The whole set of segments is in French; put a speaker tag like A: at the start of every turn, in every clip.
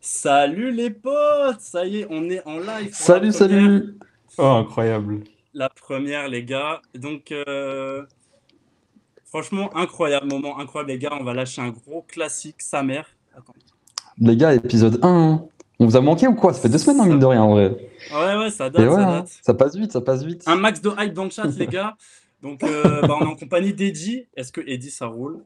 A: Salut les potes, ça y est, on est en live. pour la
B: Salut,
A: première-
B: salut! Oh, incroyable.
A: La première, les gars. Donc, euh, franchement, incroyable moment, incroyable les gars. On va lâcher un gros classique, sa mère. Attends.
B: Les gars, épisode 1. hein. On vous a manqué ou quoi? Ça fait deux semaines, hein, mine de rien, en vrai.
A: Ouais, ouais, ça
B: Et
A: date,
B: ouais,
A: ça
B: hein,
A: date.
B: ça passe vite, ça passe vite.
A: Un max de hype dans le chat, les gars. Donc, euh, bah, on est en compagnie d'Eddy. Est-ce que Eddy, ça roule?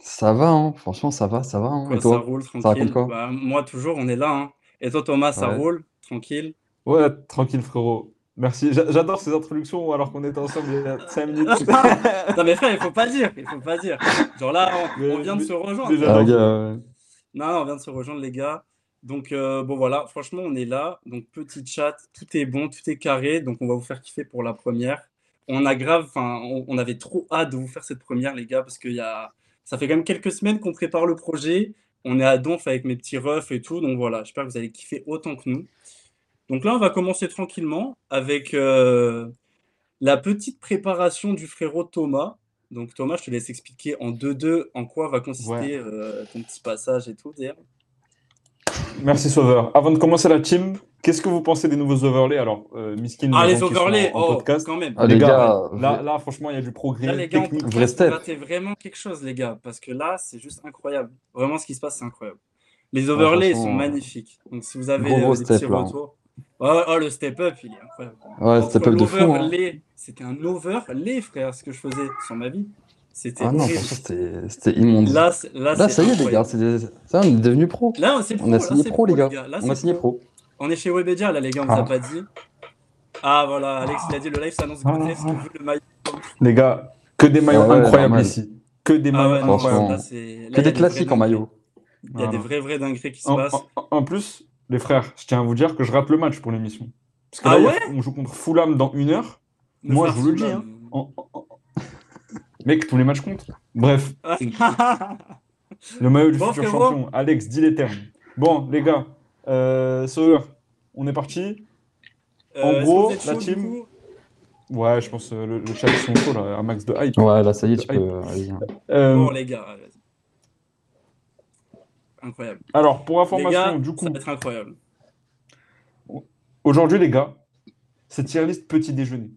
B: Ça va, hein. Franchement, ça va, ça va. hein.
A: Quoi,
B: Et
A: ça
B: toi?
A: roule,
B: Ça raconte
A: tranquille.
B: quoi?
A: Bah, moi, toujours, on est là. hein. Et toi, Thomas, ça
B: Ouais.
A: roule, tranquille.
C: Ouais, tranquille frérot. Merci. J'a- J'adore ces introductions alors qu'on était ensemble il y a 5 minutes.
A: Non, mais frère, il faut pas dire, il faut pas dire. Genre là, on,
C: Mais-
A: on vient de
C: mais-
A: se rejoindre.
C: mais
B: Ah,
C: j'adore.
B: les gars, euh,
A: Non, non, on vient de se rejoindre, les gars. Donc, euh, bon, voilà, franchement, on est là. Donc, petit chat, tout est bon, tout est carré. Donc, on va vous faire kiffer pour la première. On a grave, enfin, on, on avait trop hâte de vous faire cette première, les gars, parce qu'il y a... ça fait quand même quelques semaines qu'on prépare le projet. On est à Donf avec mes petits refs et tout. Donc, voilà, j'espère que vous allez kiffer autant que nous. Donc, là, on va commencer tranquillement avec euh, la petite préparation du frérot Thomas. Donc, Thomas, je te laisse expliquer en 2-2 en quoi va consister euh, ton petit passage et tout, d'ailleurs.
C: Merci Sauveur. Avant de commencer la team, qu'est-ce que vous pensez des nouveaux overlays? Alors, euh, Miskin,
A: Ah,
C: les
A: les
C: gens qui sont
A: overlays,
C: en
A: oh,
C: podcast.
A: quand même.
B: ah,
C: Les
B: les
C: gars,
B: gars,
C: Là, là, franchement, il y a du progrès
A: Là, les gars, on
C: technique.
A: peut
B: vrai step.
A: vraiment quelque chose, les gars, parce que là, c'est juste incroyable. Vraiment, ce qui se passe, c'est incroyable. Les overlays ils sont
B: Ah, franchement,
A: magnifiques. Donc, si vous avez
B: gros, gros
A: euh, des petits
B: step, là.
A: retours. Oh, oh, le step up, il est incroyable.
B: ouais,
A: Entre
B: step up de fou, hein.
A: l'overlay, c'était un overlay, frère, ce que je faisais sur ma vie. C'était
B: Ah non,
A: horrible.
B: franchement, c'était c'était immonde.
A: Là, c'est- là,
B: Là,
A: c'est
B: ça y est, les gars,
A: incroyable.
B: c'est des- ça, on est devenu pro.
A: Là, c'est pro,
B: On a
A: là,
B: signé
A: c'est
B: pro, les gars.
A: Là,
B: On a
A: c'est
B: signé
A: pro.
B: pro.
A: On est chez Webedia là les gars, on vous
C: Ah.
A: a pas dit. Ah voilà, Alex il a dit le live s'annonce
C: Ah.
A: good parce que vu le maillot.
C: Les gars, que des maillots
B: Ah ouais,
C: incroyables
B: normal.
C: ici. Que des
A: Ah
C: maillots
A: ouais, non,
B: Franchement.
C: incroyables.
A: là, c'est- là, il y
B: Que
A: a
B: des
A: vrais
B: classiques en
A: dingueries.
B: maillot.
A: Il y a des
C: Voilà.
A: vrais vrais dingueries qui se
C: Ah. En,
A: passent.
C: en- en plus, les frères, je tiens à vous dire que je rate le match pour l'émission. Parce que
A: Ah
C: là, il y a-
A: ouais
C: on joue contre Fulham dans une heure.
A: Ne
C: moi,
A: faire
C: je vous le dis, hein.
A: Fulham.
C: En- en- en- Mec, tous les matchs comptent. Bref.
A: hein.
C: Le maillot du
A: Bon,
C: futur
A: frérot.
C: champion. Alex, dis les termes. Bon, les gars, euh, Sauveur, on est parti.
A: Euh,
C: En
A: est-ce que
C: gros,
A: vous êtes
C: la
A: chaud,
C: team-
A: du coup
C: Ouais, je pense euh, le, le chat ils sont chauds, là, un max de hype.
B: Ouais, là, ça y est, tu
C: Hype.
B: peux. Allez, hein.
C: Euh,
A: Bon les gars, vas-y. incroyable.
C: alors, pour
A: Les gars,
C: information, du coup,
A: ça va être incroyable.
C: aujourd'hui, les gars, c'est tier list petit déjeuner.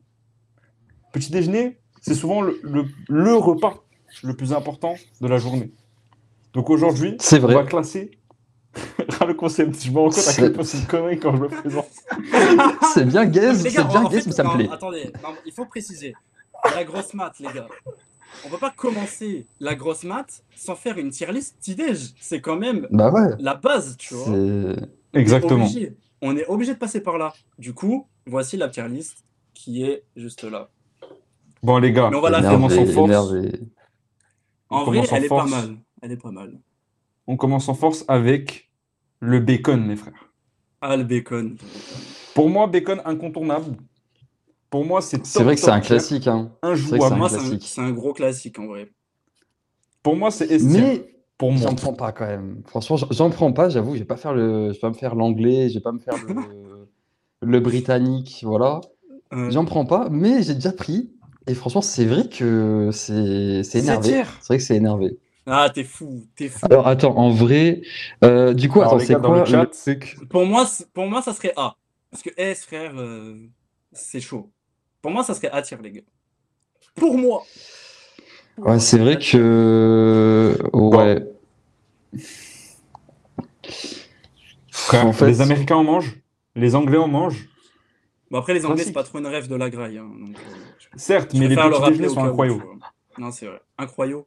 C: Petit déjeuner, c'est souvent le, le- le repas le plus important de la journée. Donc aujourd'hui,
B: C'est
C: on
B: vrai.
C: va classer. Ah, le concept, je me rends compte à quel
B: C'est-
C: point c'est une connerie quand je me présente.
B: C'est bien gaze,
A: Les
B: c'est
A: gars,
B: bien
A: en- en
B: gaze,
A: fait,
B: mais ça me
A: non,
B: plaît.
A: Attendez, non, il faut préciser. La grosse mat, les gars. On peut pas commencer la grosse mat sans faire une tier list tidej. C'est quand même
B: Bah ouais,
A: la base, tu vois.
B: c'est.
C: Exactement.
A: obligé. On est obligé de passer par là. Du coup, voici la tier list qui est juste là.
C: Bon, les gars,
A: Mais on va la faire.
C: commence en
B: Énervé,
C: force.
B: énervé.
A: En
C: On
A: vrai,
C: commence en
A: elle est
C: force.
A: pas mal. Elle est pas mal.
C: On commence en force avec le bacon, les frères.
A: Ah, le bacon.
C: Pour moi, bacon incontournable. Pour moi, c'est
B: C'est
C: top,
B: vrai que c'est
C: top
B: un
C: tier,
B: classique, hein.
C: injouable.
B: C'est un
A: Moi, c'est un,
B: classique.
A: c'est un gros classique en vrai.
C: Pour moi, c'est S tier.
B: Mais
C: Pour moi.
B: j'en prends pas quand même. Franchement, j'en- j'en prends pas, j'avoue, je vais pas faire le. Je vais pas me faire l'anglais, je vais pas me faire le, le britannique, voilà.
C: Mmh.
A: Euh,
B: J'en prends pas, mais j'ai déjà pris. Et franchement, c'est vrai que c'est c'est énervé.
C: tier.
B: C'est vrai que c'est énervé.
A: Ah, t'es fou. T'es fou.
B: Alors attends, en vrai, euh, du coup,
C: Alors,
B: attends,
C: les
B: c'est
C: gars, dans
B: quoi
C: le chat,
B: truc
A: Pour moi, c'est- pour moi, ça serait A. Parce que S, frère, euh, c'est chaud. Pour moi, ça serait A tier, les gars. Pour moi. Pour
B: Ouais,
A: moi,
B: c'est vrai
A: A tier.
B: que. euh, Ouais.
C: Frère,
B: En fait-
C: Les Américains en mangent. Les Anglais en mangent.
A: Bon, après, les Anglais, c'est
C: Classique.
A: pas trop une rêve de la graille. hein, donc, euh, je-
C: Certes,
A: je
C: mais les
A: préfère le
C: petits
A: rappeler
C: déjeuners
A: au
C: sont
A: cas où,
C: incroyables.
A: tu vois. Non, c'est vrai. Incroyable.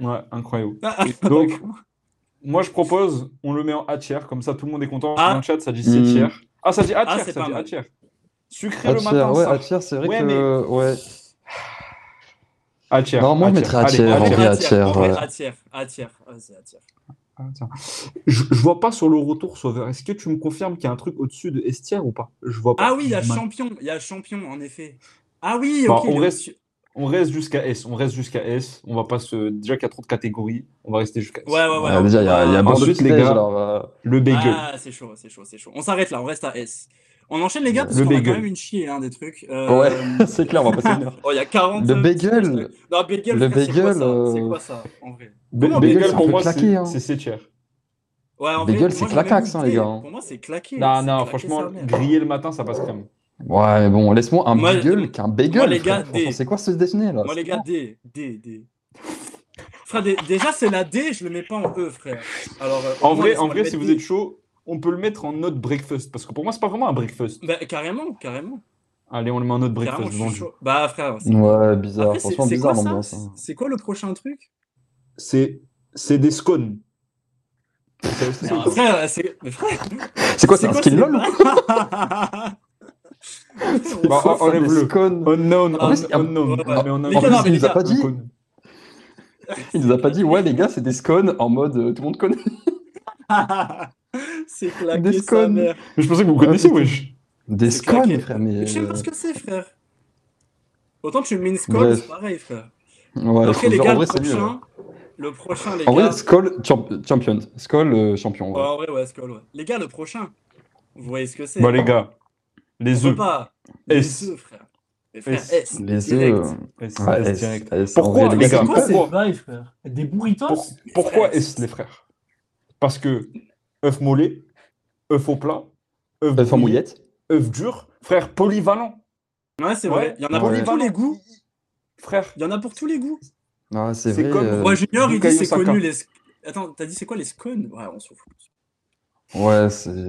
C: Ouais, incroyables.
A: Ah,
C: Donc, moi, je propose, on le met en A tier. Comme ça, tout le monde est content.
A: Ah.
C: Dans le chat, ça dit
B: Hmm.
C: C tier. Ah, ça dit A
A: Ah,
C: tier.
A: c'est
C: ça
A: pas
C: dit A
A: mal.
C: tier. Sucré le
B: Hatcher,
C: matin,
B: ouais,
C: ça.
B: Hatcher, c'est vrai
C: Ouais,
B: que.
C: mais-
B: Ouais.
C: A tier.
B: Non, moi, je mettrais A
C: Allez,
B: tier,
A: en
B: en
A: vrai,
B: vrai,
A: à
B: à
A: tiers, en
B: tiers,
A: vrai,
B: ouais.
A: à tiers, à tiers. Vas-y, à tiers.
C: Ah, tiens. Je, je vois pas sur le retour, Sauveur. Est-ce que tu me confirmes qu'il y a un truc au-dessus de Estière ou pas? Je vois pas.
A: Ah oui, il y a
C: Ma-
A: champion, il y a champion, en effet. Ah oui,
C: Bon,
A: ok.
C: Bah, on
A: le-
C: reste- On reste jusqu'à S. On reste jusqu'à S. On va pas se. Déjà qu'il y a trop de catégories, on va rester jusqu'à S.
A: Ouais, ouais, ouais.
B: Ouais, déjà, il y a, il y a
A: Ah,
B: Bordeaux
C: ensuite,
B: qui
C: les
B: pêche,
C: gars,
B: alors, bah,
C: Le bagel.
A: Ah, c'est chaud, c'est chaud, c'est chaud. On s'arrête là, on reste à S. On enchaîne, les gars, parce
C: Le
A: qu'on a quand
C: bagel.
A: même une chier, hein, des trucs. Euh,
B: Ouais, c'est clair, on va passer une heure.
A: Oh, il y a 40.
B: Le
A: euh,
B: bagel.
A: trucs. Non, bagel,
B: Le
A: frère, c'est quoi
B: bagel,
A: ça? C'est
B: euh,
A: quoi ça, en vrai?
C: Ba-
A: Comment
C: bagel,
B: bagel, ça
C: pour
B: peut
C: moi,
B: claquer,
C: c'est
B: hein.
C: c'est C tier.
A: Ouais, en
B: Des
A: vrai, moi,
B: gueules, c'est
A: j'ai
B: claquax,
A: même
B: hein, les
A: goûté.
B: gars, hein.
A: Pour moi, c'est claqué.
C: Non,
A: c'est
C: non,
A: claqué,
C: franchement,
A: sa mère.
C: griller le matin, ça passe quand même.
B: Ouais, bon, laisse-moi un
A: Moi,
B: bagel qu'un bagel.
A: moi, les
B: frère.
A: gars,
B: Franchement,
A: des-
B: C'est quoi ce déjeuner là
A: Moi, les gars, D, D, D. Frère, dé- déjà, c'est la D, je le mets pas en E, frère. Alors, euh,
C: En
A: au moins,
C: vrai,
A: laisse-moi
C: en
A: le
C: vrai,
A: mettre
C: si vous
A: D.
C: êtes chaud, on peut le mettre en note breakfast. Parce que pour moi, c'est pas vraiment un breakfast.
A: Bah, carrément, carrément.
C: Allez, on le met en note
A: Carrément,
C: breakfast.
A: je suis
C: vendu.
A: chaud. Bah, frère, c'est-
B: Ouais, bizarre.
A: Après, c'est
B: Franchement,
A: c'est quoi
B: bizarre
A: ça
B: l'ambiance. hein.
A: C'est quoi le prochain truc
C: C'est c'est des scones. Ça aussi, c'est-
A: Mais Frère, c'est. mais frère,
B: C'est quoi, c'est un skin
A: ces
B: lol
A: bas-
B: C'est
C: Bah,
B: quoi, ça,
C: enlève-le.
B: des scones
C: Unknown,
A: Ah,
C: un-
B: mais-
C: unknown.
A: ouais, ouais.
C: Ah, mais on a-
A: Les
B: En
A: gars,
B: plus,
A: non, mais
B: il
A: les
B: nous a
A: gars,
B: pas dit,
C: Uncone.
B: il nous a pas dit, ouais, les gars, c'est des scones en mode euh, tout le monde connaît.
A: C'est claqué,
B: Des
A: sa
B: scones.
A: mère.
C: Mais je pensais que vous connaissiez, wesh.
B: Des
A: C'est claqué.
B: scones, frère, mais.
A: Je sais même pas ce que c'est, frère. Autant tu mets une scones,
B: Bref.
A: c'est pareil, frère.
B: Ouais, je
A: Après,
B: te
A: les
B: jure,
A: gars,
B: en vrai,
A: le
B: c'est mieux. hein.
A: prochain, le prochain, les
B: En vrai,
A: gars.
B: Skull champ- champion. Skull euh, champion.
A: Ouais,
B: ouais.
A: en vrai, ouais, Skull, ouais. Les gars, le prochain, vous voyez ce que c'est. hein.
C: Bah, les gars,
A: On
C: les
A: peut
C: œufs.
A: pas.
C: S.
A: Les œufs, frère. Les frères,
C: S.
A: S.
B: Les
A: direct.
B: œufs.
C: S,
B: euh, ouais,
C: S
B: S,
C: direct.
B: S, en
C: Pourquoi,
B: vrai,
C: les
B: les gars,
C: gars,
B: pourquoi-
C: pourquoi
D: vibes, frère Des burritos
C: Pour- Pourquoi S, les frères Parce que œuf mollet, œuf au plat, œuf
B: œufs en
C: brouillé,
B: mouillette.
C: œuf dur, frère polyvalent,
A: Ouais, c'est
C: Ouais.
A: vrai. Il y en a
B: Ouais.
A: pour tous les goûts.
C: frère.
A: Il y en a pour tous les goûts.
B: Ah, c'est
C: C'est
B: vrai.
C: comme-
B: euh,
A: Moi, Junior, il dit
C: Bukayo
A: c'est
C: Saka.
A: connu les. sc- Attends, t'as dit c'est quoi les scones Ouais, on s'en fout.
B: Ouais, c'est.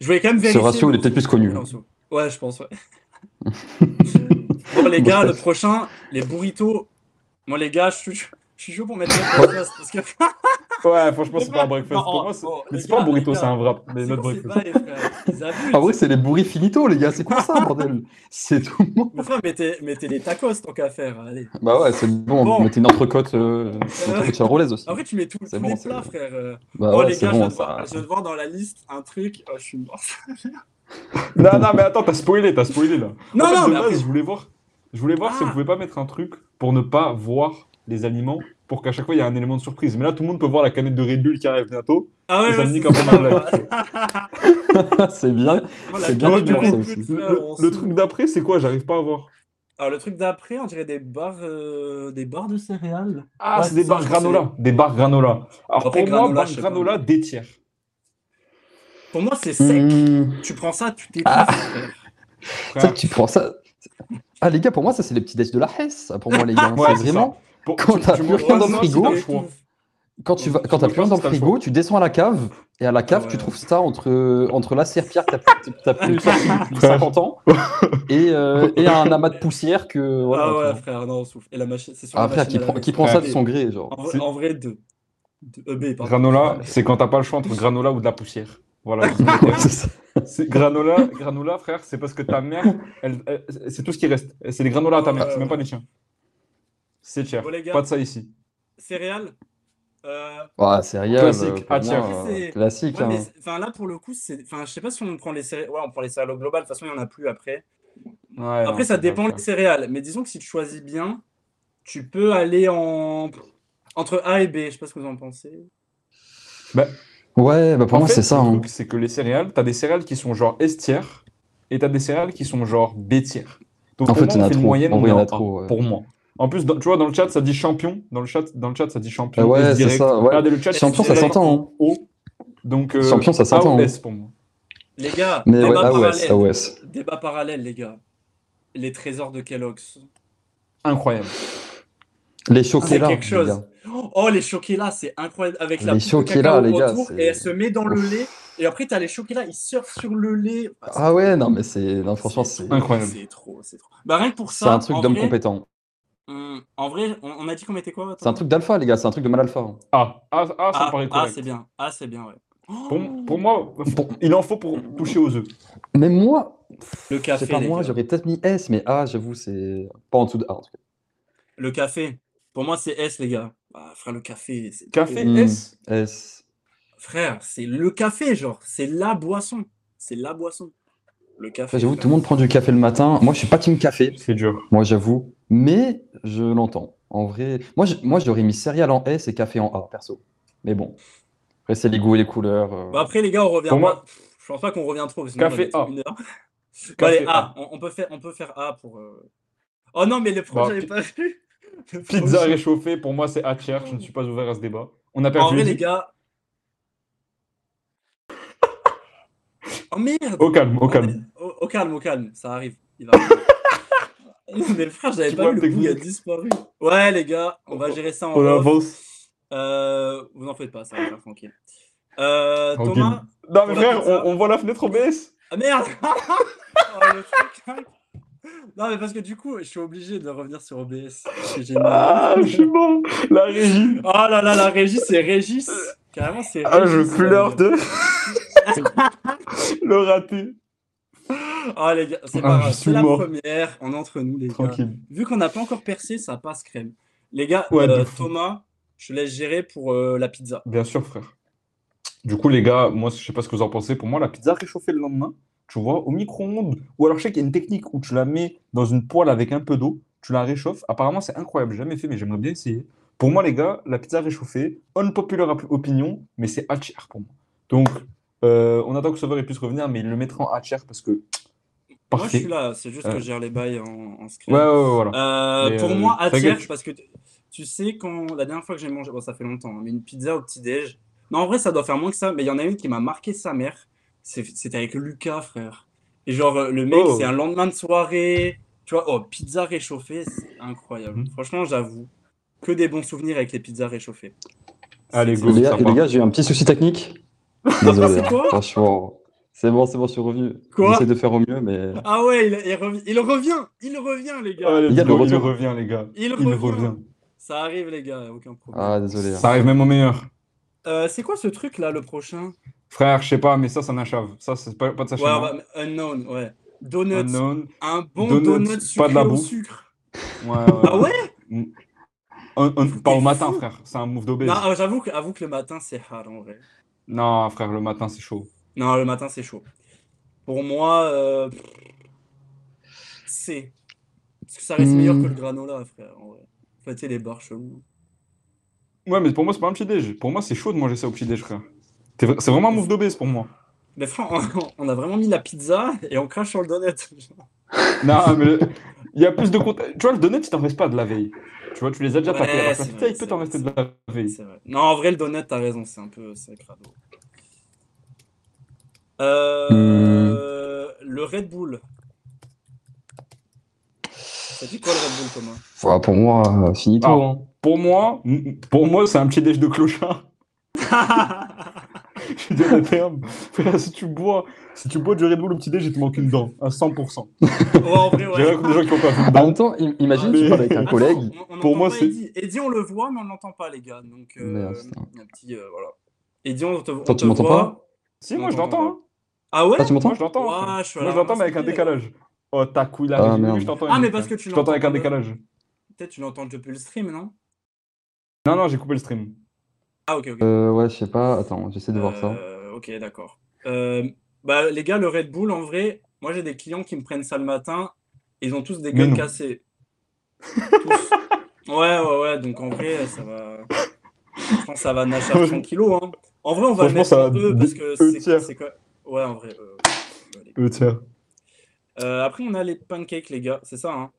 A: Je voulais quand même
B: Ce
A: vérifier.
B: ratio, il
A: mais-
B: est peut-être plus connu.
A: Ouais, on s'en fout. Ouais, je pense, ouais. bon, les gars, le prochain, les burritos. Moi, les gars, je suis, je suis chaud pour mettre les breakfast. Parce que.
C: Ouais, franchement, c'est
A: Les
C: pas un
A: gars,
C: breakfast.
A: non,
C: Pour moi,
A: oh,
C: c'est-
A: oh,
C: mais
A: les
C: c'est pas un
A: gars,
C: burrito,
A: les
C: c'est un wrap. Mais
A: C'est
C: notre
A: quoi ces
C: breakfast.
A: bails, frère Ils abusent.
B: En vrai, c'est les bourris finito, les gars. C'est quoi ça, bordel C'est tout le monde.
A: Mais frère, mettez, mettez les tacos tant qu'à faire. Allez.
B: Bah ouais, c'est bon.
A: Bon.
B: Vous mettez une entrecôte. Euh, une entrecôte charolaise aussi.
A: Après, tu mets tout,
B: C'est
A: tous
B: bon,
A: les
B: c'est
A: plats,
B: bon.
A: frère. euh.
B: Bah
A: oh,
B: ouais,
A: les
B: c'est
A: gars, je,
B: bon,
A: viens de
B: ça.
A: voir, je viens de voir dans la liste un truc. Oh, je suis mort.
C: Non, non, mais attends, t'as spoilé, t'as spoilé là.
A: Non,
C: En fait,
A: non,
C: de
A: mais après,
C: base, je voulais voir, je voulais voir si on
A: Ah.
C: pouvait pas mettre un truc pour ne pas voir les aliments, pour qu'à chaque fois il y ait un élément de surprise. Mais là, tout le monde peut voir la canette de Red Bull qui arrive bientôt.
A: Ah ouais,
C: Les amis,
A: ouais,
C: comme
A: c'est
C: on
A: ça,
C: a
A: voilà.
B: c'est bien.
A: Voilà,
B: C'est
A: la
B: bien
A: canette
C: de
A: de
C: voir ça
A: Red Bull,
B: aussi.
C: Le,
A: frère,
C: le-
A: on
C: le
A: se-
C: truc d'après, c'est quoi J'arrive pas à voir.
A: Alors, le truc d'après, on dirait des barres, euh, des barres de céréales.
C: Ah,
A: Ouais,
C: c'est des
A: ça,
C: barres
A: je pense que
C: granola. Des barres granola. Alors
A: Après,
C: pour moi,
A: granola,
C: barres
A: je sais pas.
C: granola, des tiers.
A: Pour moi, c'est sec.
B: Mmh.
A: Tu prends ça, tu t'étouffes.
B: Ah.
A: frère.
B: Ça,
C: Frère,
B: tu prends ça. Ah, les gars, pour moi, ça, c'est les petits déj de la Hesse. ça, Pour moi, les
A: Ah,
B: gars.
C: Ouais,
B: c'est
C: c'est
B: vraiment.
C: pour-
B: Quand
C: tu-
B: t'as
C: tu
B: plus
C: me
B: rien dans le
C: vois,
B: frigo,
C: c'est un
A: Tu
C: choix.
A: t'étouffes.
B: Quand tu vas,
C: Tu
B: quand t'as
C: peux
B: plus rien
C: faire
B: dans
C: ça,
B: le
C: t'as le
B: frigo, tu descends à la cave. Et à la cave,
A: Ouais. Ah,
B: tu trouves ça entre, entre la serpillère que t'as plus- t'as plus depuis 50 ans et, euh, et un amas de poussière que. voilà,
A: Ah
B: tu
A: ouais,
B: vois.
A: frère, non, on souffle. Et la machine, c'est sur la
B: Ah, frère,
A: machine
B: qui
A: à
B: prend,
A: laver.
B: qui prend ça de
A: Ouais.
B: son gré, genre.
A: En vrai, en vrai, deux. Deux- euh, B, pardon.
C: Granola, c'est quand t'as pas le choix entre granola ou de la poussière. Voilà.
B: Ouais, c'est ça.
C: C'est granola, granola, frère, c'est parce que ta mère, elle, elle- c'est tout ce qui reste. C'est les granolas à ta mère, c'est même pas les tiens. C'est cher.
A: Bon, les gars.
C: Pas de ça ici.
A: Céréales euh,
B: Ouais, c'est rien.
C: Classique,
B: euh, pour
C: ah, tiens.
B: moi, euh,
A: C'est-
B: Classique,
A: Ouais,
B: hein.
A: mais c'est- enfin, là, pour le coup, c'est. Enfin, je sais pas si on prend les céréales. Ouais, on prend les céréales au global. De toute façon, il n'y en a plus après.
C: Ouais, non,
A: Après, ça
C: c'est pas
A: dépend
C: le
A: des céréales. Mais disons que si tu choisis bien, tu peux aller en. Entre A et B. Je sais pas ce que vous en pensez.
B: Ouais, bah
C: cas.
B: pour
C: En
B: moi,
C: fait,
B: c'est ça.
C: le
B: hein.
C: truc, c'est que les céréales, t'as des céréales qui sont genre S tiers et t'as des céréales qui sont genre B tiers. Donc,
B: En
C: pour
B: fait, il
C: moi,
B: y en
C: on
B: a
C: fait une
B: trop.
C: moyenne,
B: En vrai,
C: on
B: il y en
C: est
B: a
C: en A,
B: trop, ouais.
C: Pour moi. En plus, dans- tu vois, dans le chat, ça dit champion. Dans le chat, dans le chat ça dit champion.
B: Ah ouais,
C: S
B: c'est
C: direct.
B: ça, ouais.
C: Regardez le chat.
B: Champion,
C: c'est
B: ça
C: direct
B: s'entend,
C: en
B: hein.
C: haut. Donc, euh,
B: Champion, ça
C: A
B: s'entend,
C: ou
B: hein.
C: S pour moi.
A: Les gars,
B: Mais ouais,
A: débat
B: AOS,
A: parallèle.
B: AOS.
A: Débat parallèle, les gars. Les trésors de Kellogg's.
C: Incroyable.
B: Les
A: C'est
B: choqués-là.
A: quelque chose. Oh, les choqués-là, c'est incroyable. Avec la
B: Les
A: poudre de
B: choqués-là,
A: cacao
B: les gars,
A: autour,
B: c'est-
A: et elle se met dans le lait. Et après, t'as les choqués-là, ils surfent sur le lait. Ah, c'est-
B: Ah ouais, non, mais c'est. Non, franchement, c'est.
C: Incroyable.
A: C'est trop, c'est trop. Bah, rien que pour
B: C'est
A: ça.
B: un truc
A: en
B: d'homme
A: vrai,
B: compétent.
A: hum, en vrai, on, on a dit qu'on mettait quoi
B: C'est un
A: attends
B: truc d'alpha, les gars. C'est un truc de mal alpha. hein.
C: A. A, A, ça
A: Ah,
C: me paraît
A: ah,
C: correct.
A: c'est bien. Ah, c'est bien, ouais. Oh,
C: Pour, pour moi,
B: Pour-
C: il en faut pour toucher aux œufs.
B: Mais moi,
A: Le
B: Je sais
A: café,
B: pas,
A: les
B: moi,
A: gars.
B: j'aurais peut-être mis S, mais A, j'avoue, c'est pas en dessous de A, en tout cas.
A: Le café. Pour moi, c'est S, les gars. Ah, frère, le café. c'est
C: Café
A: trop.
B: Mm.
C: S.
B: S.
A: Frère, c'est le café, genre. C'est la boisson. C'est la boisson. Le
B: Après,
A: café.
B: j'avoue,
A: frère.
B: tout le monde prend du café le matin. Moi, je suis pas team café,
C: C'est dur.
B: moi, j'avoue. Mais je l'entends. En vrai, moi, je- moi j'aurais mis céréales en S et café en A, perso. Mais bon. Après, c'est les goûts et les couleurs. euh.
A: Bah, après, les gars, on revient.
C: Pour moi-
A: pas. Pff, Je pense pas qu'on revient trop. parce que sinon, on va
C: Café
A: mettre
C: A.
A: une heure. Bah,
C: Café
A: allez, A. On, on peut faire, on peut faire A pour. euh, Oh non, mais le prochain,
C: Bah,
A: j'avais
C: pi-
A: pas vu. Le
C: Pizza
A: prochain.
C: réchauffée, pour moi, c'est à tiers. Je ne suis pas ouvert à ce débat. On a
A: En
C: perdu.
A: vrai, les gars, Oh merde!
C: Au calme, au calme.
A: Au, au calme, au calme, ça arrive. Il va arriver. Non, mais frère, j'avais
C: Tu
A: pas
C: vois
A: vu
C: le
A: le coup, il a
C: technique.
A: disparu. Ouais, les gars, on va
C: On-
A: gérer ça en
C: On
A: off.
C: avance.
A: Euh, vous en faites pas, ça va, tranquille. Euh,
C: Tranquille.
A: Thomas.
C: Non,
A: On
C: mais
A: a
C: frère,
A: fait ça.
C: on, on voit la fenêtre OBS.
A: Ah merde! Oh, le truc. Non, mais parce que du coup, je suis obligé de revenir sur OBS. C'est génial.
C: Ah, je suis mort. La régie.
A: Oh là là, la régie, c'est Régis. Carrément, c'est
C: Ah, je
A: Régis,
C: pleure
A: la gueule.
C: de. le raté.
A: Ah, les gars, c'est
C: Ah,
A: pas
C: je
A: grave.
C: suis
A: C'est la
C: mort.
A: première. On est entre nous, les gars.
C: Tranquille.
A: Vu qu'on n'a pas encore percé, ça passe crème. Les gars,
C: Ouais,
A: euh,
C: de fou.
A: Thomas, je te laisse gérer pour euh, la pizza.
C: Bien sûr, frère. Du coup, les gars, moi, je sais pas ce que vous en pensez. Pour moi, la pizza réchauffée le lendemain, tu vois, au micro-ondes. Ou alors, je sais qu'il y a une technique où tu la mets dans une poêle avec un peu d'eau, tu la réchauffes. Apparemment, c'est incroyable. J'ai jamais fait, mais j'aimerais bien essayer. Pour moi, les gars, la pizza réchauffée, unpopular op- opinion, mais c'est hot cher pour moi. Donc, euh, on attend que Sauveur puisse revenir, mais il le mettra en hot cher parce que.
A: Moi, je
C: Parfait.
A: suis là. C'est juste que
C: Euh.
A: je gère les bails en, en scrim.
C: Ouais, ouais, ouais, voilà.
A: Euh,
C: Mais,
A: pour
C: euh,
A: moi, à
C: ta gueule, tu-
A: parce que tu- tu sais, quand la dernière fois que j'ai mangé, bon, ça fait longtemps, hein, mais une pizza au petit-déj. Non, en vrai, ça doit faire moins que ça, mais il y en a une qui m'a marqué sa mère. C'est- C'était avec Lucas, frère. Et genre, euh, le mec,
C: Oh.
A: c'est un lendemain de soirée. Tu vois, oh, pizza réchauffée, c'est incroyable.
C: Mhm.
A: Franchement, j'avoue, que des bons souvenirs avec les pizzas réchauffées.
C: Allez,
A: C'est-
C: go.
B: les gars,
C: sympa.
B: les gars, j'ai eu un petit souci technique. Désolé,
A: C'est
B: hein,
A: quoi
B: franchement. C'est bon, c'est bon, je suis revenu.
A: Quoi
B: J'essaie de faire au mieux, mais.
A: Ah ouais, il, il revi- il revient, il revient, les gars.
C: Ah, let's
B: Les gars,
C: go,
B: le
C: il
B: retour.
C: revient, les gars.
A: Il
C: Il
A: revient.
C: revient.
A: Ça arrive, les gars, aucun problème.
B: Ah, désolé. hein.
C: Ça arrive même au meilleur.
A: Euh, c'est quoi ce truc là, le prochain?
C: Frère, je sais pas, mais ça, ça n'achave. Ça, c'est pas, pas de sa
A: Ouais, bah,
C: chaîne,
A: ouais,
C: hein.
A: mais unknown, ouais. Donuts,
C: Unknown.
A: un bon
C: Donuts,
A: donut
C: pas de
A: sucré
C: la
A: au
C: bouffe.
A: sucre.
C: Ouais, ouais,
A: Ah ouais?
C: ouais. Un- un-
A: T'es
C: pas au matin,
A: fou.
C: frère. C'est un move d'obèse.
A: Non,
C: Non,
A: ah, j'avoue que, avoue que le matin, c'est hard en vrai.
C: frère, le matin, c'est chaud.
A: Non, le matin, c'est chaud. Pour moi, euh, c'est. Parce que ça reste
B: Hmm.
A: meilleur que le granola, frère, en vrai. Enfin, tu sais, les barres cheloues.
C: Ouais, mais pour moi, c'est pas un petit déj. Pour moi, c'est chaud de manger ça au petit déj, frère. T'es vra- C'est vraiment un move d'obèse pour moi.
A: Mais frère, on, on a vraiment mis la pizza et on crache sur le donut.
C: Non, mais il y a plus de compte. Tu vois, le donut, il t'en reste pas de la veille. Tu vois, tu les as déjà
A: Ouais,
C: tapés. Alors
A: c'est
C: que la pizza,
A: vrai,
C: il peut
A: c'est
C: t'en
A: vrai,
C: rester de la veille.
A: C'est vrai. Non, en vrai, le donut, t'as raison, c'est un peu. C'est crado. Euh, Le Red Bull. Ça dit quoi le Red Bull, Thomas?
B: Voilà, pour moi, euh, finito.
C: Ah.
A: hein.
C: Pour moi, m- pour moi, c'est un petit déj de clochard. Je veux dire le terme. Frère, si tu bois, si tu bois du Red Bull au petit déj, il te manque une dent, à 100%.
A: Ouais, Oh, en vrai, ouais.
C: J'ai rien contre les gens qui ont pas vu une
B: En
A: bah,
C: dent.
B: même temps, im- imagine,
C: Mais-
B: tu parles avec un
A: Attends,
B: collègue.
A: on- on
C: pour
A: n'entend
C: moi,
A: pas
C: c'est-
A: Eddy. Eddy, on le voit, mais on l'entend pas, les gars. Donc, euh,
B: Merde, putain.
A: un petit. euh, voilà. Eddy, on te, on
B: Toi, tu
A: te
B: m'entends
A: voit.
B: pas
C: Si, moi je l'entends. hein.
A: Ah ouais?
B: Ah, tu m'entends
C: Moi je l'entends.
A: Ouah,
C: frère.
A: je suis à
C: Moi
A: la
C: je l'entends, mais avec un
A: ramasse.
C: décalage. Oh, ta couille la
B: Ah,
C: régie, oui,
B: merde.
C: je t'entends.
A: Ah, mais
C: Emile,
A: parce que
C: frère.
A: tu
C: Je t'entends avec un
A: l'entends pas.
C: décalage.
A: Peut-être tu l'entends depuis le stream, non?
C: Non, non, j'ai coupé le stream.
A: Ah, ok, ok.
B: Euh, ouais, je sais pas. Attends, j'essaie de voir ça.
A: Euh, ok, d'accord. Euh, bah, les gars, le Red Bull, en vrai, moi j'ai des clients qui me prennent ça le matin, ils ont tous des
C: Mais
A: gueules
C: non.
A: cassées. Tous. Ouais, ouais, ouais, donc en vrai, ça va. Je pense que ça va nager à 30 kilos. Hein. En vrai, on va le
C: Franchement,
A: mettre
C: ça
A: en
C: va
A: E parce que
C: deux
A: c'est
C: tiers.
A: c'est quoi Ouais, en vrai. euh, ouais, les gars.
C: Euh, tiens.
A: Euh, après, on a les pancakes, les gars, c'est ça, hein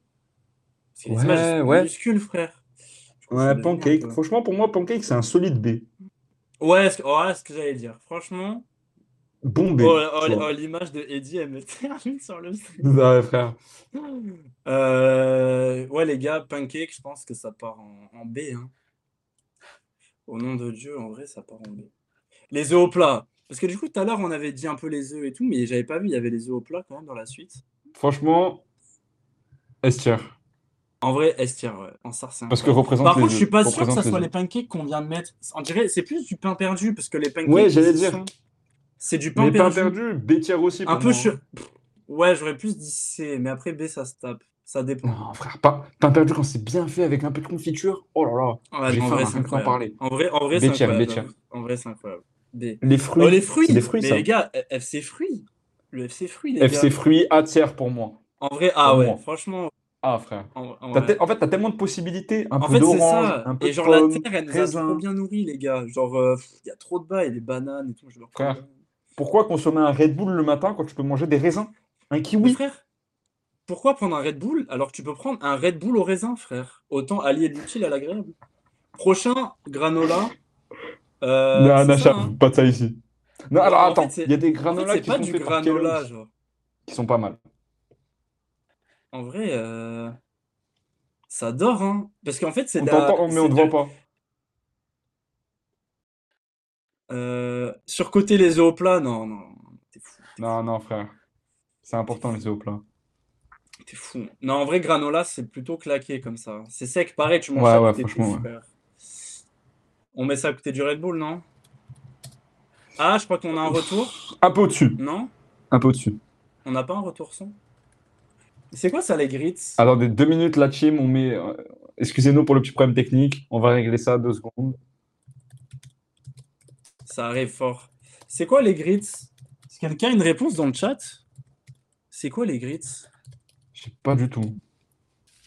A: Parce que les
C: Ouais,
A: images, elles sont
C: ouais.
A: minuscules, frère. Je pense que ça
C: Ouais,
A: devient un
C: pancake.
A: peu-
C: Franchement, pour moi, pancake, c'est un solide B.
A: Ouais, ce que, ouais, ce que j'allais dire. Franchement.
C: Bon B.
A: Oh, oh,
C: tu
A: oh,
C: vois.
A: l'image de Eddie, elle me termine sur le stream.
C: Ouais, frère.
A: Euh, ouais, les gars, Pancake, je pense que ça part en, en B. hein. Au nom de Dieu, en vrai, ça part en B. Les œufs au plat. Parce que du coup, tout à l'heure, on avait dit un peu les œufs et tout, mais j'avais pas vu, il y avait les œufs au plat quand même dans la suite.
C: Franchement, S tier.
A: En vrai, S tier, ouais, en sarcin.
C: Parce que représente
A: Par
C: les
A: contre, je
C: œufs.
A: suis pas sûr que
C: Représente
A: ça
C: les
A: soit
C: œufs.
A: les pancakes qu'on vient de mettre. On dirait, c'est plus du pain perdu, parce que les pancakes,
C: Ouais, j'allais
A: ils
C: dire.
A: sont- c'est du pain
C: Mais pas
A: perdu.
C: perdu, B tier aussi.
A: Un
C: pour
A: peu
C: moi.
A: sur- Pff, Ouais, j'aurais plus dit C, mais après B, ça se tape. Ça dépend.
C: Non, frère, pain, pain perdu quand c'est bien fait avec un peu de confiture. Oh là là.
A: Ouais,
C: J'ai
A: en
C: faim,
A: vrai,
C: là,
A: c'est
C: rien que d'en
A: incroyable.
C: parler.
A: En vrai, en vrai, c'est
C: Bétière,
A: incroyable.
C: bétière.
A: En vrai, c'est incroyable. Des-
C: Les fruits.
A: Oh, les fruits!
C: C'est des fruits,
A: Mais
C: ça.
A: les gars, F- FC Fruits! Le FC Fruits, les
C: FC
A: gars.
C: fruits A tiers pour moi.
A: En vrai, ah
C: Pour
A: ouais,
C: moi.
A: franchement.
C: Ah, frère.
A: En, en
C: T'as
A: vrai.
C: te- En fait, t'as tellement de possibilités. Un
A: En
C: peu
A: fait, c'est
C: d'orange,
A: ça.
C: un peu
A: Et
C: de
A: genre, la
C: pomme.
A: terre, elle nous a
C: raisin.
A: trop bien nourris, les gars. Genre, euh, il y a trop de bails, les bananes et tout. Je leur
C: Frère,
A: prends.
C: Pourquoi consommer un Red Bull le matin quand tu peux manger des raisins? Un
A: Mais
C: kiwi?
A: frère, pourquoi prendre un Red Bull alors que tu peux prendre un Red Bull au raisin, frère? Autant allier l'utile à l'agréable. Prochain, granola. Euh,
C: Non,
A: c'est ça,
C: Nacha,
A: hein.
C: pas de ça ici. Non, alors
A: En fait,
C: attends,
A: c'est-
C: il y a des
A: En fait,
C: granolas
A: c'est
C: qui
A: pas
C: sont
A: du
C: faits par
A: granola,
C: Kellogg's,
A: genre.
C: qui sont pas mal.
A: En vrai, euh, ça dort, hein. Parce qu'en fait, c'est
C: On
A: de la-
C: t'entend, mais on
A: c'est
C: te
A: de-
C: voit pas.
A: euh, surcoter les œufs au plat, non, non, t'es fou,
C: Non, non, frère. C'est important, les œufs plats.
A: t'es fou. Non, en vrai, granola, c'est plutôt claqué comme ça. C'est sec, pareil, tu manges
C: Ouais,
A: ça à
C: ouais,
A: côté de tes
C: franchement, ouais.
A: frères. On met ça à côté du Red Bull, non? Ah, je crois qu'on a un retour,
C: Un peu au-dessus.
A: non?
C: Un peu au-dessus.
A: On n'a pas un retour son? C'est quoi ça, les grits?
C: Attendez, deux minutes, la team, on met. euh, Excusez-nous pour le petit problème technique. On va régler ça deux secondes.
A: Ça arrive fort. C'est quoi les grits? Est-ce que quelqu'un a une réponse dans le chat? C'est quoi les grits?
C: Je sais pas du tout.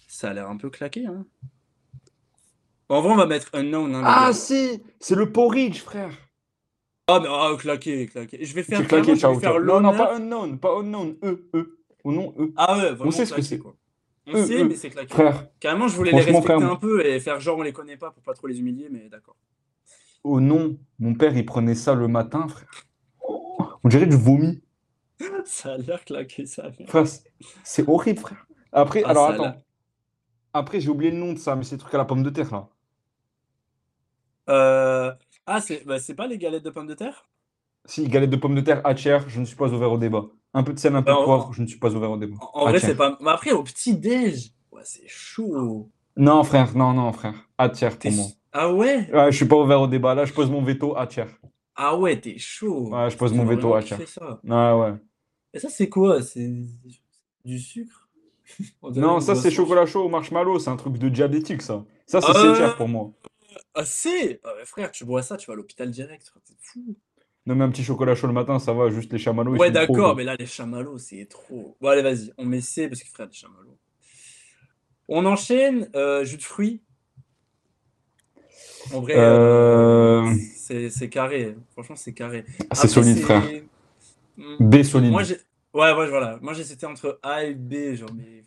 A: Ça a l'air un peu claqué, hein. En vrai, on va mettre unknown, hein, les
C: Ah,
A: gars.
C: si! C'est le porridge, frère!
A: Ah, mais ah, claqué, claqué. Je vais faire
C: C'est claqué,
A: clairement, je vais
C: ciao,
A: faire
C: ciao. Non, non,
A: l'honneur-
C: pas unknown, pas unknown, eux, eux. Ou non, eux.
A: Ah ouais, vraiment
C: sait ce que
A: claqué,
C: c'est.
A: quoi. On
C: Euh,
A: sait,
C: euh,
A: mais c'est claqué.
C: Frère,
A: Carrément, je voulais les
C: Franchement,
A: respecter
C: frère,
A: un peu et faire genre on les connaît pas pour pas trop les humilier, mais d'accord.
C: oh non, mon père, il prenait ça le matin, frère. Oh, on dirait du vomi.
A: Ça a l'air claqué, ça. a l'air-
C: Frère, c'est- c'est horrible, frère. Après,
A: Ah,
C: alors
A: ça, là.
C: attends. Après, j'ai oublié le nom de ça, mais c'est le truc à la pomme de terre, là.
A: Euh, Ah, c'est bah, c'est pas les galettes de pommes de terre?
C: Si, galette de pommes de terre, Hatcher, je ne suis pas ouvert au débat. Un peu de sel, un peu
A: Alors,
C: de poivre, je ne suis pas ouvert au débat.
A: En, en vrai,
C: Hatcher.
A: c'est pas. Mais après, au petit-déj, ouais, c'est chaud.
C: Non, frère, non, non, frère. Hatcher
A: T'es-
C: pour moi.
A: Ah ouais?
C: Ouais, je suis pas ouvert au débat. Là, je pose mon veto, Hatcher.
A: Ah ouais, t'es chaud.
C: Ouais, je pose
A: J'ai
C: mon veto,
A: vraiment
C: Hatcher.
A: kiffé ça.
C: Ouais, ouais.
A: Et ça, c'est quoi? C'est du sucre? On dirait
C: Non,
A: une
C: ça c'est
A: boisson.
C: chocolat chaud au marshmallow, c'est un truc de diabétique ça. Ça c'est
A: Ah
C: Secher
A: ouais.
C: pour moi.
A: Ah, c'est! Ah, mais frère, tu bois ça, tu vas à l'hôpital direct. frère, T'es fou.
C: Non mais un petit chocolat chaud le matin, ça va, juste les chamallows ils
A: Ouais,
C: sont trop
A: d'accord,
C: bons.
A: mais là, les chamallows, c'est trop. Bon, allez, vas-y, on met C parce que frère, les chamallows. On enchaîne, euh, jus de fruits. En vrai, euh,
C: Euh,
A: c'est c'est carré. Franchement, c'est carré.
C: C'est
A: Après,
C: solide
A: c'est-
C: frère.
A: Hmm,
C: B solide.
A: Moi, j'ai. Ouais, ouais, voilà. Moi, j'hésitais entre A et B, genre, mais.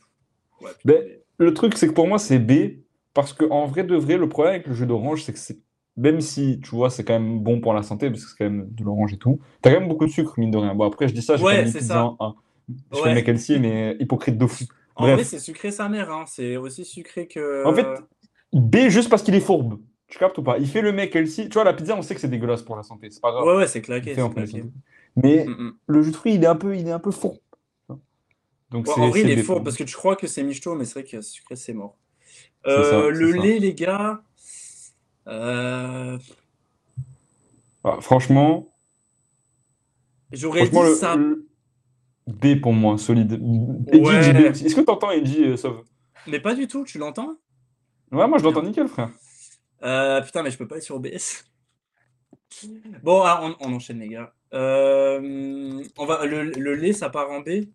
A: Ouais, putain,
C: Ben,
A: mais-
C: Le truc c'est que pour moi c'est B parce que en vrai de vrai le problème avec le jus d'orange c'est que c'est même si tu vois c'est quand même bon pour la santé parce que c'est quand même de l'orange et tout, t'as quand même beaucoup de sucre mine de rien. Bon après je dis ça, j'ai quand
A: Ouais,
C: même mis
A: c'est
C: pizza
A: ça.
C: en A. Je fais
A: Ouais.
C: le mec LC, mais hypocrite de fou.
A: En
C: Bref.
A: vrai, c'est sucré sa mère, hein. C'est aussi sucré que.
C: En fait, B juste parce qu'il est fourbe. Tu captes ou pas? Il fait le mec LC. Tu vois la pizza on sait que c'est dégueulasse pour la santé, c'est pas grave.
A: Ouais, ouais, c'est
C: Il
A: claqué,
C: fait un
A: c'est
C: peu la
A: claqué.
C: santé. Mais
A: Mm, mm.
C: le jus de fruit, il est un peu, il est un peu fourbe. Donc
A: Bon,
C: c'est
A: en vrai, il
C: c'est
A: est
C: des
A: fort
C: fourbe.
A: parce que tu crois que c'est michto, mais c'est vrai que sucré, c'est mort.
C: C'est ça,
A: Euh, le
C: c'est ça.
A: lait, les gars. euh,
C: Ah, franchement,
A: j'aurais dit
C: franchement le,
A: ça.
C: le- B pour moi, solide. Eddy
A: Ouais.
C: dit B aussi. Est-ce que t'entends Eddy euh, Sauve?
A: Mais pas du tout, tu l'entends?
C: Ouais, moi je l'entends nickel, frère.
A: Euh, putain, mais je peux pas aller sur BS. Bon, ah, on, on enchaîne, les gars. Euh, on va, le, le lait, ça part en B.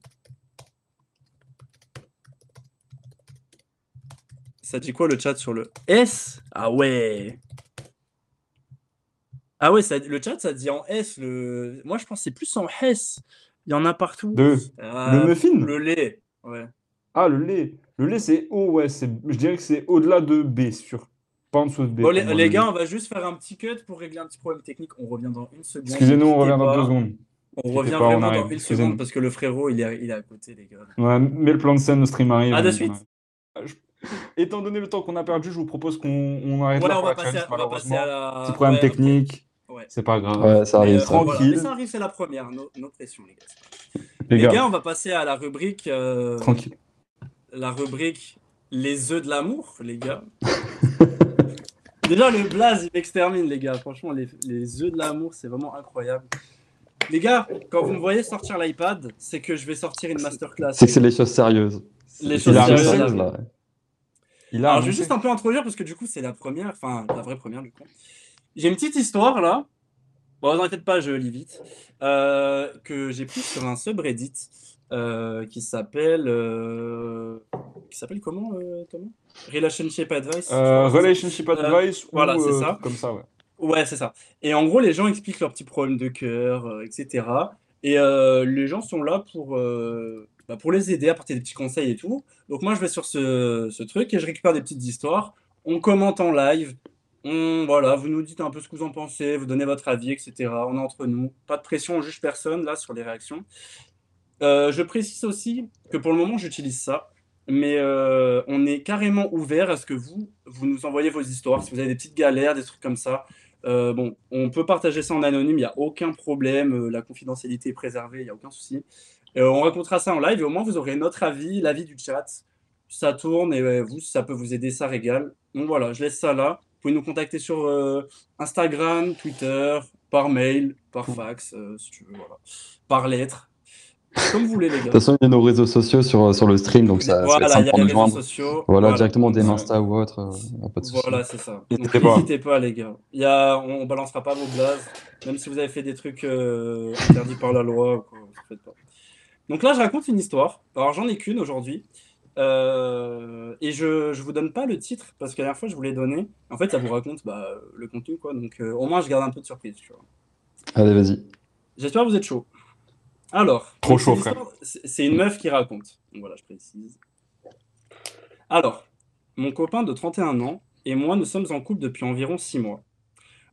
A: Ça dit quoi le chat sur le S? Ah ouais. Ah ouais, ça- le chat, ça dit en S. Le... Moi, je pense que c'est plus en S. Il y en a partout.
C: De,
A: Euh,
C: le muffin?
A: le lait. Ouais.
C: Ah, le lait. Le lait, c'est haut, ouais. c'est- Je dirais que c'est au-delà de B, sûr. Pas en dessous de B.
A: Bon,
C: pour
A: les,
C: moi,
A: les
C: le lait.
A: gars, on va juste faire un petit cut pour régler un petit problème technique. On revient dans une seconde.
C: Excusez-nous, on
A: N'hésitez
C: revient dans
A: pas.
C: deux secondes.
A: On
C: Quittez
A: revient
C: pas, on
A: vraiment
C: arrive.
A: dans une
C: Excusez-nous.
A: seconde parce que le frérot, il est, à- il est à côté, les gars.
C: Ouais, mais le plan de scène, le stream arrive.
A: À de
C: on-
A: suite.
C: on arrive. Je- Étant donné le temps qu'on a perdu, je vous propose qu'on on arrête
A: Voilà,
C: là
A: on
C: pour
A: va
C: la
A: passer
C: challenge,
A: à, on va passer à
C: malheureusement.
A: la.
C: Petit problème
A: ouais,
C: technique,
A: Ouais.
C: c'est pas grave.
B: Ouais, ça
A: ok. Mais,
B: arrive.
A: euh,
B: ça.
A: voilà.
C: Tranquille.
A: Mais ça arrive, c'est la première, nos, nos pressions, les gars.
C: Les
A: Les
C: gars,
A: gars, on va passer à la rubrique, euh,
C: tranquille.
A: la rubrique Les œufs de l'amour, les gars. Déjà, le blaze, il extermine, les gars. Franchement, les, les œufs de l'amour, c'est vraiment incroyable. Les gars, quand vous me voyez sortir l'iPad, c'est que je vais sortir une masterclass.
B: C'est que c'est les choses sérieuses.
A: Les
B: C'est
A: choses
B: les choses
A: sérieuses.
B: là. ouais.
C: Il a
A: Alors, je vais
C: annoncé.
A: juste un peu introduire parce que du coup, c'est la première, enfin, la vraie première du coup. J'ai une petite histoire là. Bon, vous inquiétez pas, je lis vite. Euh, que j'ai pris sur un subreddit euh, qui s'appelle. euh, qui s'appelle comment, euh, Thomas Relationship Advice. je
C: Euh,
A: crois que c'est ça.
C: relationship advice ou
A: voilà, c'est
C: euh,
A: ça.
C: comme ça, ouais.
A: Ouais, c'est ça. Et en gros, les gens expliquent leurs petits problèmes de cœur, euh, etc. Et euh, les gens sont là pour, euh, bah, pour les aider, apporter des petits conseils et tout. Donc moi, je vais sur ce, ce truc et je récupère des petites histoires. On commente en live, On- voilà, vous nous dites un peu ce que vous en pensez, vous donnez votre avis, etc. On est entre nous. Pas de pression, on juge personne là sur les réactions. Euh, je précise aussi que pour le moment, j'utilise ça, mais euh, on est carrément ouvert à ce que vous, vous nous envoyez vos histoires. Si vous avez des petites galères, des trucs comme ça, euh, bon, on peut partager ça en anonyme, il n'y a aucun problème. euh, la confidentialité est préservée, il n'y a aucun souci. Euh, on racontera ça en live et au moins vous aurez notre avis, l'avis du chat. Ça tourne et euh, vous, si ça peut vous aider, ça régale. Donc voilà, je laisse ça là. Vous pouvez nous contacter sur euh, Instagram, Twitter, par mail, par fax, euh, si tu veux, voilà. par lettre. Comme vous voulez, les gars.
B: De toute façon, il y a nos réseaux sociaux sur, euh, sur le stream, donc ça, ça va
A: voilà,
B: être
A: il y
B: simple
A: a les
B: de nous
A: réseaux
B: joindre.
A: sociaux.
B: Voilà, directement des
A: Donc,
B: Insta ou autre, euh, y a pas de souci.
A: Voilà, c'est ça. Donc,
C: N'hésitez
A: N'hésitez
C: pas.
A: pas. les gars. Il y a, on, on balancera pas vos blazes, même si vous avez fait des trucs euh, interdits par la loi. ou quoi, vous faites pas. Donc là, je raconte une histoire. Alors, j'en ai qu'une aujourd'hui. Euh, et je, je vous donne pas le titre parce que la dernière fois, je vous l'ai donné. En fait, ça vous raconte bah, le contenu, quoi. Donc, euh, au moins, je garde un peu de surprise, tu vois.
B: Allez, vas-y.
A: J'espère que vous êtes chaud. Alors,
C: Trop
A: donc,
C: chaud,
A: c'est
C: frère.
A: l'histoire- C'est c'est une meuf qui raconte. Donc voilà, je précise. Alors, mon copain de 31 ans et moi, nous sommes en couple depuis environ 6 mois.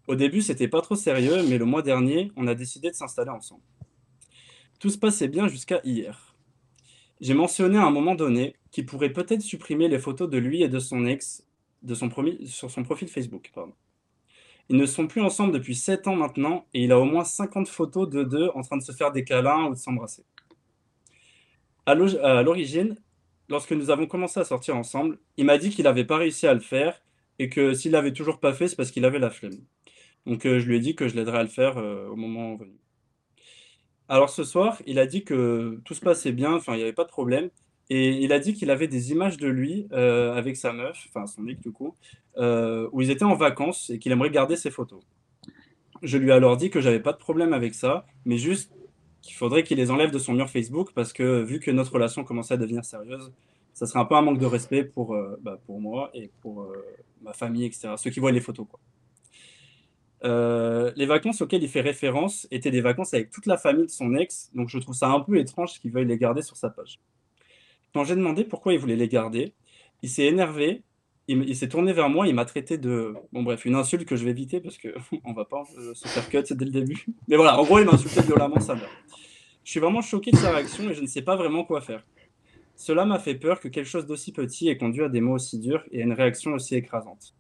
A: Au début, c'était pas trop sérieux, mais le mois dernier, on a décidé de s'installer ensemble. Tout se passait bien jusqu'à hier. J'ai mentionné à un moment donné qu'il pourrait peut-être supprimer les photos de lui et de son ex de son promi- sur son profil Facebook. Pardon. Ils ne sont plus ensemble depuis 7 ans maintenant et il a au moins 50 photos de deux en train de se faire des câlins ou de s'embrasser. À l'o- à l'origine, lorsque nous avons commencé à sortir ensemble, il m'a dit qu'il n'avait pas réussi à le faire et que s'il l'avait toujours pas fait, c'est parce qu'il avait la flemme. Donc euh, je lui ai dit que je l'aiderais à le faire euh, au moment venu. Alors ce soir, il a dit que tout se passait bien, enfin il n'y avait pas de problème, et il a dit qu'il avait des images de lui euh, avec sa meuf, enfin son mec du coup, euh, où ils étaient en vacances et qu'il aimerait garder ses photos. Je lui ai alors dit que j'avais pas de problème avec ça, mais juste qu'il faudrait qu'il les enlève de son mur Facebook parce que vu que notre relation commençait à devenir sérieuse, ça serait un peu un manque de respect pour, euh, bah, pour moi et pour euh, ma famille, etc. Ceux qui voient les photos, quoi. Euh, les vacances auxquelles il fait référence étaient des vacances avec toute la famille de son ex, donc je trouve ça un peu étrange qu'il veuille les garder sur sa page. Quand j'ai demandé pourquoi il voulait les garder, il s'est énervé, il, m- il s'est tourné vers moi, il m'a traité de... Bon bref, une insulte que je vais éviter parce que on va pas euh, se faire cut dès le début. Mais voilà, en gros, il m'a insulté violemment sa mère. Je suis vraiment choqué de sa réaction et je ne sais pas vraiment quoi faire. Cela m'a fait peur que quelque chose d'aussi petit ait conduit à des mots aussi durs et à une réaction aussi écrasante.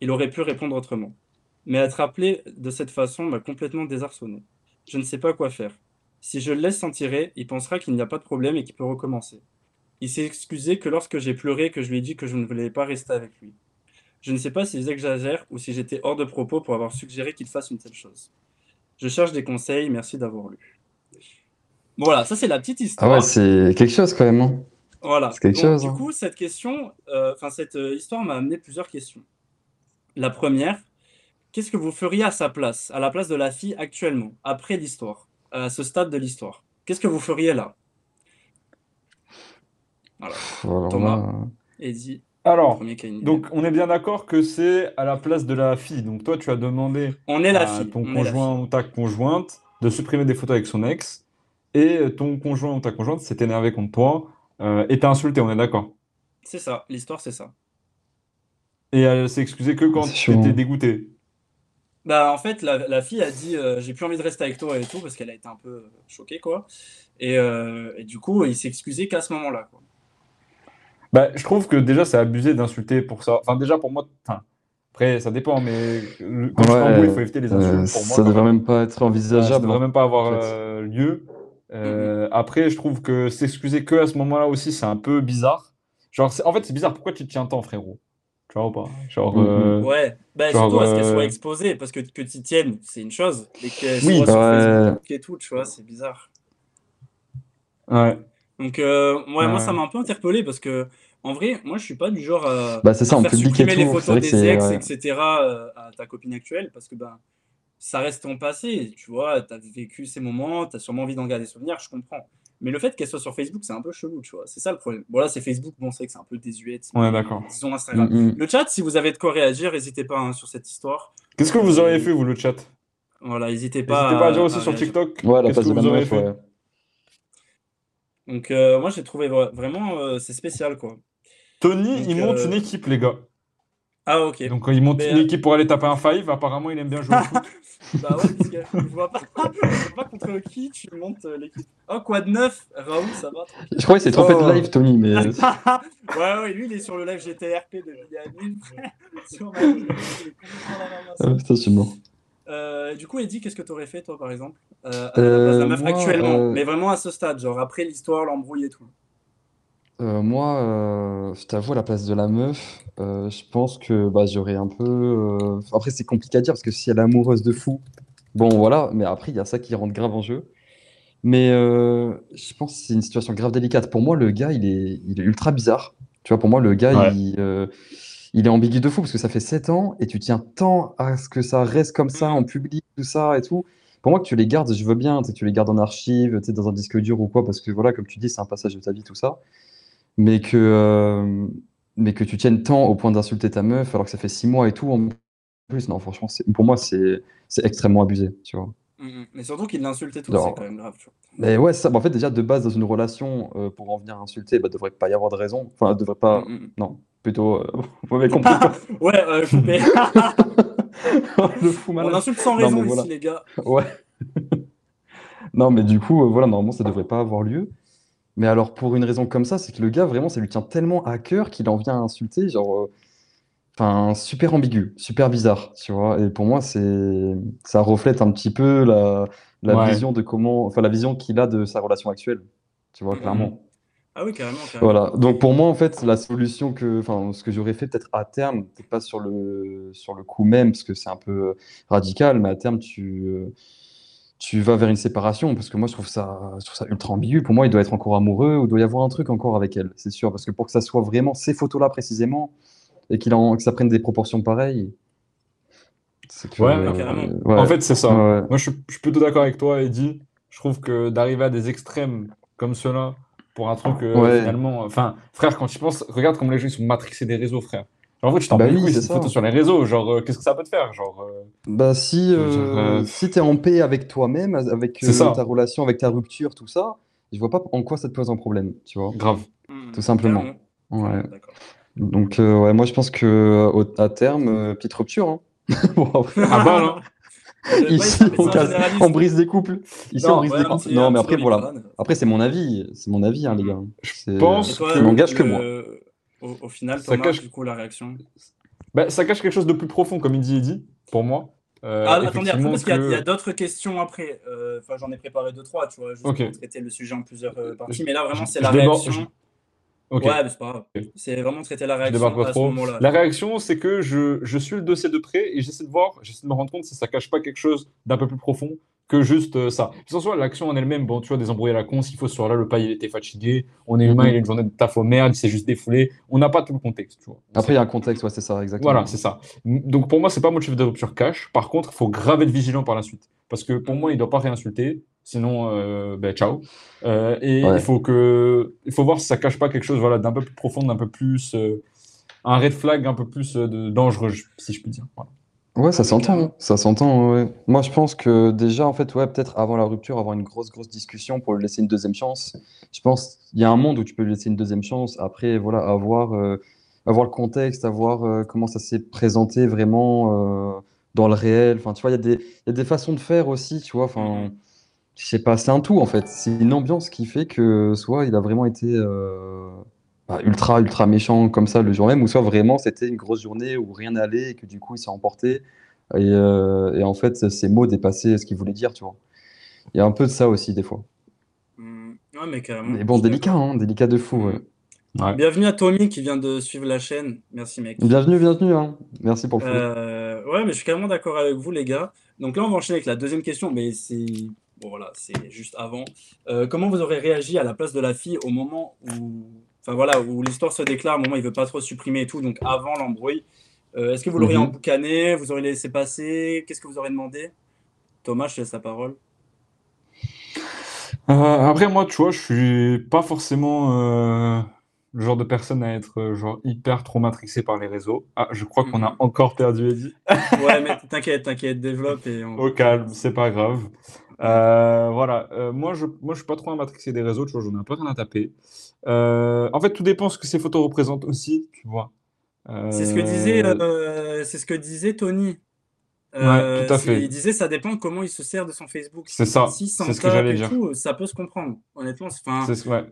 A: Il aurait pu répondre autrement. Mais être appelé de cette façon m'a complètement désarçonné. Je ne sais pas quoi faire. Si je le laisse s'en tirer, il pensera qu'il n'y a pas de problème et qu'il peut recommencer. Il s'est excusé que lorsque j'ai pleuré que je lui ai dit que je ne voulais pas rester avec lui. Je ne sais pas si j'exagère ou si j'étais hors de propos pour avoir suggéré qu'il fasse une telle chose. Je cherche des conseils, merci d'avoir lu. Bon, voilà, ça c'est la petite
B: Ah
A: histoire.
B: ouais, c'est quelque chose quand même. hein.
A: Voilà.
B: C'est quelque
A: Donc,
B: chose,
A: Du
B: hein.
A: coup, cette question, euh, enfin cette euh, histoire m'a amené plusieurs questions. La première, qu'est-ce que vous feriez à sa place, à la place de la fille actuellement, après l'histoire, à ce stade de l'histoire Qu'est-ce que vous feriez là
B: Pff, alors
A: Thomas.
B: là, euh,
A: Eddie,
C: Alors,
A: premier qui a une idée.
C: donc on est bien d'accord que c'est à la place de la fille. Donc toi, tu as demandé
A: on est la
C: à
A: fille.
C: ton
A: on est la
C: conjoint ou ta conjointe de supprimer des photos avec son ex. Et ton conjoint ou ta conjointe s'est énervé contre toi euh, et t'a insulté, on est d'accord.
A: fille. C'est ça, l'histoire c'est ça.
C: Et elle s'est excusée que quand
B: C'est
C: tu
B: chaud.
C: étais dégoûté.
A: Bah en fait, la, la fille a dit euh, j'ai plus envie de rester avec toi et tout parce qu'elle a été un peu euh, choquée quoi. Et, euh, et du coup, il s'est excusé qu'à ce moment-là. quoi.
C: Bah, je trouve que déjà, c'est abusé d'insulter pour ça. Enfin, déjà, pour moi, enfin, après, ça dépend, mais euh, quand tu
B: Ouais,
C: t'embrouilles, il faut éviter les
B: euh,
C: insultes. Pour moi,
B: ça
C: quand
B: devrait
C: même.
B: même pas être
C: Euh, Ça
B: envisageable.
C: devrait
B: hein.
C: même pas avoir
B: en fait.
C: euh, lieu. Euh, Après, je trouve que s'excuser que à ce moment-là aussi, c'est un peu bizarre. Genre, c'est- en fait, c'est bizarre. Pourquoi tu te tiens tant, frérot? Tu vois ou pas? Genre,
B: Mhm.
C: euh,
A: Ouais, bah
C: Genre,
A: surtout à ce qu'elle soit
C: euh,
A: exposée, parce que que t'y tiennes, c'est une chose, mais qu'elle
C: Oui,
A: soit sur
B: bah, ouais.
A: Facebook et tout, tu vois, c'est bizarre.
C: ouais.
A: Donc euh, ouais, moi
C: Ouais.
A: ça m'a un peu interpellé parce que en vrai, moi je suis pas du genre à,
B: Bah, c'est ça,
A: à
B: en
A: faire
B: public et
A: supprimer les
B: tout,
A: photos
B: c'est vrai que
A: des
B: c'est-
A: ex,
B: ouais.
A: etc. euh, à ta copine actuelle, parce que ben ça reste ton passé, tu vois, t'as vécu ces moments, t'as sûrement envie d'en garder des souvenirs, je comprends. Mais le fait qu'elle soit sur Facebook, c'est un peu chelou, tu vois, c'est ça le problème. Bon là, c'est Facebook, bon, c'est vrai que c'est un peu désuet,
C: On est d'accord.
A: disons Instagram.
B: Mm, mm.
A: Le chat, si vous avez de quoi réagir, n'hésitez pas hein, sur cette histoire.
C: Qu'est-ce que vous auriez fait, vous, le chat?
A: Voilà, n'hésitez pas
C: N'hésitez pas à dire
A: à-
C: aussi
A: à
C: sur
A: réagir.
C: TikTok.
B: Ouais, la
C: Qu'est-ce
B: passe
C: que
B: de la
C: vous auriez
B: meuf,
C: fait?
B: ouais.
A: Donc, euh, moi, j'ai trouvé vra- vraiment, euh, c'est spécial, quoi.
C: Tony,
A: Donc,
C: il monte
A: euh,
C: une équipe, les gars.
A: Ah, ok.
C: Donc quand il monte
A: Mais,
C: une
A: euh,
C: équipe pour aller taper un five, apparemment il aime bien jouer au foot.
A: Bah ouais, parce que je vois pas, je vois pas contre qui tu montes euh, l'équipe. Oh, quoi de neuf Raoul, ça va
B: Je crois qu'il s'est trompé
C: Oh.
B: de live, Tony, mais
A: Ouais, ouais, lui, il est sur le live GTRP de Julia Amine. Sur ma liste, il est complètement à la ramasse.
B: Ah, putain, je suis mort.
A: Euh, du coup, Eddie, qu'est-ce que t'aurais fait, toi, par exemple Euh, À la place de la
B: Euh,
A: meuf
B: moi,
A: actuellement,
B: euh,
A: mais vraiment à ce stade, genre après l'histoire, l'embrouille et tout.
B: Euh, moi, euh, je t'avoue, à la place de la meuf, euh, je pense que bah, j'aurais un peu. euh, Après, c'est compliqué à dire parce que si elle est amoureuse de fou, bon, voilà, mais après, il y a ça qui rentre grave en jeu. Mais euh, je pense que c'est une situation grave délicate. Pour moi, le gars, il est, il est ultra bizarre. Tu vois, pour moi, le gars,
C: Ouais.
B: il, euh, il est ambigu de fou parce que ça fait 7 ans et tu tiens tant à ce que ça reste comme ça en public, tout ça et tout. Pour moi, que tu les gardes, je veux bien, tu sais, tu les gardes en archive, tu sais, dans un disque dur ou quoi, parce que voilà, comme tu dis, c'est un passage de ta vie, tout ça mais que, euh, mais que tu tiennes tant au point d'insulter ta meuf alors que ça fait six mois et tout en plus, non, franchement, c'est- pour moi, c'est c'est extrêmement abusé, tu vois.
A: Mhm. Mais surtout qu'il l'insulte et tout,
B: Non.
A: c'est quand même grave. tu vois.
B: Mais ouais, ça, bah, en fait, déjà, de base, dans une relation, euh, pour en venir à insulter, bah, devrait pas y avoir de raison. Enfin, devrait pas.
A: Mhm.
B: Non, plutôt. Euh, mauvais compliment.
A: Ouais, euh, coupé.
B: Le fou
A: on
B: malade.
A: insulte sans
B: Non,
A: raison
B: mais
A: ici,
B: voilà.
A: les gars.
B: Ouais. Non, mais du coup, euh, voilà, normalement, ça devrait pas avoir lieu. Mais alors, pour une raison comme ça, c'est que le gars, vraiment, ça lui tient tellement à cœur qu'il en vient à insulter, genre. euh, Enfin, super ambigu, super bizarre, tu vois. Et pour moi, c'est, ça reflète un petit peu la, la
C: Ouais.
B: vision de comment, enfin, la vision qu'il a de sa relation actuelle, tu vois,
A: Mhm.
B: clairement.
A: Ah oui, carrément, carrément.
B: Voilà. Donc pour moi, en fait, la solution que, enfin, ce que j'aurais fait peut-être à terme, peut-être pas sur le sur le coup même, parce que c'est un peu euh, radical, mais à terme, tu euh, tu vas vers une séparation, parce que moi, je trouve ça, je trouve ça ultra ambigu. Pour moi, il doit être encore amoureux ou doit y avoir un truc encore avec elle, c'est sûr, parce que pour que ça soit vraiment ces photos-là précisément et qu'il en, que ça prenne des proportions pareilles. c'est que-
C: Ouais,
B: euh,
A: carrément.
B: ouais.
C: En fait c'est ça.
B: Ouais.
C: Moi, je, suis- je suis plutôt d'accord avec toi, Eddy. Je trouve que d'arriver à des extrêmes comme cela pour un truc euh,
B: Ouais.
C: finalement. Enfin, frère, quand tu penses, regarde comment les gens ils sont matrixés des réseaux, frère. Genre, en fait, tu t'en
B: Bah
C: bats les
B: oui,
C: couilles,
B: c'est
C: c'est
B: ça.
C: une photo sur les réseaux. Genre, euh, qu'est-ce que ça peut te faire? Genre, euh,
B: Bah si,
C: Je veux dire,
B: euh,
C: euh,
B: si t'es en paix avec toi-même, avec
C: C'est
B: euh,
C: ça.
B: ta relation, avec ta rupture, tout ça, je vois pas en quoi ça te pose un problème, tu vois.
C: grave.
A: Mhm.
B: Tout simplement.
A: Carrément.
B: Ouais.
A: D'accord.
B: Donc euh, ouais, moi je pense que euh, au- à terme, euh, petite rupture, hein. Bon, après,
C: Ah bah, non.
A: J'avais pas
B: Ici,
A: été
B: on,
A: médecin
B: casse-
A: généraliste.
B: on brise des couples. Ici, on
C: Non,
B: brise
A: Ouais,
B: des
A: un
B: couples.
A: petit-
B: Non,
A: un
B: mais
A: petit
B: après, voilà.
A: Doliprane.
B: Après, c'est mon avis. C'est mon avis, hein, les gars. Je
C: pense
A: Et toi,
B: Ça n'engage que
A: le-
B: moi.
A: Au, au final,
C: Ça
A: Thomas,
C: cache-
A: du coup, la réaction.
C: Bah, ça cache quelque chose de plus profond, comme il dit Eddy, pour moi. Euh,
A: ah, attendez, attendez,
C: effectivement
A: parce qu'il y a,
C: que-
A: il y a d'autres questions après. Euh, Enfin, j'en ai préparé deux, trois, tu vois, juste
C: Ok.
A: pour traiter le sujet en plusieurs euh, parties.
C: Je-
A: Mais là, vraiment, c'est
C: je
A: la
C: déborde-
A: réaction.
C: Ok.
A: Ouais, mais c'est pas grave. C'est vraiment traiter la
C: Je
A: réaction
C: débarque pas
A: à ce
C: trop.
A: moment-là.
C: La réaction, c'est que je, je suis le dossier de près et j'essaie de voir, j'essaie de me rendre compte si ça cache pas quelque chose d'un peu plus profond que juste euh, ça. Puis en soi, l'action en elle-même, bon, tu vois, des embrouilles à la con, s'il faut sur là, le paille, il était fatigué, on est humain,
B: Mhm.
C: il a une journée de taf au merde, il s'est juste défoulé, on n'a pas tout le contexte, tu vois.
B: Après, il y a un contexte, ouais, c'est ça, exactement.
C: Voilà, c'est ça. M- Donc pour moi, c'est pas motif de rupture cash. Par contre, il faut grave être vigilant par la suite. Parce que pour moi, il ne doit pas réinsulter. Sinon, euh, ben, ciao. Euh, et
B: Ouais.
C: il, faut que... il faut voir si ça cache pas quelque chose voilà, d'un peu plus profond, d'un peu plus. euh, un red flag un peu plus euh, de... dangereux, je- si je puis dire. Voilà.
B: Ouais, ça
A: Ah, mais
B: s'entend,
A: clairement.
B: ça s'entend, ouais. Moi, je pense que déjà, en fait, ouais, peut-être avant la rupture, avoir une grosse, grosse discussion pour lui laisser une deuxième chance. Je pense qu'il y a un monde où tu peux lui laisser une deuxième chance. Après, voilà, avoir, euh, avoir le contexte, avoir euh, comment ça s'est présenté vraiment euh, dans le réel. Enfin, tu vois, il y a des, il y a des façons de faire aussi, tu vois. Enfin, je sais pas, c'est un tout, en fait. C'est une ambiance qui fait que soit il a vraiment été euh, bah, ultra, ultra méchant comme ça le jour même, ou soit vraiment c'était une grosse journée où rien n'allait et que du coup, il s'est emporté. Et, euh, et en fait, ces mots dépassaient ce qu'ils voulaient dire, tu vois. Il y a un peu de ça aussi, des fois.
A: Mm. Ouais, mais carrément.
B: Mais bon,
A: Je suis
B: délicat, hein, délicat de fou. ouais.
A: d'accord. Bienvenue à Tommy qui vient de suivre la chaîne. Merci, mec.
B: Bienvenue, bienvenue. hein. Merci pour le follow.
A: Mm. Euh, ouais, mais je suis carrément d'accord avec vous, les gars. Donc là, on va enchaîner avec la deuxième question, mais c'est bon, voilà, c'est juste avant. Euh, comment vous aurez réagi à la place de la fille au moment où, enfin voilà, où l'histoire se déclare, au moment où il veut pas trop supprimer et tout, donc avant l'embrouille. Euh, Est-ce que vous l'auriez
B: Mhm.
A: emboucané, vous auriez laissé passer, qu'est-ce que vous aurez demandé? Thomas, je te laisse la parole.
C: Euh, après, moi, tu vois, je suis pas forcément euh, le genre de personne à être euh, genre hyper trop matrixé par les réseaux. Ah, je crois qu'on a encore perdu Eddie.
A: Ouais, mais t'inquiète, t'inquiète, développe et on...
C: Au calme, c'est pas grave. Euh, voilà, Euh, moi je moi je suis pas trop un matrixé des réseaux, tu vois, j'en ai un peu rien à taper. Euh, en fait, tout dépend ce que ces photos représentent aussi, tu vois.
A: C'est ce que disait, euh, c'est ce que disait Tony.
C: Ouais, tout à
A: c'est-
C: fait.
A: Il disait ça dépend comment il se sert de son Facebook.
C: C'est ça,
A: Si
C: Ah, c'est
A: s'en
C: ce que j'allais
A: tape et
C: dire.
A: tout, euh, ça peut se comprendre. Honnêtement, c'est- 'fin,
C: C'est- ouais.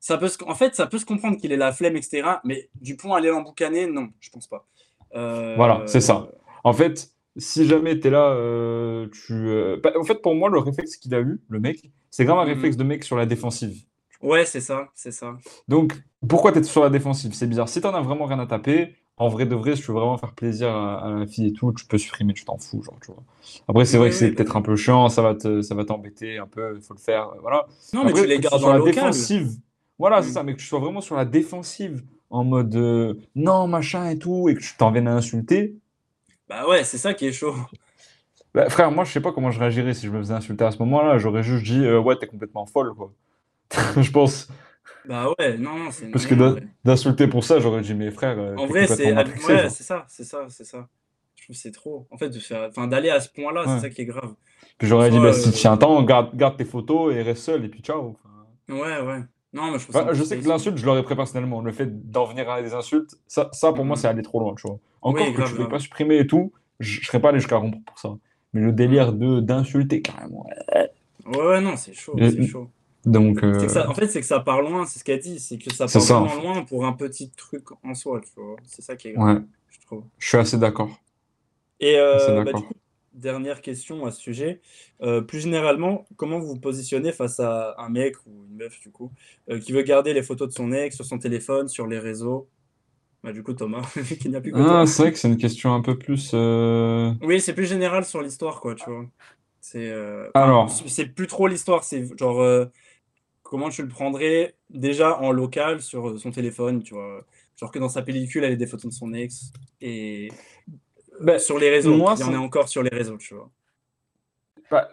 A: ça peut se- en fait, ça peut se comprendre qu'il ait la flemme, etc. Mais du pont aller l'emboucaner, non, je pense pas. Euh,
C: Voilà, c'est ça. En fait, si jamais tu es là, euh, tu. euh, bah, en fait, pour moi, le réflexe qu'il a eu, le mec, c'est grave un
A: Mhm.
C: réflexe de mec sur la défensive.
A: Ouais, c'est ça, c'est ça.
C: Donc, pourquoi t'es sur la défensive? C'est bizarre. Si t'en as vraiment rien à taper, en vrai de vrai, si tu veux vraiment faire plaisir à, à la fille et tout, tu peux supprimer, tu t'en fous, genre, tu vois. Après, c'est vrai que
A: Oui,
C: c'est
A: oui, bah
C: peut-être un peu chiant, ça va te, ça va t'embêter un peu, il faut le faire, euh, voilà.
A: Non, mais
C: Après,
A: tu les
C: que tu sois
A: gardes
C: sur
A: en
C: la
A: local.
C: défensive, voilà, c'est
A: Mm.
C: ça, mais que tu sois vraiment sur la défensive, en mode euh, non, machin et tout, et que tu t'en viennes à insulter.
A: Bah ouais, c'est ça qui est chaud.
C: Bah, frère, moi, je sais pas comment je réagirais si je me faisais insulter à ce moment-là, j'aurais juste dit, euh, ouais, t'es complètement folle, quoi. Je pense,
A: Bah ouais, non, non, c'est
C: parce que
A: normal,
C: d'in-
A: ouais.
C: d'insulter pour ça, j'aurais dit, mais frère, euh,
A: En
C: t'es
A: vrai, c'est
C: complètement
A: ab-
C: matrixé,
A: ouais,
C: genre.
A: c'est ça, c'est ça, c'est ça. Je trouve que c'est trop. En fait, de faire, enfin, d'aller à ce point-là,
C: Ouais.
A: c'est ça qui est grave.
C: Puis j'aurais dit,
A: Soit,
C: bah, si
A: euh,
C: tu tiens temps, garde, garde tes photos et reste seul, et puis ciao. Enfin,
A: Ouais, ouais. Non, mais je trouve ça
C: bah, je sais que
A: triste.
C: l'insulte, je l'aurais pris personnellement. Le fait d'en venir à des insultes, ça, ça pour moi,
A: Mhm.
C: c'est aller trop loin, tu vois. Encore
A: Oui,
C: que
A: grave,
C: tu ne
A: grave.
C: pas supprimer et tout, je je serais pas allé jusqu'à rompre pour ça. Mais le délire de d'insulter, carrément. ouais.
A: Ouais, ouais, non, c'est chaud,
C: Et-
A: c'est chaud.
C: Donc, euh,
A: C'est que ça, en fait, c'est que ça part loin, c'est ce qu'elle dit, c'est que ça
C: C'est
A: part
C: ça, en
A: vraiment loin pour un petit truc en soi, tu vois. C'est ça qui est grave,
C: ouais,
A: je trouve.
C: je suis assez d'accord.
A: Et
C: Assez
A: euh, bah,
C: d'accord.
A: du coup, dernière question à ce sujet. Euh, plus généralement, comment vous vous positionnez face à un mec ou une meuf, du coup, euh, qui veut garder les photos de son ex sur son téléphone, sur les réseaux? Bah, du coup, Thomas, qui n'a plus que toi.
C: Ah, c'est vrai que c'est une question un peu plus. euh,
A: Oui, c'est plus général sur l'histoire, quoi, tu vois. C'est euh,
C: Alors,
A: c'est c'est plus trop l'histoire, c'est genre euh, comment tu le prendrais déjà en local sur euh, son téléphone, tu vois. Genre que dans sa pellicule, elle a des photos de son ex et
C: bah,
A: sur les réseaux,
C: moi,
A: il y en
C: ça-
A: a encore sur les réseaux, tu vois.
C: Bah,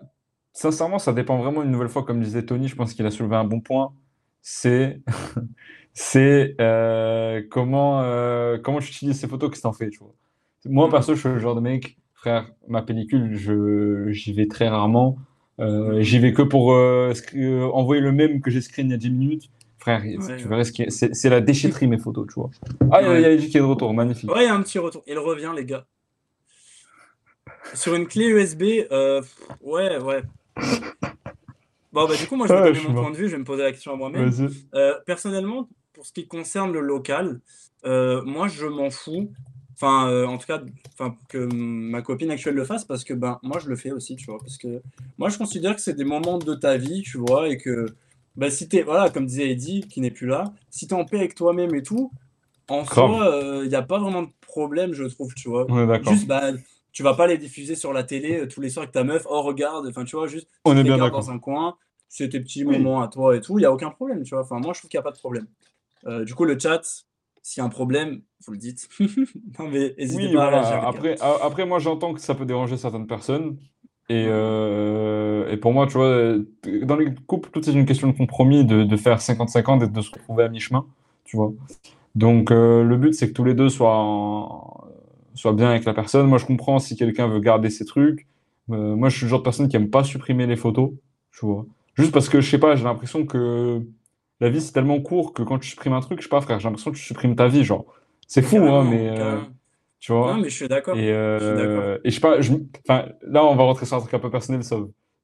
C: sincèrement, ça dépend vraiment une nouvelle fois, comme disait Tony, je pense qu'il a soulevé un bon point. C'est c'est euh, comment euh, comment tu utilises ces photos, qu'est-ce que t'en fais, tu vois. Moi,
A: Mm.
C: perso, je suis le genre de mec, frère, ma pellicule, je j'y vais très rarement. Euh,
A: Mm.
C: j'y vais que pour euh, sc- euh, envoyer le même que j'ai screen il y a 10 minutes. Frère,
A: Ouais,
C: tu
A: ouais.
C: verrais ce qui est- c'est c'est la déchetterie, mes photos, tu vois. Ah, il y a, il y a Eddy qui est de retour, magnifique.
A: Ouais, il y a un petit retour. Il revient, les gars. Sur une clé USB, euh, pff, ouais, ouais. Bon, bah, du coup, moi, je vais
C: Ah,
A: donner
C: je suis
A: mon
C: mort.
A: point de vue, je vais me poser la question à moi-même.
C: Vas-y.
A: Euh, personnellement, pour ce qui concerne le local, euh, moi, je m'en fous. Enfin, euh, en tout cas, enfin, que ma copine actuelle le fasse, parce que ben, moi, je le fais aussi, tu vois. Parce que moi, je considère que c'est des moments de ta vie, tu vois, et que ben, si t'es, voilà, comme disait Eddie, qui n'est plus là, si t'es en paix avec toi-même et tout, en
C: Grave.
A: soi, il n'y a pas vraiment de problème, je trouve, tu vois.
C: On est d'accord.
A: Juste, bah, tu vas pas les diffuser sur la télé euh, tous les soirs avec ta meuf. Oh, regarde, enfin, tu vois, juste,
C: On
A: tu
C: est
A: les
C: bien
A: gardes
C: d'accord.
A: dans un coin, c'est tes petits
C: Oui.
A: moments à toi et tout, il n'y a aucun problème, tu vois. Enfin, moi, je trouve qu'il n'y a pas de problème. Euh, du coup, le chat, s'il y a un problème, vous le dites. Non, mais n'hésitez
C: Oui,
A: pas à
C: voilà.
A: réagir, les gars.
C: Après, a- après, moi, j'entends que ça peut déranger certaines personnes. Et, euh, et pour moi, tu vois, euh, dans les couples, tout est une question de compromis, de, de faire 50-50 et de se retrouver à mi-chemin, tu vois. Donc, euh, le but, c'est que tous les deux soient, en- soient bien avec la personne. Moi, je comprends si quelqu'un veut garder ses trucs. Euh, moi, je suis le genre de personne qui aime pas supprimer les photos, tu vois. Juste parce que, je sais pas, j'ai l'impression que la vie, c'est tellement court que quand tu supprimes un truc, je sais pas, frère, j'ai l'impression que tu supprimes ta vie, genre. C'est fou, hein,
A: Carrément,
C: mais... euh,
A: carrément.
C: tu vois.
A: Non, mais je suis d'accord.
C: Et,
A: suis
C: euh,
A: d'accord.
C: et je sais pas, je, m- enfin, là, on va rentrer sur un truc un peu personnel, ça.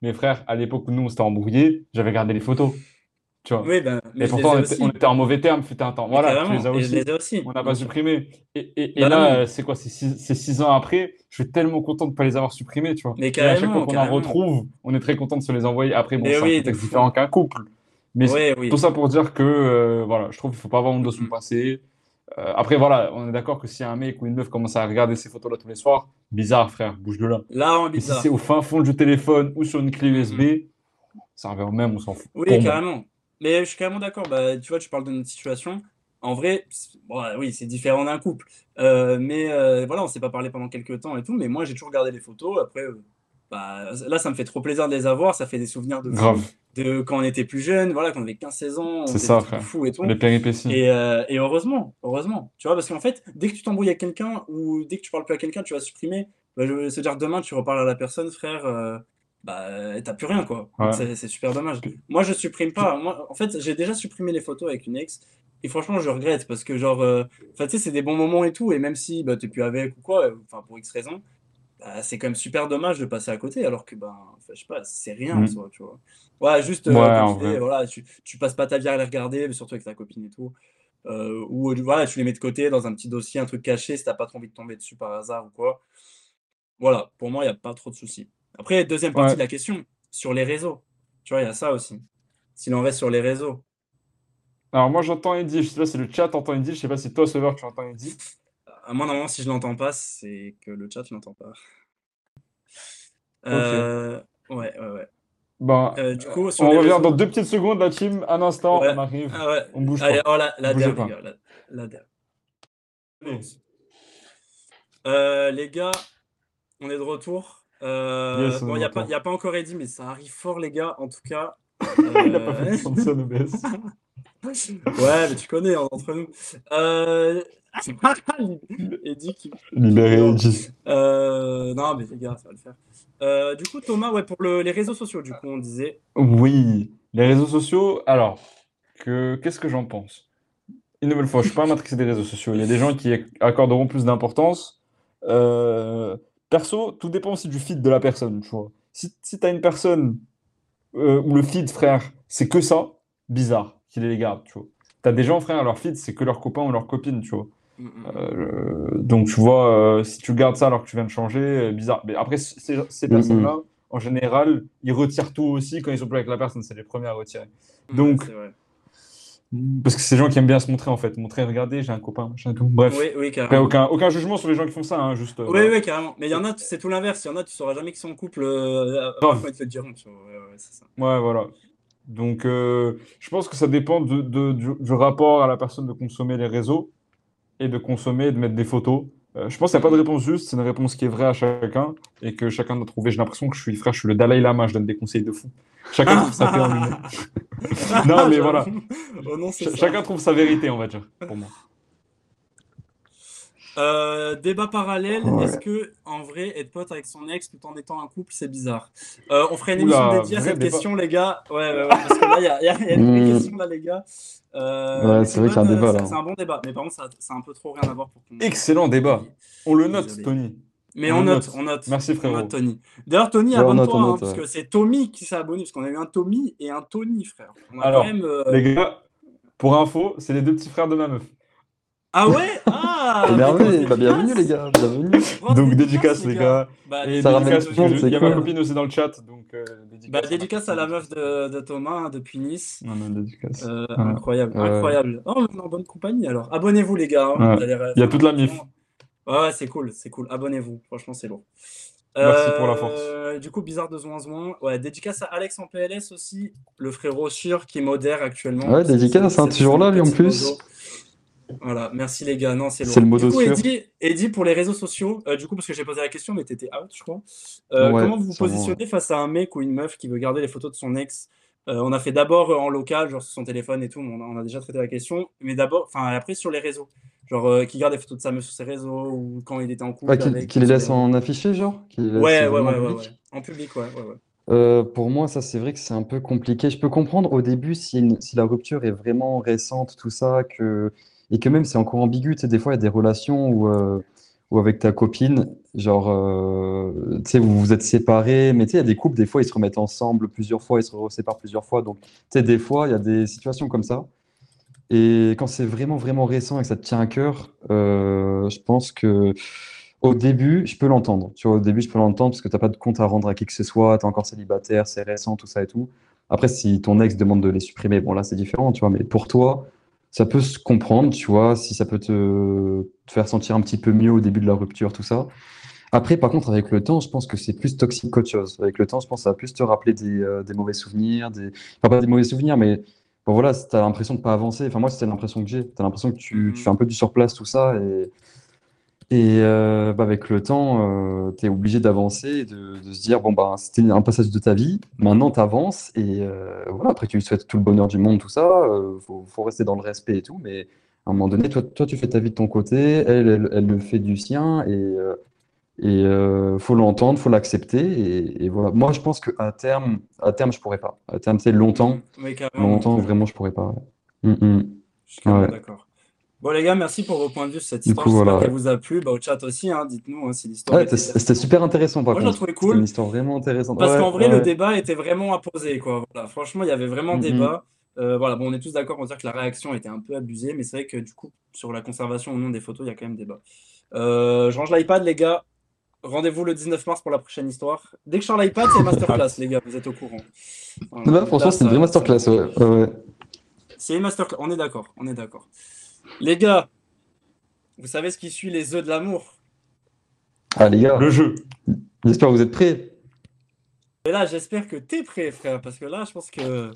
C: Mes frères, à l'époque où nous, on s'était embrouillés, j'avais gardé les photos, tu vois.
A: Oui, ben, mais
C: euh, Et
A: je les
C: pourtant,
A: ai
C: on était,
A: aussi.
C: on était en mauvais terme, fut un temps.
A: Mais
C: Voilà, tu
A: carrément,
C: les as
A: et je
C: aussi.
A: les ai aussi.
C: On n'a pas
A: bien sûr.
C: supprimé. Et, et, et
A: Bah
C: là,
A: non.
C: euh, c'est quoi? C'est six, c'est six ans après. Je suis tellement content de ne pas les avoir supprimés, tu vois.
A: Mais
C: Et à chaque fois
A: carrément,
C: qu'on en
A: carrément.
C: retrouve, on est très content de se les envoyer. Après, bon,
A: Mais
C: c'est un
A: oui, de
C: contexte
A: fou.
C: différent qu'un couple. Mais c'est
A: Ouais, oui.
C: tout ça pour dire que, euh, voilà, je trouve qu'il ne faut pas avoir honte de son
A: Mhm.
C: passé. Euh, après, voilà, on est d'accord que si un mec ou une meuf commence à regarder ces photos-là tous les soirs, bizarre, frère, bouge de là.
A: Là, en
C: Mais si
A: bizarre. Mm-hmm.
C: c'est au fin fond du téléphone ou sur une clé USB, ça revient au même, on s'en fout.
A: Oui,
C: Pour moi.
A: carrément. Mais je suis carrément d'accord. Bah, tu vois, tu parles de notre situation. En vrai, c'est- bon, ouais, oui, c'est différent d'un couple. Euh, mais euh, voilà, on s'est pas parlé pendant quelques temps et tout. Mais moi, j'ai toujours gardé les photos. Après, euh, bah, là, ça me fait trop plaisir de les avoir. Ça fait des souvenirs de, fou,
C: Grave,
A: de quand on était plus jeune. Voilà, quand on avait 15-16 ans, on
C: C'est
A: faisait des
C: ça,
A: trucs de
C: frère.
A: fous et tout.
C: les péripéties.
A: Mm-hmm. Et, euh, et heureusement, heureusement. Tu vois, parce qu'en fait, dès que tu t'embrouilles avec quelqu'un ou dès que tu parles plus à quelqu'un, tu vas supprimer. Bah, je- C'est-à-dire demain, tu reparles à la personne, frère, euh, bah, euh, t'as plus rien, quoi. Donc,
C: Ouais.
A: C'est c'est super dommage. Moi, je supprime pas. Moi, en fait, j'ai déjà supprimé les photos avec une ex Et franchement, je regrette parce que, genre, euh, enfin, tu sais, c'est des bons moments et tout. Et même si bah, t'es plus avec ou quoi, euh, enfin, pour X raison, bah, c'est quand même super dommage de passer à côté. Alors que, ben, enfin, je sais pas, c'est rien en
C: Mhm.
A: soi, tu vois. Ouais, juste, euh,
C: Ouais,
A: comme
C: en
A: tu dis,
C: vrai.
A: voilà, tu, tu passes pas ta vie à les regarder, mais surtout avec ta copine et tout. Euh, ou euh, voilà, tu les mets de côté dans un petit dossier, un truc caché si t'as pas trop envie de tomber dessus par hasard ou quoi. Voilà, pour moi, il n'y a pas trop de soucis. Après, deuxième partie
C: Ouais.
A: de la question, sur les réseaux. Tu vois, il y a ça aussi. S'il en reste sur les réseaux.
C: Alors moi j'entends Eddy, je sais pas si le chat entend Eddy, je sais pas si toi Sauveur tu entends Eddy.
A: À moi, normalement, si je l'entends pas, c'est que le chat, je l'entends pas.
C: Ok.
A: Euh, ouais, ouais, ouais.
C: Ben,
A: Euh, du
C: euh,
A: coup, sur
C: on
A: les
C: revient dans
A: réseaux.
C: deux petites secondes la team, un instant,
A: Ouais.
C: on arrive,
A: Ah ouais.
C: on bouge
A: Allez,
C: pas,
A: oh, la, la
C: bougez
A: dernière, les
C: pas.
A: gars. La, la dernière.
C: Oui.
A: Commence. Euh, les gars, on est de retour. Euh,
C: Yes, on
A: bon, il
C: est de
A: n'y a pas, y
C: retour.
A: a pas encore Eddy, mais ça arrive fort, les gars. En tout cas.
C: Il a pas fait
A: euh,
C: descendre son OBS.
A: Ouais, mais tu connais, hein, entre nous. Euh... Eddie qui, qui
C: Libéré
A: pleure.
C: Eddy.
A: Euh, Non, mais les gars, ça va le faire. Euh, du coup, Thomas, ouais, pour le- les réseaux sociaux, du coup, on disait.
C: Oui, les réseaux sociaux, alors, que qu'est-ce que j'en pense? Une nouvelle fois, je suis pas un matrixé des réseaux sociaux. Il y a des gens qui acc- accorderont plus d'importance. Euh, perso, tout dépend aussi du feed de la personne, tu vois. Si, si t'as une personne euh, où le feed, frère, c'est que ça, bizarre qu'il les garde, tu vois. T'as des gens, frère, leur feed, c'est que leurs copains ou leurs copines, tu vois.
A: Mm, mm, mm.
C: Euh, donc, tu vois, euh, si tu gardes ça alors que tu viens de changer, euh, bizarre. Mais après, c- ces, ces
B: Mm,
C: personnes-là, en général, ils retirent tout aussi quand ils sont plus avec la personne. C'est les premiers à retirer.
A: Ouais,
C: Donc,
A: c'est vrai.
C: parce que c'est des gens qui aiment bien se montrer, en fait. Montrer, regardez, j'ai un copain, machin, tout. Bref.
A: Oui, oui,
C: Après,
A: carrément.
C: aucun, aucun jugement sur les gens qui font ça, hein, juste, euh,
A: Oui,
C: voilà.
A: oui, carrément. Mais il y en a, c'est tout l'inverse. Il y en a, tu sauras jamais qu'ils sont en couple, euh, à à part quand
C: Grave.
A: ils te le diront. tu vois. Ouais, ouais, c'est ça.
C: Ouais, voilà. Donc, euh, je pense que ça dépend de- de- du, du rapport à la personne de consommer les réseaux. et de consommer et de mettre des photos. Euh, je pense qu'il n'y a pas de
A: Mm,
C: réponse juste, c'est une réponse qui est vraie à chacun et que chacun doit trouver. J'ai l'impression que je suis frère, je suis le Dalai Lama, je donne des conseils de fou. Chacun trouve sa paix en lui-même.
A: mm.
C: Non, mais voilà,
A: J'avoue. Oh non, c'est
C: Ch-
A: ça.
C: chacun trouve sa vérité, on va dire, pour moi.
A: Euh, débat parallèle, est-ce
B: Ouais.
A: que en vrai être pote avec son ex tout en étant un couple, c'est bizarre? Euh, on ferait une émission
C: Oula,
A: dédiée à
C: vrai
A: cette
C: débat.
A: question, les gars. Ouais, ouais, ouais, parce que là, il y a, il y a- il y a des vraies
B: Mm,
A: questions là, les gars. Euh,
B: ouais,
A: mais c'est
B: c'est vrai
A: une
B: qu'il y a
A: bonne,
B: un
A: euh,
B: débat
A: c'est
B: là.
A: c'est un bon débat. Mais par contre, ça, ça a un peu trop rien à voir pour qu'on qu'on
C: Excellent
A: puisse
C: débat.
A: l'oublier.
C: On le note,
A: Désolé.
C: Tony.
A: Mais
C: On
A: on
C: le
A: note,
C: note.
A: on note,
C: Merci,
A: on note
C: frérot.
A: Tony. D'ailleurs, Tony,
B: Ouais, on note, on
A: abonne-toi, hein,
B: note,
A: parce
B: ouais.
A: que c'est Tommy qui s'est abonné, parce qu'on a eu un Tommy et un Tony, frère. On a quand
C: Alors,
A: même. euh,
C: les gars, pour info, c'est les deux petits frères de ma meuf.
A: Ah ouais? Ah, mais grosse
B: Énervé, bah bienvenue les
A: dédicace!
B: gars, bienvenue.
A: Grosse
C: Donc,
A: dédicace,
C: dédicace,
A: les
C: les
A: gars.
C: gars.
A: Bah,
C: Et
B: Ça ramène
A: dédicace,
B: tout
C: dédicace, parce
B: le
C: que
B: monde,
C: je-
A: Tony.
B: c'est
C: il y a ma
B: cool.
C: copine aussi dans le chat, donc euh,
A: Bah,
C: dédicace à ma
A: dédicace à
C: copine
A: la
C: aussi.
A: meuf de, de Thomas hein, depuis Nice.
C: Non, non, dédicace.
A: Euh,
C: Ouais.
A: incroyable,
B: Ouais.
A: incroyable. Oh, on est en bonne compagnie alors. Abonnez-vous, les gars. hein.
C: Ouais.
A: Vous allez, euh,
C: Il y a toute
A: enfin,
C: la mif.
A: franchement, ouais, ouais, c'est cool, c'est cool. Abonnez-vous, franchement, c'est lourd.
C: Merci pour la force.
A: Euh, du coup, bizarre de zoin zoin. Ouais, dédicace à Alex en PLS aussi, le frérot sûr qui modère actuellement
B: Ouais,
A: parce que c'est
B: dédicace, hein,
A: c'est le
B: toujours
A: seul
B: là lui en
A: petit modo.
B: plus.
A: Voilà, merci les gars, non, c'est
B: C'est le
A: lourd. Du
B: modo
A: coup,
B: sûr.
A: Eddy, Eddy, pour les réseaux sociaux, euh, du coup, parce que j'ai posé la question, mais t'étais out, je crois. Euh,
B: Ouais,
A: comment vous vous
B: sûrement. ouais.
A: positionnez face à un mec ou une meuf qui veut garder les photos de son ex? Euh, on a fait d'abord euh, en local, genre sur son téléphone et tout, mais on a, on a déjà traité la question, mais d'abord, enfin, après sur les réseaux. Genre, euh, qui garde les photos de sa meuf sur ses réseaux, ou quand il était en
B: Ah,
A: couple
B: qu'il
A: avec,
B: qu'il
A: ou
B: les
A: sur les
B: laisse
A: réseaux.
B: en affiché, genre? Qu'il les laisse
A: Ouais, ouais,
B: vraiment en
A: ouais, ouais, ouais.
B: public?
A: En public, ouais, ouais, ouais.
B: Euh, pour moi, ça, c'est vrai que c'est un peu compliqué. Je peux comprendre au début si, une- si la rupture est vraiment récente, tout ça, que, et que même c'est encore ambigu. Tu sais, des fois, il y a des relations où, euh, où avec ta copine, genre, euh, tu sais, vous vous êtes séparés, mais tu sais, il y a des couples, des fois, ils se remettent ensemble plusieurs fois, ils se séparent plusieurs fois. Donc, tu sais, des fois, il y a des situations comme ça. Et quand c'est vraiment, vraiment récent et que ça te tient à cœur, euh, je pense que au début, je peux l'entendre. Tu vois, au début, je peux l'entendre parce que t'as pas de compte à rendre à qui que ce soit, t'es encore célibataire, c'est récent, hein, tout ça et tout. Après, si ton ex demande de les supprimer, bon là, c'est différent, tu vois, mais pour toi, ça peut se comprendre, tu vois, si ça peut te, te faire sentir un petit peu mieux au début de la rupture, tout ça. Après, par contre, avec le temps, je pense que c'est plus toxique qu'autre chose. Avec le temps, je pense que ça va plus te rappeler des, euh, des mauvais souvenirs, des... enfin pas des mauvais souvenirs, mais bon, voilà, si t'as l'impression de pas avancer. Enfin, moi, c'était l'impression que j'ai. T'as l'impression que tu, tu fais
A: Mhm.
B: un peu du surplace, tout ça, et, et euh, bah, avec le temps, tu es obligé d'avancer, et de, de se dire, bon, bah, c'était un passage de ta vie, maintenant t'avances, et euh, voilà, après, tu lui souhaites tout le bonheur du monde, tout ça, euh, faut, faut rester dans le respect et tout, mais à un moment donné, toi, toi tu fais ta vie de ton côté, elle, elle, elle le fait du sien, et, euh, et euh, faut l'entendre, faut l'accepter, et, et voilà. Moi, je pense qu'à terme, à terme, je pourrais pas. À terme, c'est
A: Mhm.
B: longtemps,
A: Mais carrément,
B: longtemps,
A: carrément.
B: vraiment, je pourrais pas. ouais. Mm, mm.
A: Je suis carrément
B: Ouais.
A: d'accord. Bon, les gars, merci pour vos points de vue sur cette
B: Du
A: histoire.
B: coup,
A: J'espère
B: voilà,
A: qu'elle
B: ouais.
A: vous a plu. Bah, au chat aussi, hein, dites-nous hein, si l'histoire
B: Ouais,
A: était-
B: c'était c'était super intéressant par
A: Moi, je la
B: contre.
A: trouvais
B: C'était
A: cool.
B: une histoire vraiment intéressante.
A: Parce
B: Ouais,
A: qu'en vrai,
B: ouais.
A: le débat était vraiment à poser, quoi. Voilà. Franchement, il y avait vraiment
B: Mhm.
A: débat. Euh, voilà, bon, on est tous d'accord pour dire que la réaction était un peu abusée, mais c'est vrai que du coup, sur la conservation ou non des photos, il y a quand même débat. Euh, je range l'iPad, les gars. Rendez-vous le 19 mars pour la prochaine histoire. Dès que je sors l'iPad, c'est masterclass, les gars, vous êtes au courant. Voilà.
B: Ouais, bah, franchement,
A: Là,
B: c'était une
A: ça-
B: vraie
A: ça-
B: masterclass. Ouais. Ouais, ouais.
A: c'est une masterclass, on est d'accord, on est d'accord. Les gars, vous savez ce qui suit les œufs de l'amour.
B: Ah, les gars,
C: Le jeu.
B: j'espère que vous êtes prêts.
A: Et là, j'espère que t'es prêt, frère, parce que là, je pense que.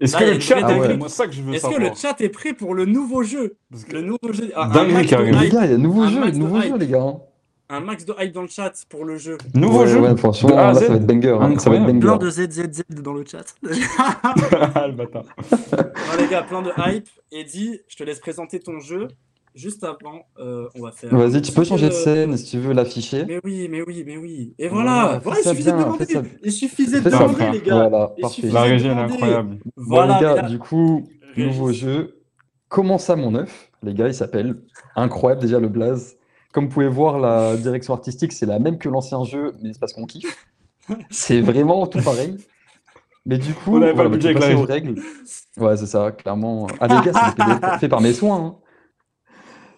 C: Est-ce
A: Là,
C: que
A: il y a
C: le
A: une
C: chat
A: vraie
C: est prêt
B: technique.
C: Moi, c'est ça que je veux
A: Est-ce
C: savoir.
A: que le chat est prêt pour le nouveau jeu
C: Parce que-
A: Le nouveau jeu. un- un
C: Dinguerie
A: max
C: qui arrive.
A: de
B: Les
A: hype-
B: gars, il y a un nouveau
A: Ah, Un
B: jeu,
A: max de
B: nouveau
A: hype.
B: jeu, les gars. hein.
A: un max de hype dans le chat pour le jeu.
C: Nouveau
B: Ouais,
C: jeu.
B: ouais, franchement,
C: de A à
B: là,
C: Z.
B: ça va être banger. hein. Ça va être
C: Incroyable.
B: banger.
A: Plein de ZZZ dans le chat.
C: Ah, le bâtard.
A: Non, les gars, plein de hype. Eddy, je te laisse présenter ton jeu. Juste avant, euh, on va faire.
B: Vas-y, tu peux changer de
A: Euh,
B: scène si tu veux l'afficher.
A: Mais oui, mais oui, mais oui. Et
B: Voilà,
A: voilà,
B: fais
A: voilà il
B: ça
A: suffisait de
B: bien,
A: demander.
B: fais ça-
A: Il suffisait de
B: fais ça,
A: demander,
C: frère.
A: les gars.
B: Voilà,
A: il
B: parfait.
A: suffit.
C: La
A: Vous
C: régie, elle est
A: attendez.
C: incroyable.
B: Bon,
A: Voilà,
B: les gars,
A: mais là-
B: du coup,
A: Régis.
B: nouveau jeu. Comment ça, mon œuf? Les gars, il s'appelle. Incroyable déjà le blaze. Comme vous pouvez voir, la direction artistique, c'est la même que l'ancien jeu, mais c'est parce qu'on kiffe. C'est vraiment tout pareil. Mais du coup,
C: On avait pas le
B: voilà, bah,
C: budget
B: tu
C: avec la
B: passes aux règles. Ouais, c'est ça, clairement. Ah, les gars, c'est des PDF fait par mes soins. hein.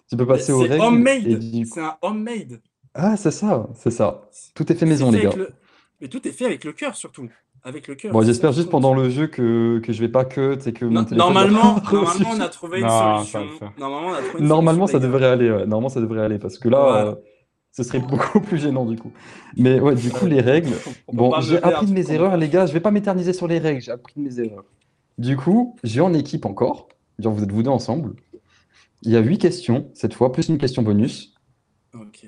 B: Tu peux passer aux
A: C'est
B: règles. et
A: homemade.
B: du coup-
A: C'est un homemade.
B: Ah, c'est ça, c'est ça. Tout est fait maison,
A: C'est fait
B: les gars.
A: avec le- Mais tout est fait avec le cœur, surtout. Avec le cœur.
B: Bon,
A: c'est ça
B: j'espère
A: qui
B: juste
A: compte.
B: pendant le jeu que, que je vais pas cut et que mon
A: No-
B: téléphone va
A: Normalement,
B: pas
A: normalement,
B: reçu.
A: on a trouvé une
C: Non, ça va le
A: solution.
C: faire.
A: Normalement, on a trouvé une
B: Normalement, ça
A: solution, les
B: devrait aller. ouais. Normalement, ça devrait aller parce que là,
A: Voilà.
B: euh, ce serait beaucoup plus gênant du coup. Mais ouais, du coup,
A: Ouais.
B: les règles.
A: gars. On peut
B: Bon,
A: pas
B: j'ai
A: meubler un
B: appris de
A: truc
B: mes
A: qu'on
B: erreurs,
A: peut-
B: les gars. Je vais pas m'éterniser sur les règles. J'ai appris de mes erreurs. Du coup, j'ai en équipe encore. Genre, vous êtes vous deux ensemble. Il y a huit questions cette fois, plus une question bonus.
A: Ok.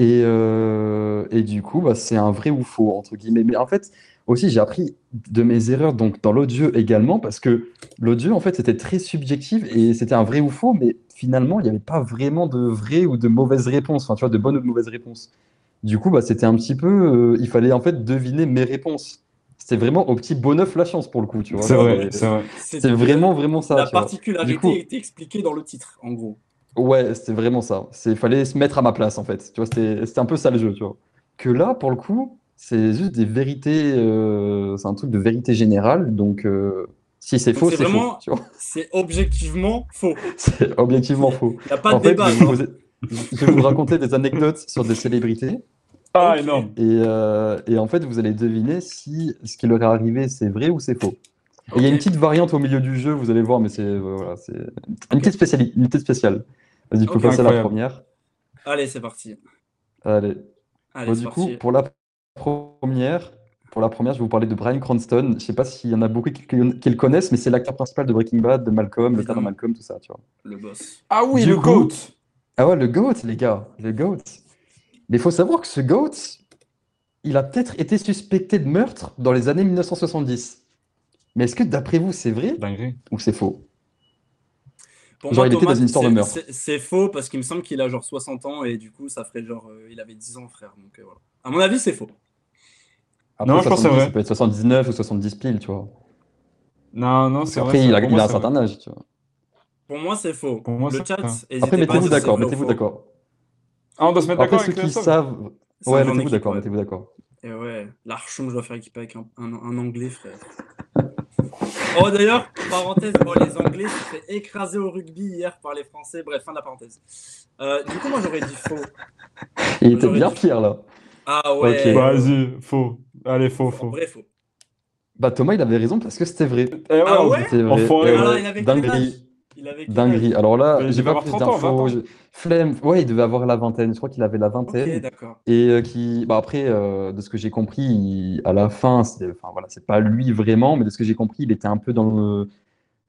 B: Et, euh, et du coup, bah, c'est un vrai ou faux, entre guillemets. Mais en fait, aussi, j'ai appris de mes erreurs donc, dans l'autre jeu également, parce que l'autre jeu, en fait, c'était très subjectif et c'était un vrai ou faux, mais finalement, il n'y avait pas vraiment de vraie ou de mauvaise réponse, enfin, tu vois, de bonne ou de mauvaise réponse. Du coup, bah, c'était un petit peu. euh, il fallait en fait deviner mes réponses. C'était vraiment au petit bonheur la chance pour le coup, tu vois.
C: C'est vrai,
B: Mais
C: c'est vrai.
B: C'est vraiment, vraiment ça.
A: La
B: tu vois. Du coup-
A: particularité était expliquée dans le titre, en gros.
B: Ouais, c'était vraiment ça. C'est fallait se mettre à ma place en fait. Tu vois, c'était c'était un peu ça le jeu, tu vois. Que là, pour le coup, c'est juste des vérités. euh, c'est un truc de vérité générale. Donc, euh, si c'est
A: Donc
B: faux,
A: c'est
B: c'est faux.
A: vraiment-
B: tu vois.
A: C'est objectivement faux.
B: C'est objectivement faux.
A: Il n'y a pas
B: En
A: de
B: fait,
A: débat. hein.
B: je vais
A: genre.
B: vous, je vais vous raconter des anecdotes sur des célébrités.
C: Ah,
A: Ok.
C: énorme.
B: Et, euh, et en fait, vous allez deviner si ce qui leur est arrivé, c'est vrai ou c'est faux. Et il y a
A: Ok.
B: une petite variante au milieu du jeu, vous allez voir, mais c'est euh, voilà, c'est une petite spéciali- une petite spéciale. Vas-y, tu peux
A: Ok.
B: passer à la
C: Incroyable.
B: première.
A: Allez, c'est parti.
B: Allez.
A: Allez,
B: Bon,
A: c'est
B: du coup,
A: parti.
B: pour la première, pour la première, je vais vous parler de Brian Cranston. Je sais pas s'il y en a beaucoup qui, qui le connaissent, mais c'est l'acteur principal de Breaking Bad, de Malcolm, le père de
A: Évidemment.
B: Malcolm, tout ça, tu vois.
A: Le boss.
C: Ah oui,
B: Du
C: le
B: coup-
C: GOAT.
B: Ah ouais, le GOAT, les gars, le GOAT. Mais il faut savoir que ce GOAT, il a peut-être été suspecté de meurtre dans les années 1970. Mais est-ce que d'après vous, c'est vrai
C: Dinguerie.
B: ou c'est faux?
A: Pour
B: Genre,
A: moi,
B: il était
A: Thomas,
B: dans une histoire de
A: c'est-
B: meurtre.
A: c'est- C'est faux parce qu'il me semble qu'il a genre 60 ans et du coup, ça ferait genre. euh, il avait 10 ans, frère. Donc euh, voilà. À mon avis, c'est faux.
B: Après,
C: Non, je pense que c'est
B: 70,
C: vrai.
B: ça peut être 79 ou 70 piles, tu vois.
C: Non, non, c'est vrai.
B: Après,
C: c'est
B: il a,
C: vrai. Pour
B: il
C: moi,
B: a un
C: c'est
B: certain âge, tu vois.
A: Pour moi, c'est faux.
C: Pour moi,
A: le
C: c'est
A: chat,
C: vrai.
A: n'hésitez
B: Après,
A: pas à
B: mettez-vous
A: dire si
B: d'accord,
A: c'est vrai ou
B: mettez-vous
A: faux.
B: d'accord.
C: Ah, on doit se mettre
B: Après,
C: d'accord
B: ceux
C: avec le
B: qui
C: soft.
B: savent,
A: C'est
B: Ouais,
A: un genre
B: mettez-vous
A: d'équipe,
B: d'accord,
A: ouais.
B: mettez-vous d'accord.
A: Et Eh ouais, l'archoum, je dois faire équipe avec un, un- un anglais, frère. oh, d'ailleurs, parenthèse, oh, les anglais se sont fait écraser au rugby hier par les français. Bref, fin de la parenthèse. Euh, du coup, moi, j'aurais dit faux.
B: Il était
A: J'aurais
B: bien
A: dit-
B: fier là.
A: Ah ouais.
B: Ok.
C: Vas-y, faux. Allez, faux,
A: En
C: faux.
A: vrai, faux.
B: Bah Thomas, il avait raison parce que c'était vrai.
C: Eh ouais,
A: Ah
C: on-
A: ouais
B: C'était vrai.
C: Enfoiré.
B: Euh,
A: Alors, Ah, il avait quel âge
B: dinguerie,
A: Il avait quel âge
B: dinguerie. Alors là,
C: Il devait
B: j'ai pas
C: avoir
B: plus
C: 30 ans, 20 ans.
B: d'infos. je- Flemme. Ouais, il devait avoir la vingtaine. Je crois qu'il avait la
A: Ok,
B: vingtaine.
A: d'accord.
B: Et euh, qui, bah après, euh, de ce que j'ai compris, il- à la fin, c'est, enfin voilà, c'est pas lui vraiment, mais de ce que j'ai compris, il était un peu dans le-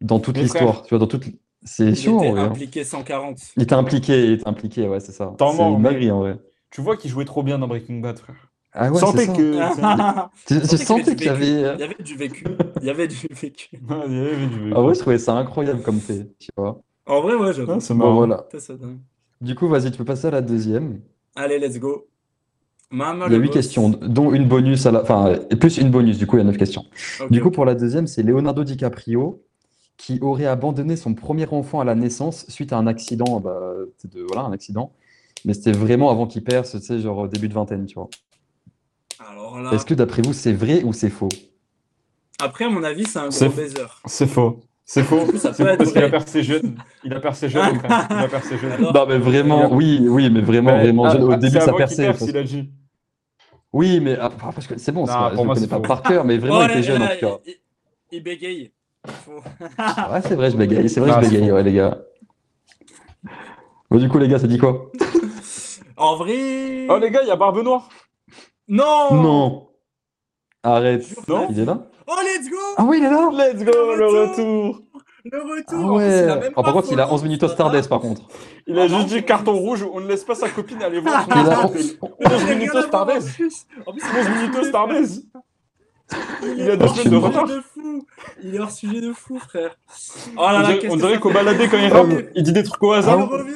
B: dans toute
C: Les
B: l'histoire. Tu vois, dans toute. l- C'est
A: Il
B: chaud. en
A: était
B: vrai, hein.
A: impliqué 140.
B: Il était impliqué, il était impliqué. Ouais, c'est ça.
C: T'en
B: C'est
C: mords,
B: une
C: mec.
B: dinguerie en vrai.
C: Tu vois qu'il jouait trop bien dans Breaking Bad, frère.
B: Ah ouais, c'est
C: Sentez
B: ça.
C: que.
B: Tu- Tu,
A: Je
B: sentais qu'il y avait. euh,
A: Il y avait du vécu. Il y avait du vécu.
C: Ah, il y avait du vécu.
B: Ah ouais, je trouvais ça incroyable comme fait. Tu vois.
A: En vrai, ouais, j'avoue.
C: Ah, c'est
B: Bon
C: marrant.
B: voilà.
A: Ça, c'est dingue.
B: Du coup, vas-y, tu peux passer à la deuxième.
A: Allez, let's go.
C: Ah,
A: Maman,
B: Il y a
A: le
B: huit
A: boss.
B: questions, dont une bonus à la... Enfin, euh, plus une bonus, du coup, il y a neuf questions.
A: Ok,
B: Du coup,
A: ok.
B: pour la deuxième, c'est Leonardo DiCaprio. qui aurait abandonné son premier enfant à la naissance suite à un accident. Bah, de, voilà, un accident. Mais c'était vraiment avant qu'il perce, tu sais, genre début de vingtaine, tu vois.
A: Alors là,
C: Ah.
B: Est-ce que d'après vous, c'est vrai ou c'est faux
A: après, à mon avis, c'est un
C: C'est-
A: gros baiser.
C: C'est faux. C'est faux.
A: Du coup, ça
C: C'est
A: peut
C: faux
A: être
C: parce qu'il a
A: vrai.
C: percé jeune. Il a percé jeune, mon frère. Il a percé jeune.
A: Alors,
B: Non, mais vraiment, oui, oui, mais vraiment,
C: Ouais.
B: vraiment.
C: Ah,
B: je- au
C: ah,
B: début,
C: c'est
B: ça
C: avant qu'il
B: perçait.
C: perce, il a dit.
B: Oui, mais ah, parce que c'est bon, c'est
C: Non,
B: pas-
C: pour
B: je ne
C: moi,
B: connais
C: c'est
B: pas
C: faux.
B: par cœur, mais vraiment,
A: Oh
B: il
A: là
B: était jeune en
A: là,
B: tout cas.
A: il- il- il bégaye. Faut-
B: Ah Ouais, c'est vrai, je bégaye, c'est vrai,
C: Ah,
B: je
C: c'est
B: bégaye,
C: faux.
B: ouais, les gars. Bon, du coup, les gars, ça dit quoi
A: En vrai.
C: Oh les gars, il y a Barbe Noire.
A: Non
B: Non Arrête.
C: Non.
B: Il est là
A: Oh, let's go
B: Ah oui, il est là
C: Let's go, le retour.
A: Le
B: Ah
A: retour en plus, il
B: ouais
A: a même
B: Ah, Par
A: pas
B: contre, il a
A: follow,
B: 11 minutes au
A: ce bâtard.
B: Stardust, par contre.
C: Il a juste dit carton rouge, on ne laisse pas sa copine aller voir
A: Ah,
C: son
B: Ah Il a
C: enfant.
B: 11
A: Mais j'ai
C: 11
A: rien à
C: minutes au
A: voir en
C: Starbase.
A: plus. En plus, il est
C: 11 minutes au Starbase. Il a deux
A: hors
C: semaines
A: sujet
C: de retard.
A: de fou. Il est hors sujet de fou, frère. Oh là
C: On
A: là,
C: dirait-
A: qu'est-ce
C: On
A: que
C: dirait
A: ça
C: qu'au
A: fait
C: baladé, quand il
A: Ah,
C: rappe,
A: mais-
C: il dit des trucs au
B: Ah
A: Il
C: hasard.
A: revient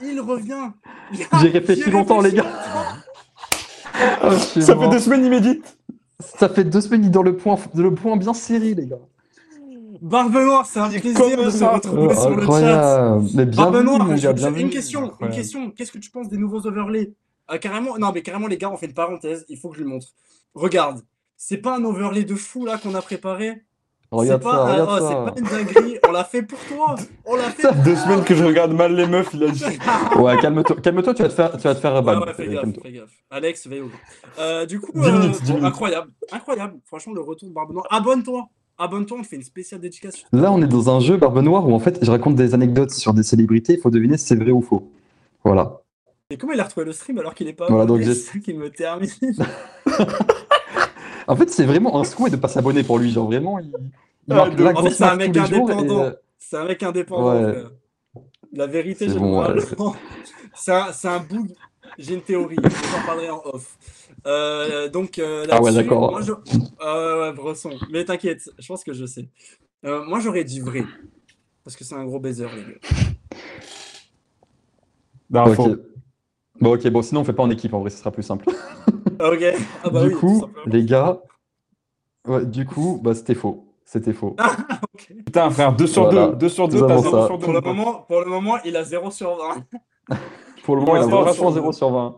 A: Il revient
B: J'ai réfléchi longtemps, les gars. Ah, je suis
C: Ça fait
B: mort.
C: deux semaines, il médite.
B: Ça fait deux semaines, il est dans le point, le point bien serré, les gars.
A: Barbe Noire, c'est un plaisir
C: comme
A: de se
C: ça.
A: retrouver sur le chat. Ah, bah
B: incroyable. Mais bien
A: Barbe Noire,
B: mon
A: je-
B: gars,
A: je-
B: bienvenue.
A: une question, une
C: Incroyable.
A: question. Qu'est-ce que tu penses des nouveaux overlays Ah, Carrément, non mais carrément les gars, on fait une parenthèse, il faut que je lui montre. Regarde, c'est pas un overlay de fou là qu'on a préparé
B: Regarde
A: C'est pas
B: ça,
A: un-
B: regarde
A: oh,
B: ça.
A: C'est pas une dinguerie, on l'a fait pour toi. On l'a fait.
C: Deux semaines que je regarde mal les meufs, il a dit.
B: Ouais, calme-toi, calme-toi, tu vas te faire, tu vas te faire
A: Ouais,
B: ban.
A: Ah ouais, fais gaffe,
B: Calme-toi.
A: fais gaffe. Alex, veille au jeu. Euh, du coup,
C: 10
A: euh,
C: minutes, 10 minutes.
A: incroyable, incroyable. Franchement, le retour de Barbe Noire. Abonne-toi, abonne-toi, on te fait une spéciale dédicace.
B: Là, on est dans un jeu Barbe Noire où en fait, je raconte des anecdotes sur des célébrités. Il faut deviner si c'est vrai ou faux. Voilà.
A: Et comment il a retrouvé le stream alors qu'il est pas
B: Voilà,
A: abonné
B: donc j'ai-
A: C'est ça qui me termine.
B: En fait, c'est vraiment un souhait de pas s'abonner pour lui. Genre vraiment, il, il
C: Ah,
B: marque
C: de-
B: la
C: en
A: fait,
B: grosse
A: c'est un
B: marque
A: mec
B: tous les jours et,
A: indépendant.
B: euh,
A: C'est un mec indépendant.
B: Ouais.
A: frère. La vérité,
B: C'est
A: j'ai
B: bon,
A: le
B: ouais.
A: droit. C'est un, c'est un bug. J'ai une théorie, je vous en parlerai en off. Euh, donc, euh,
B: Ah ouais,
A: là-dessus,
B: d'accord.
A: moi, je- Euh, ouais, brosson. Mais t'inquiète, je pense que je sais. Euh, moi, j'aurais dit vrai. Parce que c'est un gros baiser, les gars.
C: Non,
B: ok.
C: faux.
B: Bon, ok, bon, sinon on fait pas en équipe. En vrai, ce sera plus simple.
A: Ah, Ok. Ah bah
B: du
A: oui, tout
B: coup,
A: simplement.
B: les gars, ouais, du coup, bah, c'était faux. C'était faux.
A: Ah,
C: Putain, frère, 2 sur 2,
B: Voilà.
C: 2 sur 2,
B: Nous
C: t'as
B: avons
C: 0
B: ça.
C: sur Ah 2.
A: Pour le moment, pour le moment, il a 0 sur 20.
B: Pour le moment,
C: Pour
B: il a
C: l'instant,
B: vraiment
C: sur
B: 0 sur 20.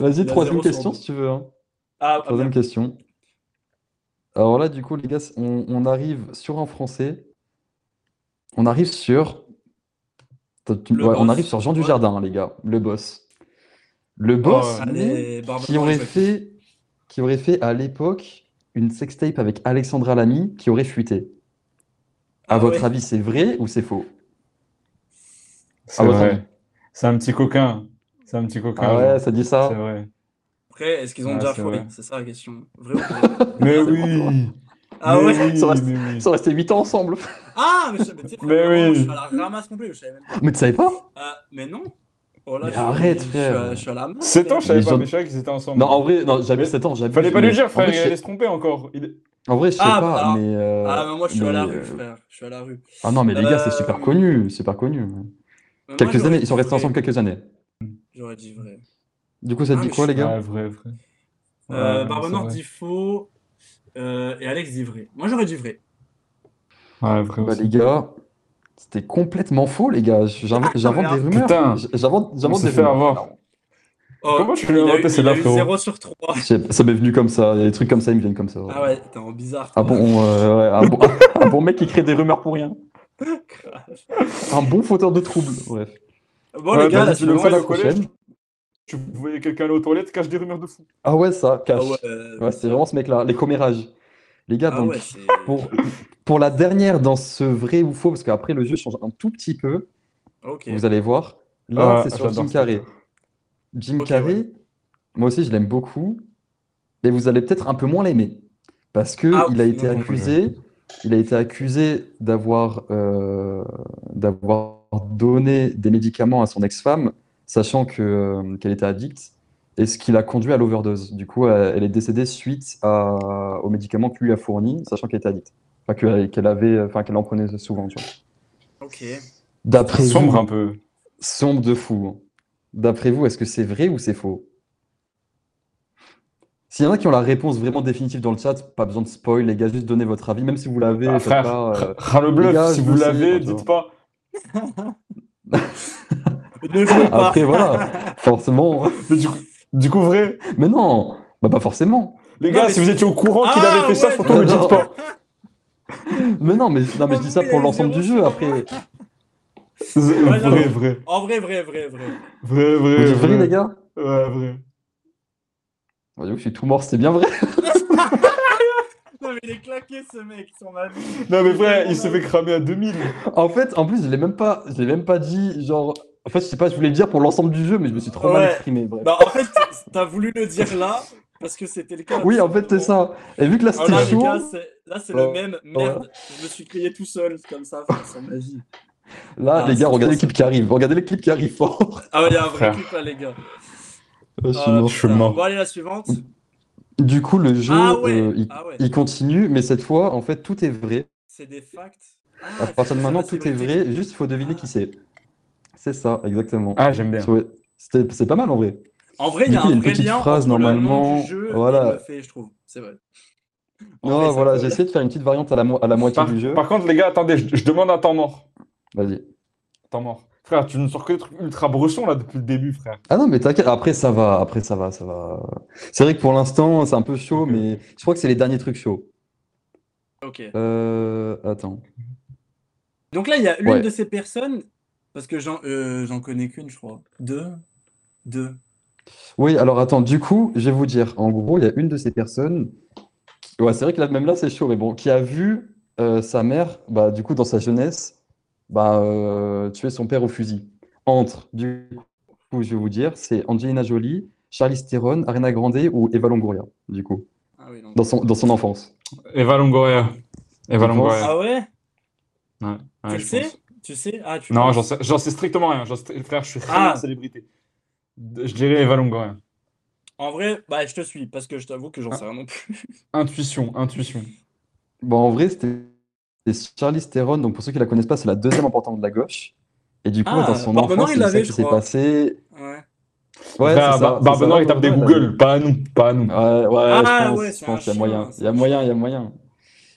B: Vas-y,
A: Il a
B: troisième
A: zéro sur
B: question
A: deux.
B: si tu veux. hein.
A: Ah, ah,
B: Troisième question. Alors là, du coup, les gars, on, on arrive sur un français. On arrive sur. T'as- tu-
A: Le
B: ouais, on
A: boss.
B: arrive sur Jean
A: Ouais.
B: Dujardin, hein, les gars, le boss. Le boss,
C: ouais.
B: mais
A: allez, Barbe
B: qui
A: Noire,
B: aurait
A: je vais-
B: fait, qui aurait fait à l'époque une sextape avec Alexandra Lamy qui aurait fuité. À
A: Ah
B: votre
A: ouais.
B: avis, c'est vrai ou c'est faux?
C: C'est
B: À votre
C: vrai.
B: avis.
C: C'est un petit coquin. C'est un petit coquin.
B: Ah ouais,
C: genre.
B: ça dit
C: C'est
B: ça.
C: vrai.
A: Après, est-ce qu'ils ont
C: Ah,
A: déjà
C: c'est
A: foiré
C: vrai.
A: C'est ça la question. Vrai ou pas
C: Mais
B: bon,
C: oui.
A: Ah
C: mais
A: ouais
C: oui,
B: Ça reste-
C: mais oui.
B: Ils sont restés 8 ans ensemble.
A: Ah, mais je, mais tu sais,
C: Mais
A: vraiment,
C: oui.
A: je suis à la ramasse complète, je savais même pas.
B: Mais tu savais pas?
A: Ah, mais non. Oh là,
B: Mais
A: je suis-
B: arrête,
A: je suis
B: frère.
A: à- Je suis à la masse.
C: Sept ans, je savais
B: Ils
C: pas,
B: ont-
C: mais je savais qu'ils étaient ensemble.
B: Non, en vrai, non, j'abuse,
C: Mais-
B: 7 ans, j'abuse,
C: Fallait pas
B: mais-
C: lui dire,
B: en vrai,
C: frère,
B: je
C: il
B: sais-
C: allait se tromper encore. Il-
B: En vrai, je sais
A: Ah,
B: pas,
A: alors-
B: mais. euh,
A: Ah, mais moi, je suis à la
B: mais,
A: rue,
B: euh,
A: frère. Je suis à la rue.
B: Ah non, mais les gars, c'est
A: Euh,
B: super connu, super connu.
A: Mais moi,
B: Quelques
A: j'aurais
B: années,
A: dit
B: ils sont restés
A: vrai.
B: ensemble quelques années.
A: J'aurais dit vrai.
B: Du coup, ça te
A: Ah,
B: dit
A: mais
B: quoi,
A: je
B: les
A: suis-
B: gars?
C: Ouais, vrai, vrai.
A: Euh,
C: Ouais,
A: Barbe
C: c'est
A: Noire
C: vrai.
A: dit faux. euh, et Alex dit vrai. Moi, j'aurais dit vrai.
C: Ouais, vrai
B: Bah,
C: aussi.
B: les gars, c'était complètement faux, les gars.
A: Ah,
B: J'invente j'invente des rumeurs.
C: Putain.
B: J- J'invente
C: On
B: j'invente
C: s'est
B: des
C: fait
B: rumeurs.
C: avoir.
A: Oh,
C: Comment tu
A: il
C: l'as
A: a
C: inventé,
A: eu-
C: c'est
A: il a
C: là,
A: eu
C: frérot.
A: 0 sur 3.
B: Je sais pas, Ça m'est venu comme ça. Il y a des trucs comme ça, ils me viennent comme ça.
A: Ah ouais, t'es en bizarre.
B: Un
A: toi.
B: bon, euh, ouais, un bon, un bon mec qui crée des rumeurs pour rien. Un bon fauteur de troubles. Bref.
A: Bon,
C: Ouais,
A: Oh, les gars,
C: vas-y,
A: là,
C: tu
A: je
C: le
A: lance
C: vois,
A: la
C: il est au collège.
A: prochaine.
C: Tu voyais quelqu'un aller aux toilettes, cache des rumeurs de fou.
B: Ah ouais, ça,
A: Ah
B: cache.
A: ouais, euh,
B: Ouais, c'est vraiment ce mec-là, les commérages. Les gars,
A: ah
B: donc,
A: ouais, c'est-
B: pour, pour la dernière dans ce vrai ou faux, parce qu'après le jeu change un tout petit peu,
A: Ok.
B: vous allez voir. Là,
C: Ah,
B: c'est sur
C: j'adore
B: Jim
C: ça.
B: Carrey. Jim
A: Ok,
B: Carrey, moi aussi, je l'aime beaucoup, mais vous allez peut-être un peu moins l'aimer, parce que
A: Ah,
B: il a été
A: non, non,
B: accusé, il a été accusé d'avoir euh, d'avoir donné des médicaments à son ex-femme, sachant que euh, qu'elle était addicte, et ce qui l'a conduit à l'overdose. Du coup, elle elle est décédée suite à, aux médicaments qu'il lui a fournis, sachant qu'elle était addicte, enfin que- qu'elle avait, enfin qu'elle en prenait souvent. tu vois.
A: Ok.
B: D'après vous,
C: Sombre un peu.
B: Sombre de fou. D'après vous, est-ce que c'est vrai ou c'est faux? S'il y en a qui ont la réponse vraiment définitive dans le chat, pas besoin de spoil, les gars, juste donnez votre avis, même si vous l'avez.
C: Ah,
B: faites
C: frère,
B: pas, euh,
C: Rah le
B: Les gars,
C: bluff, si
B: je
C: vous
B: me suis-
C: l'avez,
B: Attends.
C: dites pas.
A: Ne joue pas.
B: Après, voilà, forcément.
C: Mais du coup, du coup, vrai,
B: Mais non, bah pas forcément.
C: les
A: Non,
C: gars,
A: mais
C: si vous étiez au courant qu'il
A: Ah,
C: avait fait ça,
A: ouais,
C: surtout ne le dites
B: non.
C: pas.
B: Mais non, mais, non, mais je dis ça pour l'ensemble du jeu.
C: Euh,
B: Après,
C: Vrai,
A: non.
C: vrai, vrai,
A: En vrai, vrai, vrai, vrai.
C: vrai,
B: vous
C: vrai,
B: dites vrai, les gars
C: Ouais, vrai.
B: Voyez-vous que je suis tout mort, c'est bien vrai.
A: Non, mais il est claqué ce mec sur ma vie.
C: Non mais frère, il se fait cramer à 2000.
B: En fait, en plus, je l'ai même pas, je l'ai même pas dit, genre. En fait, je sais pas, je voulais le dire pour l'ensemble du jeu, mais je me suis trop mal
A: Ouais.
B: exprimé. bref.
A: Bah, en fait, t'as voulu le dire là parce que c'était le cas.
B: Oui, en fait, c'est ça. Et vu que là,
A: Alors
B: c'était
A: là, les
B: chaud.
A: gars, c'est- là, c'est le
B: Ouais.
A: même. Merde, je me suis crié tout seul comme ça, enfin, sans magie.
B: Là,
A: Ah,
B: les
A: c'est
B: gars, regardez
A: trop
B: l'équipe qui arrive. Regardez l'équipe qui arrive fort.
A: Ah, ouais, il y a un vrai
C: Frère.
A: clip là, les gars.
B: Euh, Je suis
A: Ah,
B: mort.
C: je suis
A: putain.
C: mort.
A: Bon, allez, la suivante.
B: Du coup, le jeu,
A: Ah ouais,
B: euh, il,
A: ah ouais.
B: il continue, mais cette fois, en fait, tout est vrai.
A: C'est des facts. Ah,
B: À
A: c'est
B: partir de
A: pour ça
B: maintenant,
A: la
B: tout est
A: célébrité.
B: vrai. Juste, il faut deviner
A: Ah.
B: qui c'est. C'est ça, exactement.
C: Ah, j'aime bien.
B: Ouais. C'était- C'est pas mal en vrai.
A: En vrai, il y
B: Du
A: a
B: coup, il y a
A: un
B: une
A: vrai
B: petite
A: lien
B: phrase,
A: entre le nom du
B: normalement,
A: jeu et
B: voilà.
A: le fait, je trouve. C'est vrai. En
B: Non,
A: vrai, ça
B: voilà,
A: colle.
B: j'ai essayé de faire une petite variante à la, mo- à la moitié
C: Par,
B: du jeu.
C: par contre, les gars, attendez, je, je demande un temps mort.
B: Vas-y.
C: Temps mort. Frère, tu nous sors que des trucs ultra brochons là depuis le début, frère.
B: Ah non, mais t'inquiète, après ça va, après ça va, ça va. C'est vrai que pour l'instant, c'est un peu chaud,
C: Ok.
B: mais je crois que c'est les derniers trucs chauds.
A: Ok.
B: Euh, attends.
A: Donc là, il y a une
B: Ouais.
A: de ces personnes, parce que j'en euh, j'en connais qu'une, je crois. Deux. Deux.
B: Oui, alors attends, du coup, je vais vous dire, en gros, il y a une de ces personnes, qui- ouais, c'est vrai que là, même là, c'est chaud, mais bon, qui a vu euh, sa mère, bah, du coup, dans sa jeunesse, bah, euh, tuer son père au fusil. Entre, du coup, je vais vous dire, c'est Angelina Jolie, Charlize Theron, Ariana Grande ou Eva Longoria, du coup,
A: Ah oui, non.
B: dans son, dans son enfance.
C: Eva Longoria. Eva
B: Tu
C: Longoria.
A: Ah ouais?
C: Ouais,
A: Tu le
C: je
A: sais?
C: pense.
A: Tu sais? Ah, tu
C: Non,
A: penses.
C: j'en sais, j'en sais strictement rien. J'en sais- frère, je suis rien
A: Ah.
C: à la célébrité. De- Je dirais Eva Longoria.
A: En vrai, bah, je te suis, parce que je t'avoue que j'en
C: Ah.
A: sais rien non plus.
C: Intuition, intuition.
B: Bon, Bah, en vrai, c'était c'était Charlize Theron. Donc, pour ceux qui la connaissent pas, c'est la deuxième importante de la gauche. Et du coup,
A: Ah,
B: dans son
A: Barbe Noire,
B: enfance,
A: il
B: c'est ça
A: l'avait,
B: qui
A: je
B: s'est
A: crois.
B: passé.
A: Ouais.
B: Ouais,
C: Frère,
B: c'est ça,
C: Bah, Bar-
B: c'est
C: Barbe
B: ça,
C: Noire, il tape
B: Barbe
C: des
B: Noire,
C: Google, pas à nous, pas à nous.
B: elle l'avait. Ouais, ouais,
A: Ah,
B: je pense,
A: ouais,
B: je
A: c'est
B: pense
A: un
B: qu'il y a moyen.
A: chien,
B: Il y a
A: c'est un
B: moyen, il y a moyen.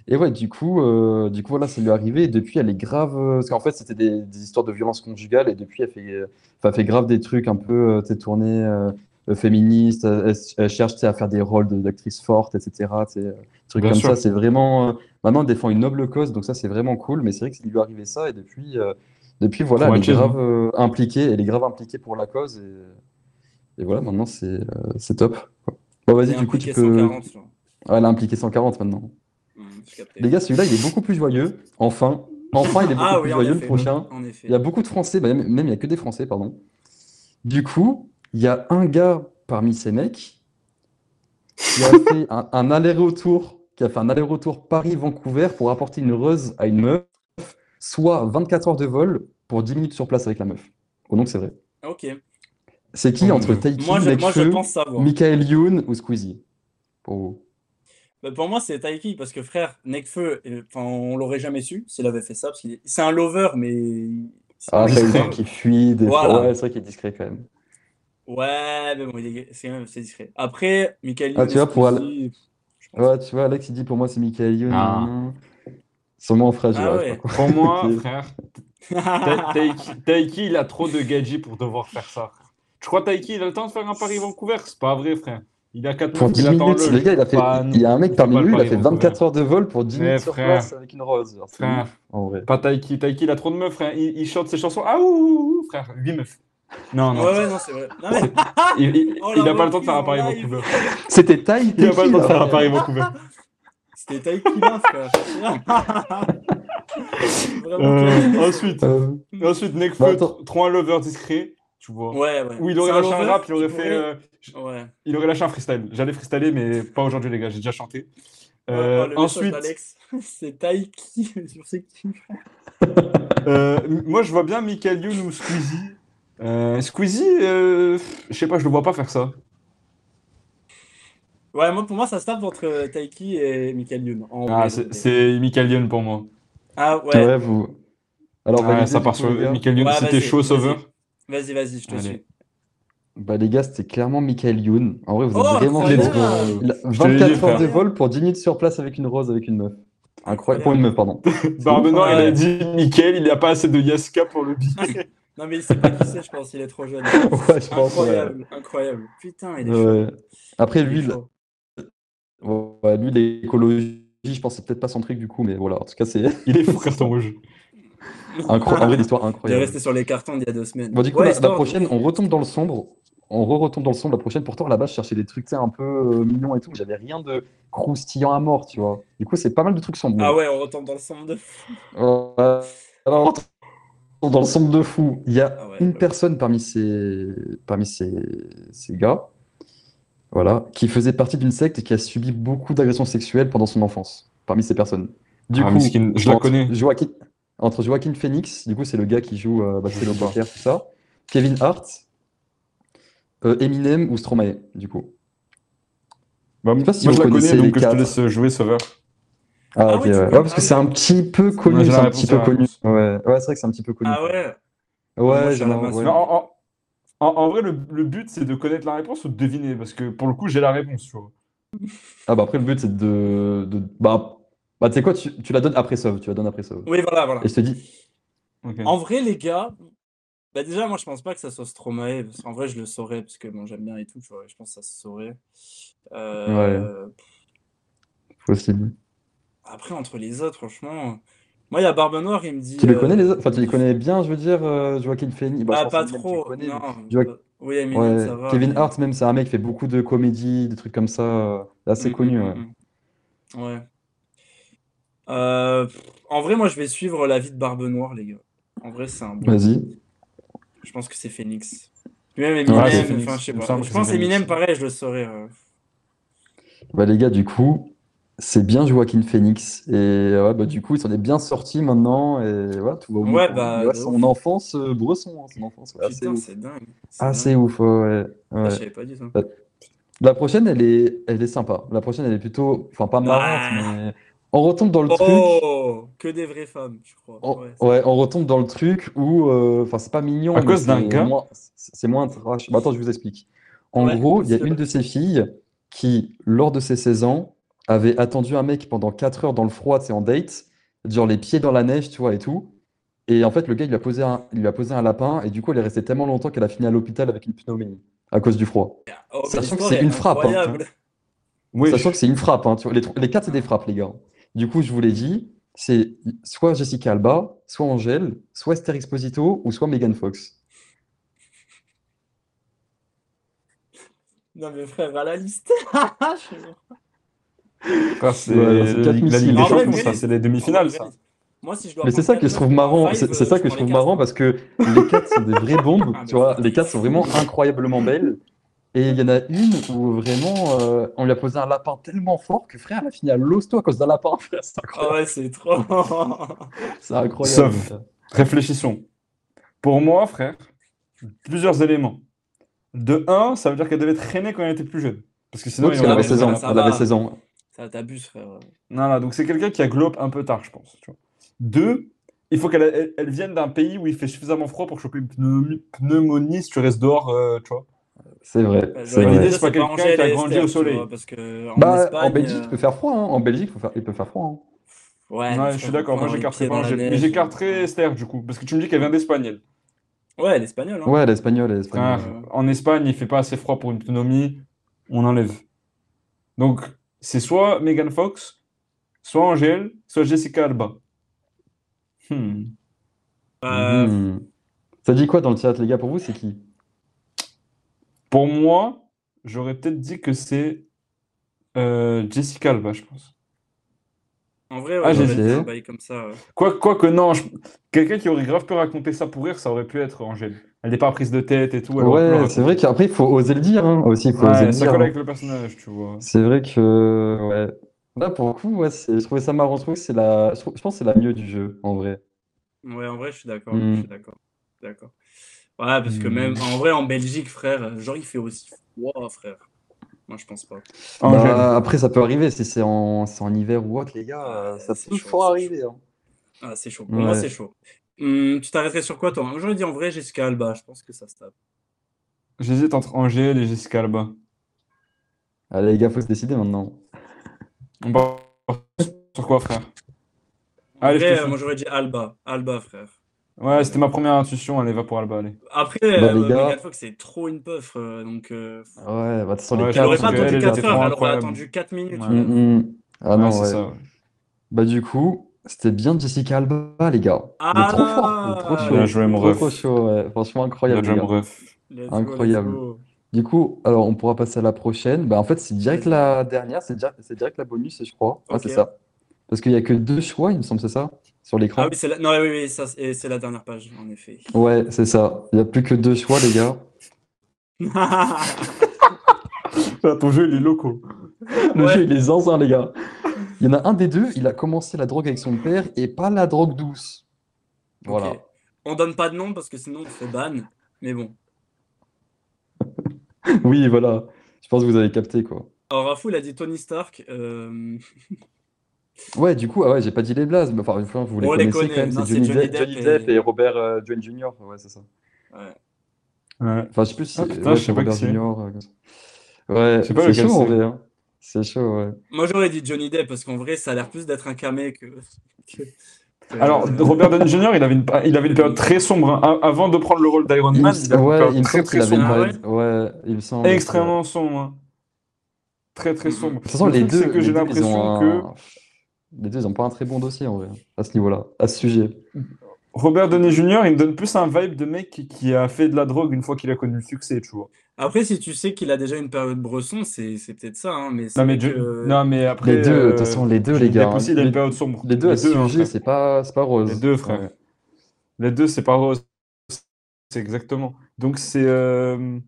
B: Et ouais, du coup, euh, du coup, voilà, ça lui est arrivé. Et depuis, elle est grave. euh, Parce qu'en fait, c'était des, des histoires de violence conjugale. Et depuis, elle fait, euh, enfin, elle fait grave des trucs un peu, euh, tu sais, tournés euh, euh, féministes. Elle, elle- elle cherche, tu sais, à faire des rôles de- d'actrices fortes, etc. Tu sais, euh, trucs
C: Bien
B: comme
C: sûr.
B: ça. C'est vraiment. euh, maintenant, elle défend une noble cause. Donc, ça, c'est vraiment cool. Mais c'est vrai qu'il lui est arrivé ça. Et depuis, euh, depuis voilà, elle est
C: Traumatisme.
B: grave euh, impliquée. Elle est grave impliquée pour la cause. Et, et voilà, maintenant, c'est euh, c'est top. quoi. Bon, vas-y,
A: J'ai
B: du coup, tu
A: impliqué
B: peux.
A: 140, genre.
B: Ouais, elle a impliqué 140 maintenant.
A: Hum, j'ai capté.
B: Les gars, celui-là, il est beaucoup plus joyeux. Enfin, enfin, il est beaucoup
A: Ah
B: plus
A: oui, en
B: joyeux le
A: effet.
B: prochain.
A: En effet.
B: Il y a beaucoup de Français, bah, même même il y a que des Français, pardon. Du coup, il y a un gars parmi ces mecs qui a fait un, un aller-retour, qui a fait un aller-retour Paris-Vancouver pour apporter une rose à une meuf, soit 24 heures de vol pour 10 minutes sur place avec la meuf. Oh donc c'est vrai.
A: Ok.
B: C'est qui
C: Oh mon
B: entre
C: Dieu.
B: Taiki,
A: Moi, je, moi, je
B: Nekfeu,
A: pense savoir.
B: Michael Youn ou Squeezie? Pour vous.
A: Bah, pour moi, c'est Taiki, parce que frère, Nekfeu, euh, enfin, on l'aurait jamais su s'il avait fait ça, parce qu'il est... c'est un lover, mais. c'est
B: Ah,
A: pas
B: ça, il y a
A: un
B: des gens
A: lover.
B: qui fuit, des fois.
A: Voilà.
B: Ouais, c'est vrai qu'il est discret quand même.
A: Ouais, mais bon, il est... c'est quand même- c'est discret. Après, Michael
B: Ah, tu
A: Younes,
B: vois, pour
A: Squeezie, je pense.
B: Ouais, tu vois, Alex, il dit pour moi, c'est Michael Youn.
C: Ah.
B: nanana. Sûrement en fragile.
A: Ah
B: ouais,
A: ouais.
C: Pour moi,
B: Ok.
C: frère, Ta- Taiki, Taiki, il a trop de gadgets pour devoir faire ça. Tu crois Taiki, il a le temps de faire un Paris-Vancouver? C'est pas vrai, frère. Il a 4
B: Pour 10 minutes, les gars, il a fait.
C: Pas
B: Il y a un mec
C: nous,
B: parmi
C: pas le
B: nous, il a
C: Paris
B: fait
C: Vancouver.
B: 24 heures de vol pour 10
C: Mais
B: minutes sur
C: frère.
B: place avec une rose. Alors, c'est
C: Frère.
B: ouf, en vrai.
C: Pas Taiki. Taiki, il a trop de meufs, frère. Il, il chante ses chansons. Ah ouh, ouh, ouh, frère. 8 meufs. Non, non.
A: Ouais, ouais, non, c'est vrai. Non, mais-
C: Il, il-
A: Oh,
C: il
A: la
C: a pas le temps
A: reprise
C: de faire un
A: en live.
C: Paris-Vancouver.
B: C'était hein. Taï
C: Il a pas
B: Taiki,
C: le temps de
B: là.
C: faire un Paris-Vancouver.
A: C'était Taiki là, frère. Vraiment
C: Euh,
A: clair.
C: ensuite,
B: Euh,
C: ensuite,
B: Bah,
C: Nekfeu,
B: attends.
C: trop un lover discret. Tu vois.
A: Ouais, ouais.
C: Ou il
A: C'est
C: aurait
A: un
C: lâché un
A: lover
C: rap, il aurait
A: qui
C: fait.
A: pourrait-
C: euh,
A: Ouais.
C: Il aurait lâché un freestyle. J'allais freestyler, mais pas aujourd'hui, les gars. J'ai déjà chanté.
A: Oh,
C: Euh,
A: le message
C: ensuite,
A: d'Alex. c'est Taiki. Sur c'est qui
C: euh, m- moi, je vois bien Michael Youn ou Squeezie. Euh, Squeezie, euh, pff, je sais pas, je le vois pas faire ça.
A: Ouais, moi, pour moi, ça se tape entre euh, Taiki et Michael Youn. en
C: Ah,
A: vrai. euh.
C: c'est- c'est Michael Youn pour moi.
A: Ah, ouais.
B: Ouais, vous. Alors,
C: Ouais,
B: validez,
C: ça
B: du
C: part
B: coup,
C: sur
B: les gars.
C: Michael Youn.
A: Ouais,
C: C'était
A: vas-y,
C: chaud,
A: vas-y.
C: sauveur.
A: Vas-y, vas-y, je te
C: Allez.
A: suis.
B: Bah, les gars, c'était clairement Michael Youn. En vrai, vous êtes
A: Oh,
B: vraiment
A: let's
B: chaud.
A: go.
B: Il a
C: Je te l'ai dit,
B: 24 heures
C: frère.
B: de vol pour 10 minutes sur place avec une rose, avec une meuf. Incroyable. Pour une meuf, pardon.
C: Barbenor, il a
A: Ouais.
C: dit Michael, il n'y a pas assez de Yaska pour le billet.
A: Non, mais il sait pas qui c'est, je pense, il est trop jeune.
B: Ouais, je pense. ouais.
A: Incroyable, incroyable. Putain, il est chaud.
B: Ouais. Après,
A: il est
B: lui, le-
A: chaud.
B: ouais, lui, l'écologie, je pense, c'est peut-être pas son truc du coup, mais voilà. En tout cas, c'est
C: Il est fou, carton rouge.
B: incroyable. En vrai, l'histoire
A: Il est
B: incroyable.
A: resté sur les cartons d'il y a deux semaines.
B: Bon, du coup,
A: Ouais,
B: la- la,
A: histoire de-
B: prochaine, on retombe dans le sombre. On re-retombe dans le sombre la prochaine. Pourtant, là-bas, je cherchais des trucs, tu sais, un peu euh, mignons et tout. J'avais rien de croustillant à mort, tu vois. Du coup, c'est pas mal de trucs sombres.
A: Ah ouais, on retombe dans le centre de.
B: Euh, alors, on est dans le sombre de fou, il y a
A: Ah ouais,
B: une
A: ouais.
B: personne parmi ces, parmi ces, ces gars, voilà, qui faisait partie d'une secte et qui a subi beaucoup d'agressions sexuelles pendant son enfance, parmi ces personnes. Du
C: Ah,
B: coup,
C: miskin, je la
B: entre
C: connais.
B: Joaquin, entre Joaquin Phoenix, du coup, c'est le gars qui joue euh, Battlestar
C: Je sais pas.
B: Joker, tout ça, Kevin Hart, euh, Eminem ou Stromae, du coup.
C: Bah,
B: Je sais pas si
C: moi,
B: vous
C: je la
B: connaissez
C: connais, donc
B: les
C: je te
B: quatre.
C: laisse jouer, Sauveur.
B: Ah,
A: Ah ouais,
B: ok,
A: tu
B: ouais.
A: connais-
B: Ouais, parce
A: ah
B: que
A: oui.
B: c'est un petit peu
C: Moi,
B: connu,
C: j'ai
B: c'est
C: la
B: un
C: réponse,
B: petit
C: j'ai
B: peu
C: la
B: connu.
C: réponse.
B: Ouais, ouais, c'est vrai que c'est un petit peu connu.
A: Ah ouais. Moi,
B: Ouais,
A: je suis à la
B: genre,
A: masse.
B: ouais.
C: Non, en, en- en- en vrai, le, le but, c'est de connaître la réponse ou de deviner, parce que pour le coup, j'ai la réponse, tu vois.
B: Ah bah après le but c'est de, de- bah, bah tu sais quoi tu, tu la donnes après sauve tu la donnes après sauve
A: Oui, voilà, voilà.
B: et je te dis
C: Ok.
A: En vrai, les gars, bah déjà, moi, je pense pas que ça soit Stromae, parce qu'en vrai, je le saurais, parce que bon, j'aime bien et tout, tu vois, je pense que ça se saurait. Euh,
B: possible
A: Après, entre les autres, franchement, moi, il y a Barbe Noire, il me dit.
B: tu les
A: euh,
B: connais les autres enfin tu les connais bien je veux dire euh, Joaquin Phoenix bah,
A: Bah,
B: je pense
A: pas
B: que même tu
A: trop,
B: connais, mais-
A: non.
B: Joa-
A: bah, Oui, Eminem,
B: ouais,
A: ça va.
B: Kevin
A: mais-
B: Hart même c'est un mec qui fait beaucoup de comédies des trucs comme ça euh, assez
A: Mm,
B: connu
A: mm,
B: ouais.
A: mm, mm. Ouais. Euh, pff, en vrai, moi, je vais suivre la vie de Barbe Noire, les gars. En vrai, c'est un bon.
B: vas-y
A: Je pense que c'est Phoenix. Lui-même
B: Ouais, c'est
A: Eminem,
C: Phoenix.
A: enfin, je sais
C: Il me
A: pas.
C: semble
A: Je
C: que
A: pense
C: c'est Phoenix.
A: Eminem, pareil, je le saurais. euh.
B: bah les gars du coup c'est bien Joaquin Phoenix et ouais bah du coup ils s'en est bien sortis maintenant et voilà tout va au mieux
A: Ouais,
B: pour lui.
A: bah,
B: Mais ouais,
A: de
B: son
A: ouf.
B: enfance euh, bresson hein, son enfance ouais, assez
A: Putain,
B: ouf
A: c'est dingue. C'est
B: assez
A: dingue.
B: ouf ouais, Ah, ouais.
A: Ah, Je savais pas du tout.
B: La prochaine, elle est, elle est sympa. La prochaine, elle est plutôt, enfin pas marrante,
A: Ah.
B: mais on retombe dans le truc.
A: Oh, que des vraies femmes, je crois.
B: on-
A: Ouais, c'est-
B: ouais, on retombe dans le truc où, euh, enfin, c'est pas mignon,
C: À
B: mais
C: cause d'un
B: c'est
C: gars
B: moins, c'est c'est moins trash. Bah, attends, je vous explique. En
A: Ouais,
B: gros, il y a
A: vas-y,
B: une de ses filles qui, lors de ses 16 ans, avait attendu un mec pendant 4 heures dans le froid, c'est en date, genre les pieds dans la neige, tu vois, et tout. Et en fait, le gars, il lui a posé un, il lui a posé un lapin, et du coup, elle est restée tellement longtemps qu'elle a fini à l'hôpital avec une pneumonie à cause du froid.
A: Oh, mais
B: sachant que
A: l'histoire
B: c'est
A: est
B: une frappe, hein,
A: incroyable.
C: Oui,
B: Sachant que c'est une frappe, hein, tu vois, les, tro- les quatre, c'est des frappes, les gars. Du coup, je vous l'ai dit, c'est soit Jessica Alba, soit Angèle, soit Esther Exposito, ou soit Megan Fox.
A: Non, mais frère, à la liste. Je suis mort.
C: frère, c'est
B: Ouais,
C: la
B: alors, c'est quatre
C: Ligue
B: missiles.
C: des
A: En vrai,
C: Champions,
A: oui.
C: ça, c'est les demi-finales,
A: En
C: ça.
A: vrai, oh, Moi, si je dois
B: Mais c'est
A: prendre
B: ça que
A: quatre
B: je trouve
A: meufs dans
B: marrant,
A: Five,
B: c'est c'est
A: euh,
B: ça que je
A: prends
B: trouve
A: les quatre.
B: marrant parce que les quatre sont des vraies bombes,
A: Ah,
B: tu
A: mais
B: vois,
A: c'est-
B: les quatre sont vraiment incroyablement belles. Et il y en a une où vraiment euh, on lui a posé un lapin tellement fort que frère, elle a fini à l'hosto à cause d'un lapin, frère, c'est
A: Ah
B: incroyable.
A: ouais, c'est trop. Oh.
B: C'est incroyable.
C: Sauf.
B: frère.
C: Réfléchissons. Pour moi, frère, plusieurs éléments. De un, ça veut dire qu'elle devait traîner quand elle était plus jeune. Parce que sinon,
B: Oui,
C: il y
B: parce qu'elle
A: ouais,
C: aurait
B: avait
A: mais
C: pas
B: 16
A: ça va.
B: ans, elle avait 16
C: eu ça.
B: ans.
A: Ça t'abuse, frère.
C: Non, non, donc c'est quelqu'un qui a globe un peu tard, je pense. tu vois. Deux, il faut qu'elle elle, elle vienne d'un pays où il fait suffisamment froid pour choper une pneum- pneumonie si tu restes dehors, euh, tu vois.
B: C'est vrai,
A: Bah,
B: c'est
A: j'aurais
B: vrai.
C: l'idée,
A: dit,
C: c'est pas quelqu'un
A: Angèle
C: qui a
A: et
C: grandi
A: Esther,
C: au
A: tu
C: soleil.
A: vois, parce que en
B: Bah, en
A: Espagne,
B: Belgique, il
A: euh,
B: peut faire froid. hein. En Belgique, il peut faire, il peut faire froid. hein.
A: Ouais,
C: Ouais,
A: mais
C: je
A: frère,
C: suis d'accord, moi
A: prends les
C: j'écarterai
A: pieds
C: pas
A: dans la
C: Angèle. Mais
A: neige.
C: j'écarterai Esther, du coup, parce que tu me dis qu'elle vient d'Espagne. elle.
A: Ouais, l'espagnol, hein.
B: Ouais, l'espagnol, l'espagnol.
C: Frère, en Espagne, il fait pas assez froid pour une pneumonie, on enlève. Donc, c'est soit Megan Fox, soit Angèle, soit Jessica Alba. Hmm. Ah,
A: Euh,
B: Mhm. Ça dit quoi dans le théâtre, les gars, pour vous, c'est qui?
C: Pour moi, j'aurais peut-être dit que c'est euh, Jessica Alba, je pense.
A: En vrai, ouais,
C: Ah,
A: j'aurais
B: j'ai
A: dit
B: essayé.
A: un bail comme ça. ouais.
C: Quoi, quoi que non, je- quelqu'un qui aurait grave pu raconter ça pour rire, ça aurait pu être Angèle. Elle n'est pas prise de tête et tout. Elle aurait pu le
B: Ouais,
C: raconter.
B: c'est vrai qu'après, il faut oser le dire hein, aussi. il faut
C: Ouais,
B: oser le
C: ça
B: dire,
C: colle
B: hein.
C: avec le personnage, tu vois.
B: C'est vrai que. Ouais. Là, pour le coup, ouais, c'est- je trouvais ça marrant. Je, trouve que c'est la... je, trouve- je pense que c'est la mieux du jeu, en vrai.
A: Ouais, en vrai, je suis d'accord.
B: Mm.
C: Hmm.
A: Je suis d'accord. je suis D'accord. Ouais, parce que
B: Mm.
A: même en vrai, en Belgique, frère, genre, il fait aussi froid, frère. Moi, je pense pas.
C: Angèle.
B: Bah, après, ça peut arriver si c'est en... c'est en hiver ou autre, les gars. euh, Ça
A: C'est
B: peut
A: chaud,
B: fort
A: c'est
B: arriver. hein.
A: Ah, c'est chaud. Hmm, Pour moi,
B: Ouais.
A: c'est chaud. Hum, tu t'arrêterais sur quoi, toi? J'aurais dit en vrai, Jessica Alba. Je pense que ça se tape.
C: J'hésite entre Angèle et Jessica Alba.
B: Allez, Ah, les gars, faut se décider maintenant.
C: On part sur quoi, frère
A: En
C: Allez, je te
A: vrai, euh,
C: suis.
A: moi j'aurais dit Alba. Alba, frère.
C: Ouais, c'était ma première intuition. Allez, va pour Alba, allez.
A: Après,
B: Bah,
A: euh,
B: les gars.
A: Megan Fox, c'est trop une puff. euh, donc, euh,
B: Ouais, bah, de toute façon, les
C: Ouais, je
A: elle
B: quatre.
A: aurait
C: l'aurais
A: pas
C: parce que
A: attendu
C: elle,
A: 4
C: était
A: heures,
C: trop
A: elle aurait
C: incroyable.
A: attendu 4 minutes.
C: Ouais.
B: Mm, mm. Ah non,
C: Ouais, c'est
B: ouais.
C: ça. ouais.
B: Bah, du coup, c'était bien Jessica Alba, les gars.
A: Ah
B: Mais trop fort, mais trop chaud.
C: Bien joué, mon
B: Trop,
C: ref.
B: trop chaud, ouais. Franchement, incroyable,
C: Bien
B: les gars.
C: joué, mon ref.
A: Let's go,
B: Incroyable.
A: let's go.
B: Du coup, alors on pourra passer à la prochaine. Bah, en fait, c'est direct la dernière, c'est direct, c'est direct la bonus, je crois. Ouais,
A: Ok.
B: c'est ça. Parce qu'il n'y a que deux choix, il me semble, c'est ça, sur l'écran.
A: Ah oui, c'est la... Non, oui, oui, ça, c'est c'est la dernière page, en effet.
B: Ouais, c'est ça. Il n'y a plus que deux choix, les gars.
C: Ah, ton jeu, il est loco.
B: Le
A: Ouais.
B: jeu, il est zinzin, les gars. Il y en a un des deux, il a commencé la drogue avec son père et pas la drogue douce. Voilà.
A: Ok. On donne pas de nom parce que sinon on se fait ban. Mais bon.
B: Oui, voilà. Je pense que vous avez capté, quoi.
A: Alors Rafou, il a dit Tony Stark. euh,
B: Ouais, du coup, ah ouais, j'ai pas dit les blazes, mais enfin, une fois, vous les
A: On les
B: connaissez quand
A: connaît.
B: même,
A: Non,
B: c'est
A: c'est
B: Johnny
A: Johnny
B: Depp,
A: Depp
B: Johnny
A: et-
B: Depp et Robert euh, Downey Jr. Ouais, c'est ça.
A: ouais.
C: Ouais.
B: Enfin, je sais plus si
C: Ah,
B: c'est
C: putain, je sais pas
B: Robert
C: qui c'est.
B: Junior. euh, comme ça. Ouais,
C: Je sais pas
B: c'est
C: lequel
B: chaud en
C: c'est.
B: vrai. hein. C'est chaud, ouais.
A: Moi j'aurais dit Johnny Depp parce qu'en vrai ça a l'air plus d'être un camé que. que- que-
C: Alors, Robert Downey Jr., il avait une, pa- il avait une période très sombre. hein. A- Avant de prendre le rôle d'Iron
B: Il me
C: Man, il
B: s-
C: avait une
B: ouais,
C: période
B: il me
C: très
B: semble
C: très
B: qu'il avait une
C: sombre.
A: Ah ouais
B: période- ouais, il me semble. ouais.
C: Extrêmement sombre. hein. Très très
A: Mhm.
C: sombre.
B: De toute façon,
C: Le
B: les
C: truc,
B: deux,
C: c'est que
B: les
C: j'ai
B: deux, ils
C: l'impression
B: ont
C: que
B: un- les deux, ils ont pas un très bon dossier en vrai, à ce niveau-là, à ce sujet.
C: Robert Downey Jr., il me donne plus un vibe de mec qui- qui a fait de la drogue une fois qu'il a connu le succès, tu vois.
A: Après, si tu sais qu'il a déjà une période Bresson, c'est c'est peut-être ça. hein, mais c'est
C: Non mais,
A: vrai
C: je-
A: que-
C: non, mais après.
B: Les deux, de toute
C: euh,
B: façon, les deux, les
C: Johnny
B: gars.
C: Depp
B: hein.
C: aussi, il a une
B: Les,
C: période sombre.
B: les deux, à ce
C: hein,
B: sujet,
C: frère.
B: c'est pas, c'est pas rose.
C: Les deux, frère.
B: Ouais.
C: Les deux, c'est pas rose. C'est exactement. Donc, c'est. euh,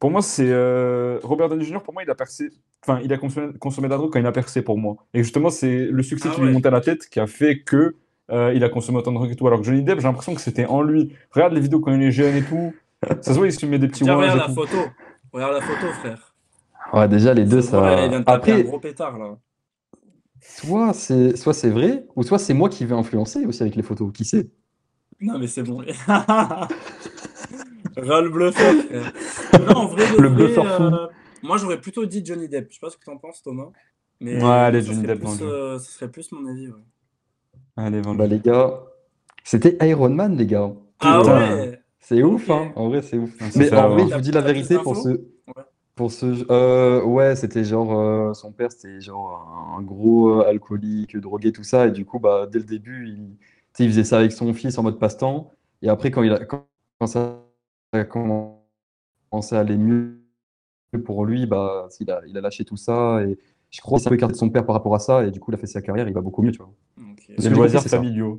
C: Pour moi, c'est. euh, Robert Downey Jr., pour moi, il a percé. Enfin, il a consommé, consommé de la drogue quand il a percé, pour moi. Et justement, c'est le succès
A: Ah
C: qui lui
A: ouais.
C: montait à la tête qui a fait que euh, il a consommé autant de drogue et tout. Alors que Johnny Depp, j'ai l'impression que c'était en lui. Regarde les vidéos quand il est jeune et tout. Ça se voit, il se met des petits
A: Tiens,
C: oranges
A: regarde
C: et
A: la
C: tout.
A: photo. Regarde la photo, frère.
B: Ouais, déjà, les deux,
A: Ça se voit, là, il vient de
B: ça.
A: taper un
B: Après,
A: gros pétard là.
B: soit c'est, soit c'est vrai, ou soit c'est moi qui vais influencer aussi avec les photos. Qui sait?
A: Non, mais c'est bon. Ras le bluffeur, frère. Non, en vrai, de
B: Le
A: vrai,
B: bluffeur fou.
A: euh, moi, j'aurais plutôt dit Johnny Depp. Je sais pas ce que t'en penses, Thomas. Mais
C: Ouais, allez,
A: ça
C: Johnny
A: serait
C: Depp
A: plus,
C: dans le jeu.
A: euh, ça serait plus mon avis. ouais.
C: Allez, vendu.
B: Bah les gars, c'était Iron Man les gars.
A: Ah
B: Putain.
A: ouais!
B: C'est ouf
A: Ok.
B: hein, en vrai c'est ouf.
C: Ah, c'est
B: Mais
C: ça,
B: en vrai,
C: ouais.
B: je vous dis la
A: T'as- t'as
B: vérité
A: plus
B: pour
A: d'infos
B: ce pour ce euh, ouais, c'était genre euh, son père c'était genre un gros euh, alcoolique, drogué tout ça et du coup bah dès le début, il tu sais, il faisait ça avec son fils en mode passe-temps et après quand il a quand quand ça a commencé à aller mieux pour lui, bah il a il a lâché tout ça et je crois qu'il s'est un peu écarté de son père par rapport à ça et du coup il a fait sa carrière, il va beaucoup mieux, tu vois.
A: Ok.
C: C'est
B: j'ai
C: le
B: compris,
C: loisir
B: c'est ça.
C: familial.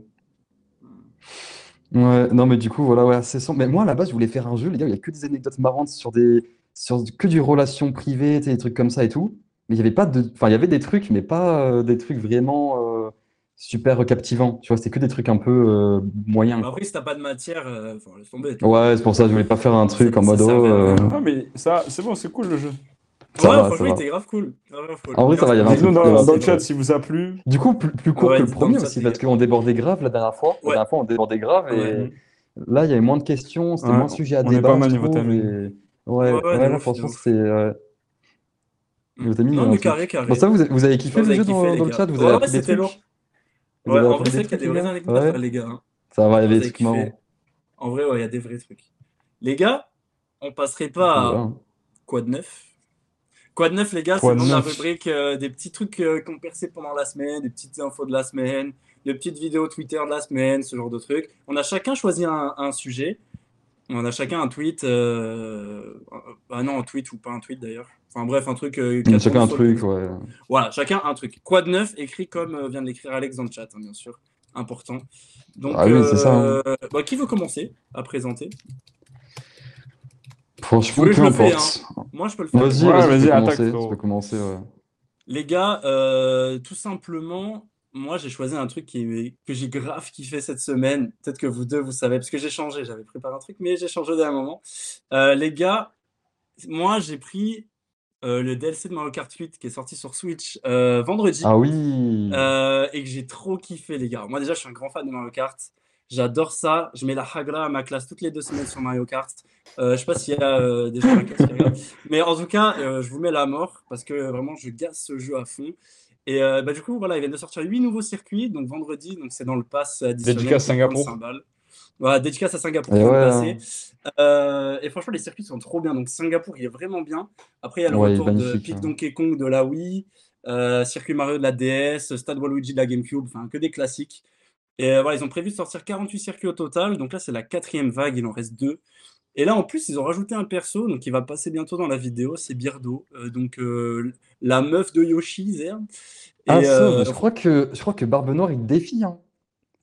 B: Ouais, non, mais du coup, voilà, ouais, c'est sombre. Mais moi, à la base, je voulais faire un jeu, les gars, où il n'y a que des anecdotes marrantes sur des. sur du- que des relations privées, tu sais, des trucs comme ça et tout. Mais il y avait pas de. Enfin, il y avait des trucs, mais pas euh, des trucs vraiment euh, super captivants. Tu vois, c'était que des trucs un peu euh, moyens.
A: Après, si t'as pas de matière, euh, enfin, laisse tomber. tu vois.
B: Ouais, c'est pour ça que je voulais pas faire un truc en
A: Ça
B: mode.
A: servait à
B: oh, euh,
A: rien.
C: Ah, mais ça, c'est bon, c'est cool le jeu.
B: ça
A: ouais,
B: va, ça
A: franchement, il
B: va.
A: était grave cool. Grave, grave cool.
B: En vrai, ça va, il y avait un
C: Dites-nous
B: truc
C: dans,
B: bien,
C: dans
A: c'est
C: le chat
A: vrai.
C: si vous a plu.
B: Du coup, plus, plus court
A: Ouais,
B: que le
A: dis donc,
B: premier
A: ça,
B: aussi,
A: c'est-
B: parce qu'on débordait grave la dernière fois. La
A: Ouais.
B: dernière fois, on débordait grave et.
A: Ouais.
B: Là, il y avait moins de questions, c'était
C: Ouais,
B: moins sujet à
C: on est
B: débat,
C: pas mal
B: je
C: niveau
B: trouve,
C: timing.
B: et-
A: Ouais,
B: Ouais,
A: ouais,
B: ouais,
A: de
B: là,
A: ouf, de
B: franchement,
A: ouf. Mm.
B: c'est... ouais. Niveau timing, il y a
A: Non,
B: un
A: mais
B: truc.
A: carré, carré.
B: Bon, ça, vous avez, vous avez
A: Vous
B: kiffé le
A: avez
B: jeu dans,
A: kiffé, les
B: dans le
A: gars.
B: chat? Vous
A: Ouais,
B: avez
A: ouais,
B: appris des
A: c'était
B: trucs?
A: lourd.
B: Vous
A: Ouais,
B: avez
A: en
B: appris
A: vrai,
B: des
A: c'est vrai qu'il y a
B: trucs,
A: des
B: les
A: vraies
B: gars?
A: anecdotes à
B: Ouais,
A: faire, les gars. hein.
B: ça va, il y
A: Vous
B: avait des
A: avez
B: trucs
A: kiffé.
B: marrants.
A: En vrai, ouais, il y a des vrais trucs. Les gars, on passerait
B: Donc,
A: pas
B: voilà,
A: à
B: hein.
A: quoi de neuf? Quoi de neuf, les gars, c'est le
C: Quoi de
A: nom de la
C: neuf
A: rubrique euh, des petits trucs euh, qu'on perçait pendant la semaine, des petites infos de la semaine, des petites vidéos Twitter de la semaine, ce genre de trucs. On a chacun choisi un, un sujet. On a chacun un tweet. euh, euh, Ah non, un tweet ou pas un tweet d'ailleurs. Enfin bref, un truc euh, qui a
B: Mm, Chacun un
A: tourné sur le-
B: truc, ouais.
A: Voilà, chacun un truc. Quoi de neuf, écrit comme euh, vient de l'écrire Alex dans le chat, hein, bien sûr. Important. Donc,
B: Ah oui, c'est ça, hein.
A: euh, bah, qui veut commencer à présenter?
B: Franchement,
A: voulez, je
B: peu
A: le fais, hein.
B: importe.
A: Moi, je peux le faire.
B: Vas-y,
C: Ouais,
B: vas-y, tu
C: vas-y,
B: peux
C: attaque,
B: commencer, tu
C: frérot.
B: peux commencer, ouais.
A: Les gars, euh, tout simplement, moi j'ai choisi un truc qui, que j'ai grave kiffé cette semaine. Peut-être que vous deux, vous savez, parce que j'ai changé, j'avais préparé un truc, mais j'ai changé au dernier moment. Euh, les gars, moi j'ai pris euh, le DLC de Mario Kart 8 qui est sorti sur Switch euh, vendredi
B: Ah oui!
A: euh, et que j'ai trop kiffé, les gars. Moi déjà, je suis un grand fan de Mario Kart. J'adore ça. Je mets la Hagra à ma classe toutes les deux semaines sur Mario Kart. Euh, je sais pas s'il y a euh, des gens à la classe qui regardent. Mais en tout cas, euh, je vous mets la mort parce que euh, vraiment, je gaze ce jeu à fond. Et euh, bah, du coup, voilà, ils viennent de sortir huit nouveaux circuits. Donc vendredi, donc c'est dans le pass additionnel.
C: Dédicace
A: pour 35
C: Singapour.
A: balles. Voilà, dédicace à Singapour.
B: Et
A: qui vient de
B: ouais, hein.
A: passer. Euh, et franchement, les circuits sont trop bien. Donc Singapour, il est vraiment bien. Après, il y a le
B: Ouais, il est
A: retour de
B: magnifique,
A: Pic
B: hein.
A: Donkey Kong de la Wii, euh, Circuit Mario de la DS, Stade Waluigi de la GameCube, enfin que des classiques. Et euh, voilà, ils ont prévu de sortir 48 circuits au total. Donc là, c'est la quatrième vague, il en reste deux. Et là, en plus, ils ont rajouté un perso, donc il va passer bientôt dans la vidéo, c'est Birdo, Euh, donc euh, la meuf de Yoshi, Zerd. Et,
B: Ah, ça,
A: euh,
B: je crois que je crois que Barbe Noire il te défie. hein.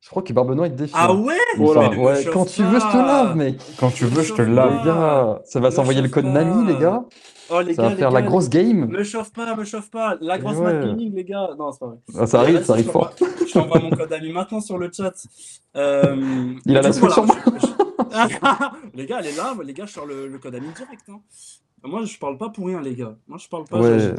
B: Je crois que Barbe Noire il te défie.
A: Ah
B: hein.
A: ouais?
B: Il me
C: Voilà.
B: semble.
A: Mais ne me
B: Ouais,
A: chauffe
B: quand tu veux, je te
A: pas.
B: lave, mec.
C: Quand tu
A: Ne me
C: veux, je te
A: chauffe
C: lave.
A: pas.
B: Les gars, ça va
A: Ne
B: s'envoyer le
A: chauffe
B: code Nami, les
A: pas.
B: gars.
A: Oh les
B: Ça va
A: gars, les
B: faire la
A: gars,
B: grosse game.
A: me chauffe pas, me chauffe pas. La
B: Et
A: grosse mat
B: ouais.
A: gaming, les gars. Non, c'est pas vrai.
B: Ah, ça
A: Euh,
B: arrive,
A: vas-y,
B: ça
A: je
B: arrive
A: t'envoie-
B: fort.
A: Je t'envoie mon code ami maintenant sur le chat. Euh,
B: Il a la
A: du coup,
B: solution.
A: voilà, je- je- les gars, elle est là. Les gars, je sors le, le code ami direct. hein. Moi, je parle pas pour rien, les gars. Moi, je parle pas.
B: Ouais.
A: j'agis.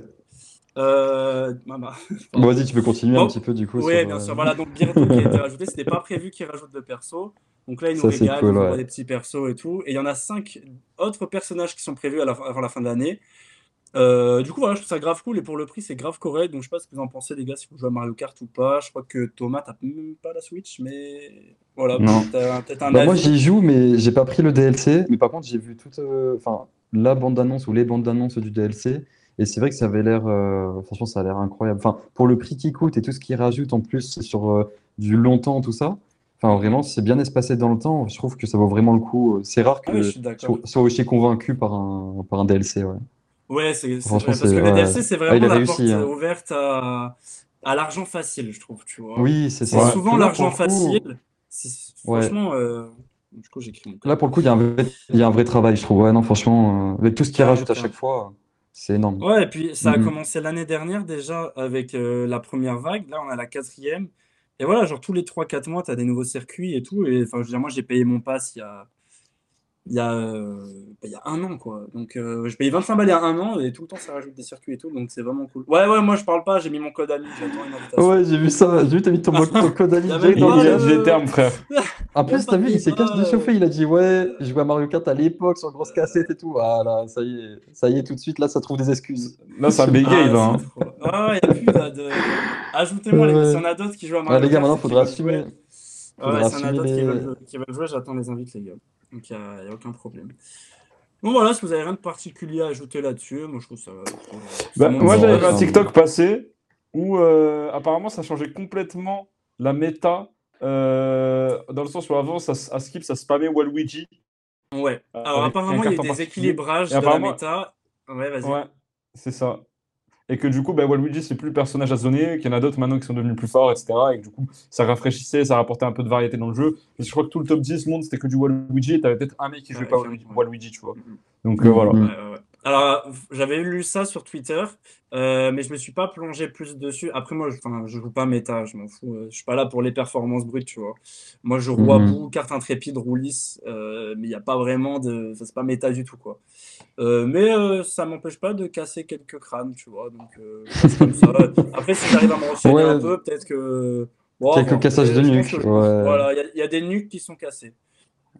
A: Euh, maman.
B: Bon, vas-y, tu peux continuer
A: Bon.
B: un petit peu du coup.
A: Oui,
B: sur,
A: bien
B: euh,
A: sûr. Voilà, donc Birdo qui a été rajouté, c'était pas prévu qu'il rajoute de perso. Donc là, il nous
B: Ça, c'est
A: régale, il
B: cool,
A: nous envoie
B: ouais.
A: des petits persos et tout. Et il y en a cinq autres personnages qui sont prévus à la- avant la fin de l'année. Euh, du coup, voilà, je trouve ça grave cool. Et pour le prix, c'est grave correct. Donc je sais pas ce que vous en pensez, les gars, si vous jouez à Mario Kart ou pas. Je crois que Thomas, t'as même pas la Switch, mais voilà,
B: Non.
A: t'as peut-être un
B: Bah, moi,
A: avis.
B: j'y joue, mais j'ai pas pris le DLC. Mais par contre, j'ai vu toute euh, enfin, la bande annonce ou les bandes annonces du DLC. Et c'est vrai que ça avait l'air. euh, franchement, ça a l'air incroyable. Enfin, pour le prix qui coûte et tout ce qu'ils rajoutent en plus sur euh, du longtemps, tout ça. Enfin, vraiment, c'est bien espacé dans le temps. Je trouve que ça vaut vraiment le coup. C'est rare
A: Ah oui, je
B: que
A: suis
B: je
A: d'accord.
B: sois sois aussi convaincu par un, par un DLC. Ouais.
A: Ouais, c'est c'est
B: Franchement,
A: vrai. Parce
B: c'est-
A: que le
B: ouais.
A: DLC, c'est
B: Ah, il
A: vraiment
B: a
A: la
B: réussi.
A: porte
B: hein.
A: ouverte à, à l'argent facile, je trouve, tu vois.
B: Oui, c'est
A: C'est
B: ça.
C: Ouais.
A: souvent
B: Que là,
A: l'argent
B: pour le coup,
A: facile. C'est-
B: Ouais.
A: Franchement, euh, du coup, j'écris mon code.
B: Là, pour le coup, il y a un vrai, il y a un vrai travail, je trouve. Ouais, non, franchement, euh, avec tout ce qu'ils
A: Carrément,
B: rajoutent à chaque
A: carrément.
B: fois, euh, c'est énorme.
A: Ouais, et puis ça a
B: Mhm.
A: commencé l'année dernière déjà avec euh, la première vague. Là, on a la quatrième. Et voilà, genre tous les 3-4 mois, tu as des nouveaux circuits et tout. Et enfin, je veux dire, moi, j'ai payé mon pass il y a, il y a, euh, bah, il y a un an, quoi. Donc, euh, je paye 25 balles il y a un an et tout le temps, ça rajoute des circuits et tout. Donc, c'est vraiment cool. Ouais, ouais, moi, je parle pas. J'ai mis mon code ami. J'attends une invitation.
B: Ouais, j'ai vu ça. J'ai vu, t'as mis ton, mo- ton code ami
A: La
B: direct
A: même
B: dans le
C: Il
A: pas,
C: y a
B: chat.
C: dit les
A: euh,
C: termes, frère.
B: En
A: même
B: plus,
A: pas
B: t'as vu, il s'est caché
A: débat.
B: de chauffer.
A: euh,
B: Il a dit, ouais, je jouais à Mario Kart à l'époque sur grosse cassette et tout. Voilà, ça y est, ça y est, tout de suite, là, ça trouve des excuses.
C: Là, ça bégaye,
A: Ah,
C: là.
A: c'est
C: hein.
A: trop. Ah, il n'y a plus là, de. Ajoutez-moi, les...
B: Ouais.
A: s'il y en a d'autres qui jouent à
B: Ouais,
A: Mario
B: les gars,
A: Kart
B: maintenant,
A: et qui
B: faudra
A: veulent jouer.
B: assumer,
A: Ah Ouais,
B: faudra
A: s'il y en a
B: assumer
A: d'autres qui
B: les.
A: veulent, qui veulent jouer, j'attends les invites, les gars. Donc, il n'y a, y a aucun problème. Bon, voilà, si vous avez rien de particulier à ajouter là-dessus, moi, je trouve ça, euh, ça
C: Bah,
A: monte
C: moi,
A: sur
C: j'avais
B: Non,
C: vu
A: le...
C: un
B: ça.
C: TikTok passer où euh, apparemment ça changeait complètement la méta. euh, dans le sens où avant, ça, s- à Skip, ça spammait Waluigi
A: Ouais.
C: euh,
A: Alors,
C: avec un
A: apparemment, il y a eu
C: carton
A: des
C: particulier. Et
A: équilibrages de la
C: apparemment,
A: méta. Ouais, vas-y.
C: ouais, c'est ça. Et que du coup, bah, Waluigi, c'est plus le personnage à zoner, qu'il y en a d'autres maintenant qui sont devenus plus forts, etc. Et que du coup, ça rafraîchissait, ça rapportait un peu de variété dans le jeu. Et je crois que tout le top 10 monde, c'était que du Waluigi, et t'avais peut-être un mec qui
A: Ouais,
C: jouait pas Waluigi,
A: effectivement, ouais.
C: Waluigi, tu vois.
A: Mm, mm.
C: Donc euh, voilà.
A: Ouais,
B: Mhm.
A: ouais, ouais. Alors, v- j'avais lu ça sur Twitter, euh, mais je me suis pas plongé plus dessus. Après, moi, je, enfin, je joue pas méta, je m'en fous. euh, je suis pas là pour les performances brutes, tu vois. Moi, je joue roi
B: Mhm.
A: bout, carte intrépide, roue lisse, euh, mais il n'y a pas vraiment de. enfin, c'est pas méta du tout, quoi. Euh, mais euh, ça m'empêche pas de casser quelques crânes, tu vois. Donc, euh, je reste comme ça. Après, si j'arrive à me renseigner un
B: Ouais,
A: peu, peut-être que. Bon, à
B: quelques
A: voir.
B: cassages
A: Mais
B: de
A: je pense que
B: nuque.
A: je-
B: Ouais,
A: Voilà, il y, a- il y a des nuques qui sont cassées.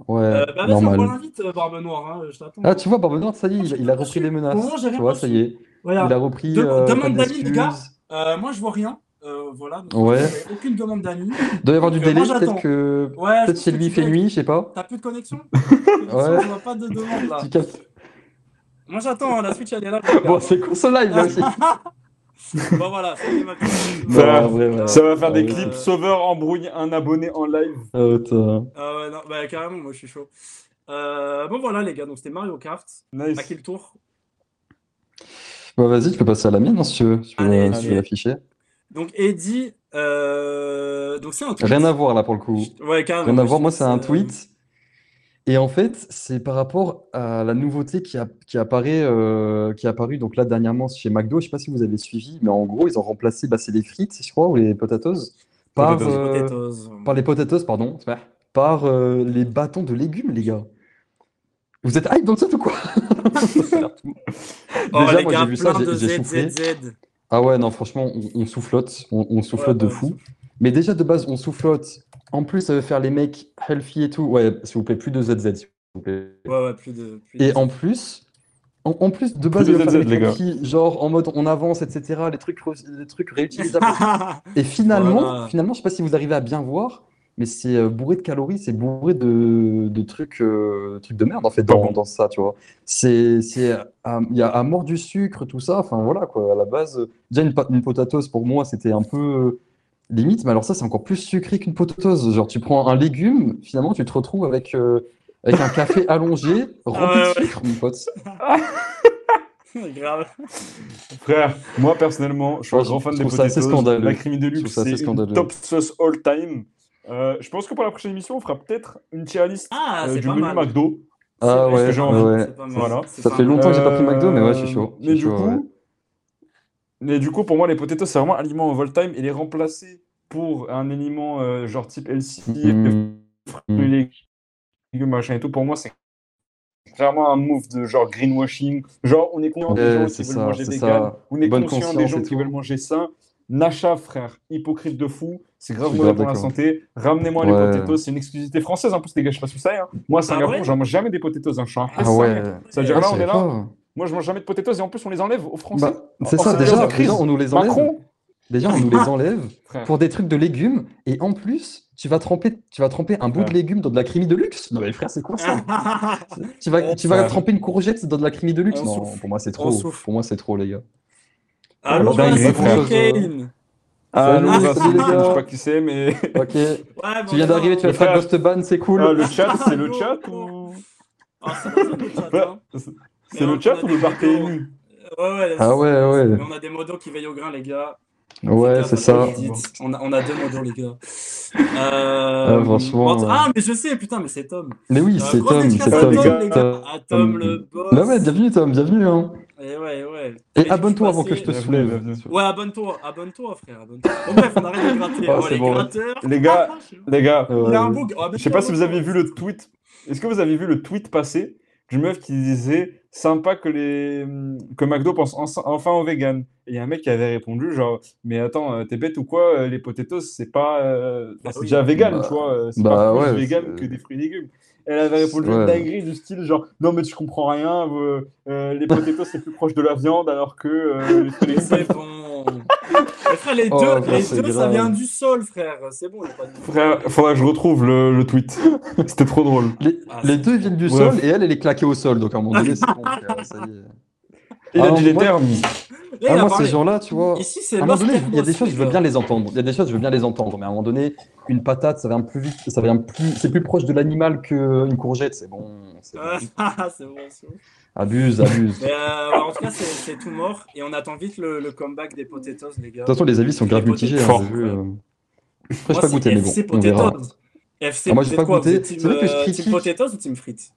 B: ouais,
A: Euh, bah, vas-y, envoie
B: normal.
A: l'invite, euh, Barbe Noire, hein, je t'attends.
B: Ah,
A: hein.
B: tu vois, Barbe Noire, ça y est,
A: Moi,
B: il
A: j'ai
B: a, il
A: rien
B: a repris
A: reçu.
B: les
A: Pour le moment,
B: menaces.
A: j'ai
B: Tu
A: rien
B: vois, ça y
A: reçu.
B: est. Il a
A: Voilà.
B: repris
A: De-
B: euh, pas
A: demande d'amis, les gars.
B: d'excuses.
A: Euh, moi, je vois rien. Euh, voilà. Donc, pour l'instant,
B: Ouais.
A: j'avais aucune demande d'amis.
B: doit y avoir du
A: Donc, euh, moi,
B: délai, peut-être
A: j'attends.
B: que
A: Ouais, je
B: peut-être
A: pense
B: chez
A: que
B: lui il
A: tu
B: fait
A: bugs.
B: nuit, je sais pas.
A: T'as plus de connexion? Plus de connexion,
B: Ouais,
A: je vois pas de demande là.
B: tu captes.
A: Moi, j'attends. hein, La Switch, elle est là, je
B: Bon,
A: regarde.
B: c'est con ce live
A: Ah.
B: là aussi.
A: Bon, voilà. C'était ma petite review, euh,
B: Non, en
C: Ça,
B: vrai,
A: voilà.
B: ouais.
C: ça va faire
B: Ah
C: des
B: ouais.
C: clips.
A: Euh,
C: Sauveur embrouille un abonné en live.
B: Ah, putain.
A: ah ouais, non, bah, carrément, moi, je suis chaud. Euh, bon, voilà, les gars. Donc, c'était Mario Kart. À qui
C: Nice.
A: le tour?
B: Bah, vas-y, tu peux passer à la mienne hein, si tu veux. Si tu
A: Allez,
B: veux, si tu veux
A: Eddie.
C: Allez.
B: l'afficher.
A: Donc, Eddie, euh, donc, c'est un
B: Rien à
A: tweet.
B: voir là pour le coup.
A: Je- Ouais, carrément,
B: Rien à
A: ouais, je
B: voir.
A: te
B: Moi, c'est
A: laisse.
B: un
A: euh,
B: tweet. Et en fait, c'est par rapport à la nouveauté qui, a- qui apparaît, euh, qui est apparue donc là dernièrement chez McDo. Je sais pas si vous avez suivi, mais en gros, ils ont remplacé bah, c'est les frites, je crois, ou les potatoes, par,
A: Les
C: Potatoes.
B: euh,
A: potatoes.
B: par les potatoes, pardon, par euh, les bâtons de légumes, les gars. Vous êtes hype dans le chat ou quoi? Ça a l'air tout-
A: Oh
B: Déjà,
A: les
B: moi j'ai
A: gars,
B: vu ça,
A: plein
B: j'ai
A: de
B: j'ai
A: Z, Z,
B: soufflé.
A: Z.
B: Ah ouais, non, franchement, on, on soufflote, on, on
A: Ouais,
B: soufflote de
A: ouais,
B: fou. Mais déjà, de base, on soufflote. En plus, ça veut faire les mecs healthy et tout. Ouais, s'il vous plaît, plus de ZZ, s'il vous plaît.
A: Ouais, ouais, plus de. plus
B: Et
A: de-
B: en plus, en, en plus, de base,
C: de
B: il va faire
C: ZZ, les
B: des
C: gars.
B: croquis, genre en mode on avance, etc. Les trucs, re- les trucs réutilisables. et finalement,
A: Voilà.
B: finalement, je sais pas si vous arrivez à bien voir, mais c'est euh, bourré de calories, c'est bourré de, de trucs, euh, trucs de merde en fait dans,
C: Bon.
B: dans ça, tu vois. C'est, c'est, à- il y a à mort du sucre, tout ça. Enfin voilà quoi. À la base, euh, déjà une, pa- une potatoes pour moi, c'était un peu euh, limite, mais alors ça, c'est encore plus sucré qu'une potatoes. Genre tu prends un légume, finalement, tu te retrouves avec euh, avec un café allongé rempli
A: Ah ouais,
B: de sucre, mon pote.
A: Grave.
C: Frère, moi personnellement, je suis
B: Moi,
C: un grand
B: je
C: fan des
B: trouve ça assez
C: potatoes.
B: scandaleux.
C: La crème de
B: Je trouve
C: luxe,
B: ça assez
C: c'est une
B: scandaleux.
C: top sauce all time. Euh, je pense que pour la prochaine émission, on fera peut-être une tier list
A: Ah,
C: euh,
A: c'est
C: du
A: pas
C: menu
A: mal.
C: McDo.
B: Ah
A: Parce
C: que
B: ouais,
C: j'ai
B: ouais,
C: envie.
B: ouais.
A: C'est pas mal.
C: Voilà.
A: C'est
B: Ça
A: pas
B: fait
A: mal.
B: longtemps que j'ai pas pris McDo, mais ouais, je suis chaud. Je
C: Euh, Mais
B: suis
C: du
B: chaud,
C: coup,
B: ouais.
C: mais du coup, pour moi, les potatoes, c'est vraiment un aliment all time et les remplacer pour un aliment euh, genre type
A: hein.
C: LC,
B: Mm.
C: fruits, légumes, machin et tout, pour moi, c'est clairement un move de genre greenwashing. Genre, on est conscient des
B: Ouais,
C: gens
B: c'est
C: qui veulent
B: ça,
C: manger
B: c'est
C: vegan,
B: ça.
C: on est
B: Bonne
C: conscient des
B: conscience
C: gens
B: et
C: qui
B: tout.
C: veulent manger sain. Nacha, frère, hypocrite de fou, c'est grave
B: Je suis
C: mauvais
B: grave
C: pour la
B: d'accord.
C: santé. Ramenez-moi
B: Ouais.
C: les potatoes, c'est une exclusivité française en plus, les gars, je sais pas si vous savez. hein. Moi, à Singapour,
A: ouais
C: j'en mange jamais des potatoes, hein. je suis un
B: Ah
C: pessimiste.
B: ouais.
C: C'est-à-dire
B: Ah,
C: là,
B: je
C: on est
B: savais
C: là,
B: pas.
C: moi, je mange jamais de potatoes et en plus, on les enlève aux Français.
B: Bah, c'est
C: Oh,
B: ça,
C: c'est
B: déjà,
C: la
B: déjà,
C: crise.
B: Bah, on nous les enlève.
C: Macron,
B: Déjà, on nous les enlève
C: frère.
B: pour des trucs de légumes. Et en plus, tu vas tremper, tu vas tremper un bout de
C: Ouais.
B: légumes dans de la crème de luxe. Non, mais frère, c'est quoi ça?
A: Ah,
B: Tu vas, tu
C: ça-
B: vas tremper une courgette dans de la crème de luxe.
A: On
B: Non,
A: souffle.
B: pour moi, c'est
A: On
B: trop.
A: souffle.
B: Pour moi, c'est trop, les gars.
A: Allô,
C: Dingue,
A: Vincent
C: bah, frère.
A: Cocaine.
C: Allô,
B: Salut,
C: Vincent,
B: salut, les
C: Ah, je sais
B: gars.
C: pas qui c'est, mais.
B: Ok.
A: Ouais, bon,
B: Tu viens d'arriver, tu vas
C: Le
B: te faire
C: frère.
B: Ghost Ban, c'est cool.
C: Ah, le chat, c'est le chat ou.
A: Ah, c'est dans un autre chat, hein.
C: Bah, C'est le chat ou le Barthélémy
A: Ouais, ouais,
B: Ah ouais, ouais.
A: Mais on a des modos qui veillent au grain, les gars.
B: Ouais,
A: Faites
B: c'est
A: gaffe à
B: ça.
A: ce que vous dites. On a, on a deux modos, les gars. Euh,
B: Ah, franchement,
A: entre-
B: ouais.
A: Ah, mais je sais, putain, mais c'est Tom.
B: Mais oui,
A: Euh,
B: c'est
A: grosse
B: Tom,
A: dédicace
B: c'est
A: à
B: Tom,
C: les gars.
B: c'est
A: Tom.
B: Tom.
A: À Tom, le boss.
B: Bah ouais, bienvenue, Tom, bienvenue, hein.
A: Et ouais, ouais.
B: Et
A: du coup,
B: abonne-toi avant que je
A: passer-
B: te
C: Bienvenue,
B: soulève.
C: bienvenue.
A: Ouais, abonne-toi, abonne-toi, frère. Abonne-toi. Bon, bref, on arrête de gratter.
B: Ah,
A: Oh,
B: c'est
A: les
B: bon, ouais.
A: gratteurs.
C: Les gars, Les gars,
A: Il y a un
B: Ouais.
A: bug. Oh, mais
C: je sais pas si vous avez
A: abonne-toi.
C: vu le tweet. Est-ce que vous avez vu le tweet passé d'une meuf qui disait sympa que les hmm, que McDo pense en- enfin aux vegan Et il y a un mec qui avait répondu genre mais attends euh, t'es bête ou quoi euh, les potatoes c'est pas euh, enfin,
A: Bah
C: c'est
A: oui.
C: déjà vegan
B: Bah-
C: tu vois euh, c'est
B: bah
C: pas plus
B: ouais,
C: vegan
B: c'est-
C: que des fruits et légumes. Elle avait répondu
B: Ouais.
C: une dinguerie du style genre non mais tu comprends rien euh, euh, les potatoes c'est plus proche de la viande alors que euh, les fruits
A: Mais
C: et légumes, c'est
A: C'est bon. Mais frère, les deux,
B: Oh, frère,
A: les
B: c'est
A: deux ça
B: grave.
A: vient du sol, frère. C'est bon, il n'y a pas de.
C: Frère, faudra que je retrouve le, le tweet. C'était trop drôle.
B: Les,
A: Ah,
B: les
A: c'est- Ah,
B: deux viennent du
C: Ouais.
B: sol et elle, elle est claquée au sol. Donc à un moment donné, c'est bon, frère, ça y est.
C: Il a
B: Alors,
C: dit les
B: moi-
C: termes.
A: Là,
B: Ah,
A: il a
B: moi, ces
A: parlé.
B: gens-là, tu vois.
A: Ici,
B: À
A: c'est
B: un moment donné, il y a des
A: Marc
B: choses, je veux
A: Lavoie,
B: bien les entendre. Il y a des choses, je veux bien les entendre. Mais à un moment donné, une patate, ça vient plus vite. Ça vient plus. C'est plus proche de l'animal qu'une courgette. C'est bon. c'est bon.
A: c'est Ah, c'est bon, c'est bon.
B: Abuse, abuse.
A: Mais
B: De
A: euh, ouais, en tout cas, c'est- c'est tout mort. Et on attend vite le, le comeback des potatoes, les gars.
B: toute façon, les avis sont grave
A: Les
B: mitigés. Hein,
C: potatoes.
B: j'ai vu, euh. Après,
A: Moi,
B: j'ai pas
A: c'est
B: goûté, mais bon,
A: FC
B: on verra.
A: potatoes. FC,
B: Ah, moi,
A: vous
B: j'ai
A: êtes
B: pas
A: quoi,
B: goûté.
A: vous êtes team,
B: C'est vrai que je
A: euh, team
B: critique.
A: potatoes ou team frites?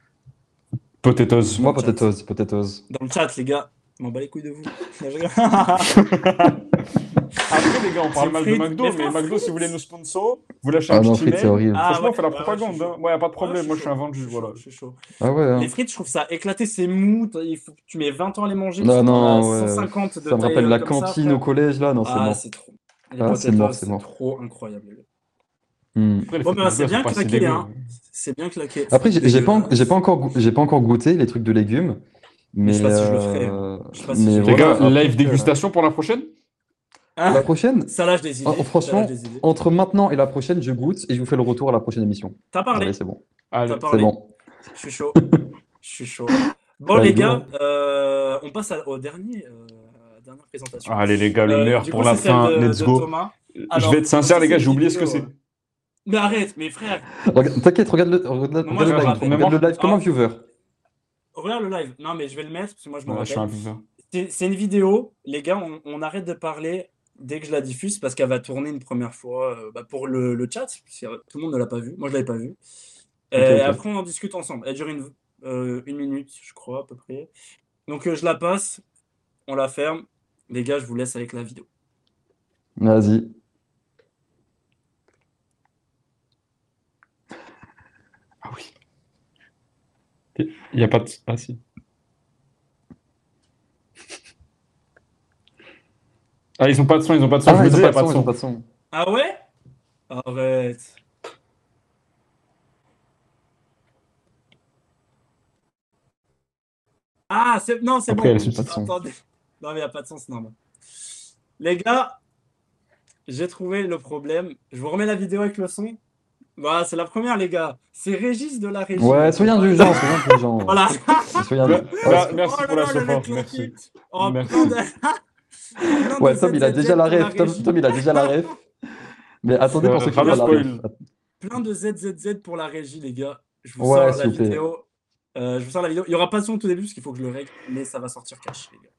C: Potatoes.
B: Moi, potatoes, potatoes.
A: Dans le chat, les gars. Je m'en bats les couilles de vous. Non, je rigole.
C: Après, les gars, on parle
A: C'est
C: mal de
A: frites.
C: McDo,
A: Mais
C: mais
A: frère,
C: McDo, si vous voulez nous sponsor, vous lâchez un
B: Ah non,
C: petit
B: frites, c'est
C: email.
B: horrible.
A: Ah,
C: Franchement,
A: ouais,
C: on fait la
A: ouais, ouais,
C: propagande.
A: je suis
C: hein. Moi, y a pas de
A: Ouais, je
C: problème.
A: suis
C: Moi, je suis
A: chaud.
C: un vendu.
A: Je suis
C: Voilà.
A: chaud, je suis chaud.
B: Ah ouais. hein.
A: Les frites, je trouve ça éclaté, c'est mou. t'as- Il faut que tu mets 20 ans à les manger.
B: Bah Non,
A: parce que t'en
B: non,
A: as
B: ouais.
A: 150 de
B: Ça me
A: taille,
B: rappelle
A: euh,
B: la
A: comme ça,
B: cantine
A: frère.
B: au collège, là. Non, c'est
A: Ah,
B: mort.
A: c'est trop. Les
B: Ah, c'est
A: potatoes,
B: mort, c'est
A: c'est
B: mort.
A: trop incroyable.
B: Hmm.
C: Après, les
A: Bon,
C: frites
A: ben,
C: McDo,
A: c'est
C: elles
A: bien
C: sont pas si
A: claqué,
C: dégueu.
A: hein. C'est bien claqué.
B: Après,
A: C'est
B: j'ai j'ai pas, en-
A: dégueulasse.
B: j'ai pas encore, go- j'ai pas encore goûté les trucs de légumes, mais
A: Je sais pas si je le ferai.
B: euh,
A: Je sais pas si
B: mais
A: je le
C: Les
A: ferai.
B: voilà,
C: gars,
B: après,
C: live dégustation pour la prochaine
B: euh,
A: Hein
B: La prochaine,
A: Ça lâche des idées.
B: Oh, franchement,
A: ça lâche des idées.
B: entre maintenant et la prochaine, je goûte et je vous fais le retour à la prochaine émission.
A: T'as parlé.
B: Allez, c'est bon,
C: Allez.
A: T'as
B: c'est
A: parlé.
B: bon.
A: Je suis chaud. Je suis chaud. Bon,
B: Ouais,
A: les
B: go.
A: gars, euh, on passe à- au dernier, euh, à la dernière présentation.
C: Allez, les gars, Ah, le
A: Euh,
C: meilleur
A: du
C: pour
A: coup,
C: la
A: c'est celle
C: fin.
A: de-
C: Let's
A: de
C: go.
A: Thomas.
C: Je
A: Alors,
C: vais être sincère,
A: ça,
C: les gars,
A: c'est
C: j'ai oublié ce
A: une
C: que c'est.
A: vidéo, Mais arrête, mais frère,
B: Regarde- T'inquiète, regarde le,
A: Non,
B: regarde,
A: moi,
B: regarde
A: je
B: le
A: me
B: live,
A: rappelle.
B: regarde le live comme
A: Ah.
B: un viewer.
A: regarde le live. Non, mais je vais le mettre parce que moi, je me
C: Ouais, Je suis un
A: rappelle.
C: viveur.
A: C'est c'est une vidéo, les gars, on, on arrête de parler dès que je la diffuse parce qu'elle va tourner une première fois euh, bah, pour le, le chat, parce que euh, tout le monde ne l'a pas vue. Moi, je l'avais pas vue. Et
B: ok.
A: après, on en discute ensemble. Elle dure une, euh, une minute, je crois, à peu près. Donc, euh, je la passe, on la ferme. Les gars, je vous laisse avec la vidéo.
B: Vas-y.
C: Ah oui. Il n'y a pas de. Ah si. Ah, ils ont pas de son, ils ont pas de son.
B: Ah,
C: je me
B: ils
C: dis,
B: ont
C: il n'y
B: pas
C: a
B: de son, Ah, ils ont
C: son.
B: pas de son.
A: Ah ouais? Arrête. Ah, c'est... non, c'est
C: Après,
A: bon.
C: elle suit pas de son.
A: Attendez. Non, mais il n'y a pas de sens, normal. Les gars, j'ai trouvé le problème. Je vous remets la vidéo avec le son. Voilà, c'est la première, les gars. C'est Régis de la régie.
B: Ouais, soyez indulgents, soyez indulgents.
A: Voilà.
B: Soyez indulgents.
C: Ouais, là- merci
A: Oh là
C: pour la
A: là, le
C: support,
A: mec
C: merci.
A: Loki. En
C: Merci.
A: plein de- plein de
B: Ouais, Tom, il a
A: 777
B: déjà la
A: de
B: ref. Tom,
A: régie.
B: Tom, il a déjà la ref. Mais attendez pour
C: Euh,
B: ceux qui ont
C: Fabien
B: la ref.
C: Spoil.
A: Plein de ZZZ pour la régie, les gars. Je vous
B: Ouais,
A: sors la
B: s'il vous plaît.
A: vidéo. Euh, je vous sors la vidéo. Il n'y aura pas de son au tout début parce qu'il faut que je le règle, mais ça va sortir cash, les gars.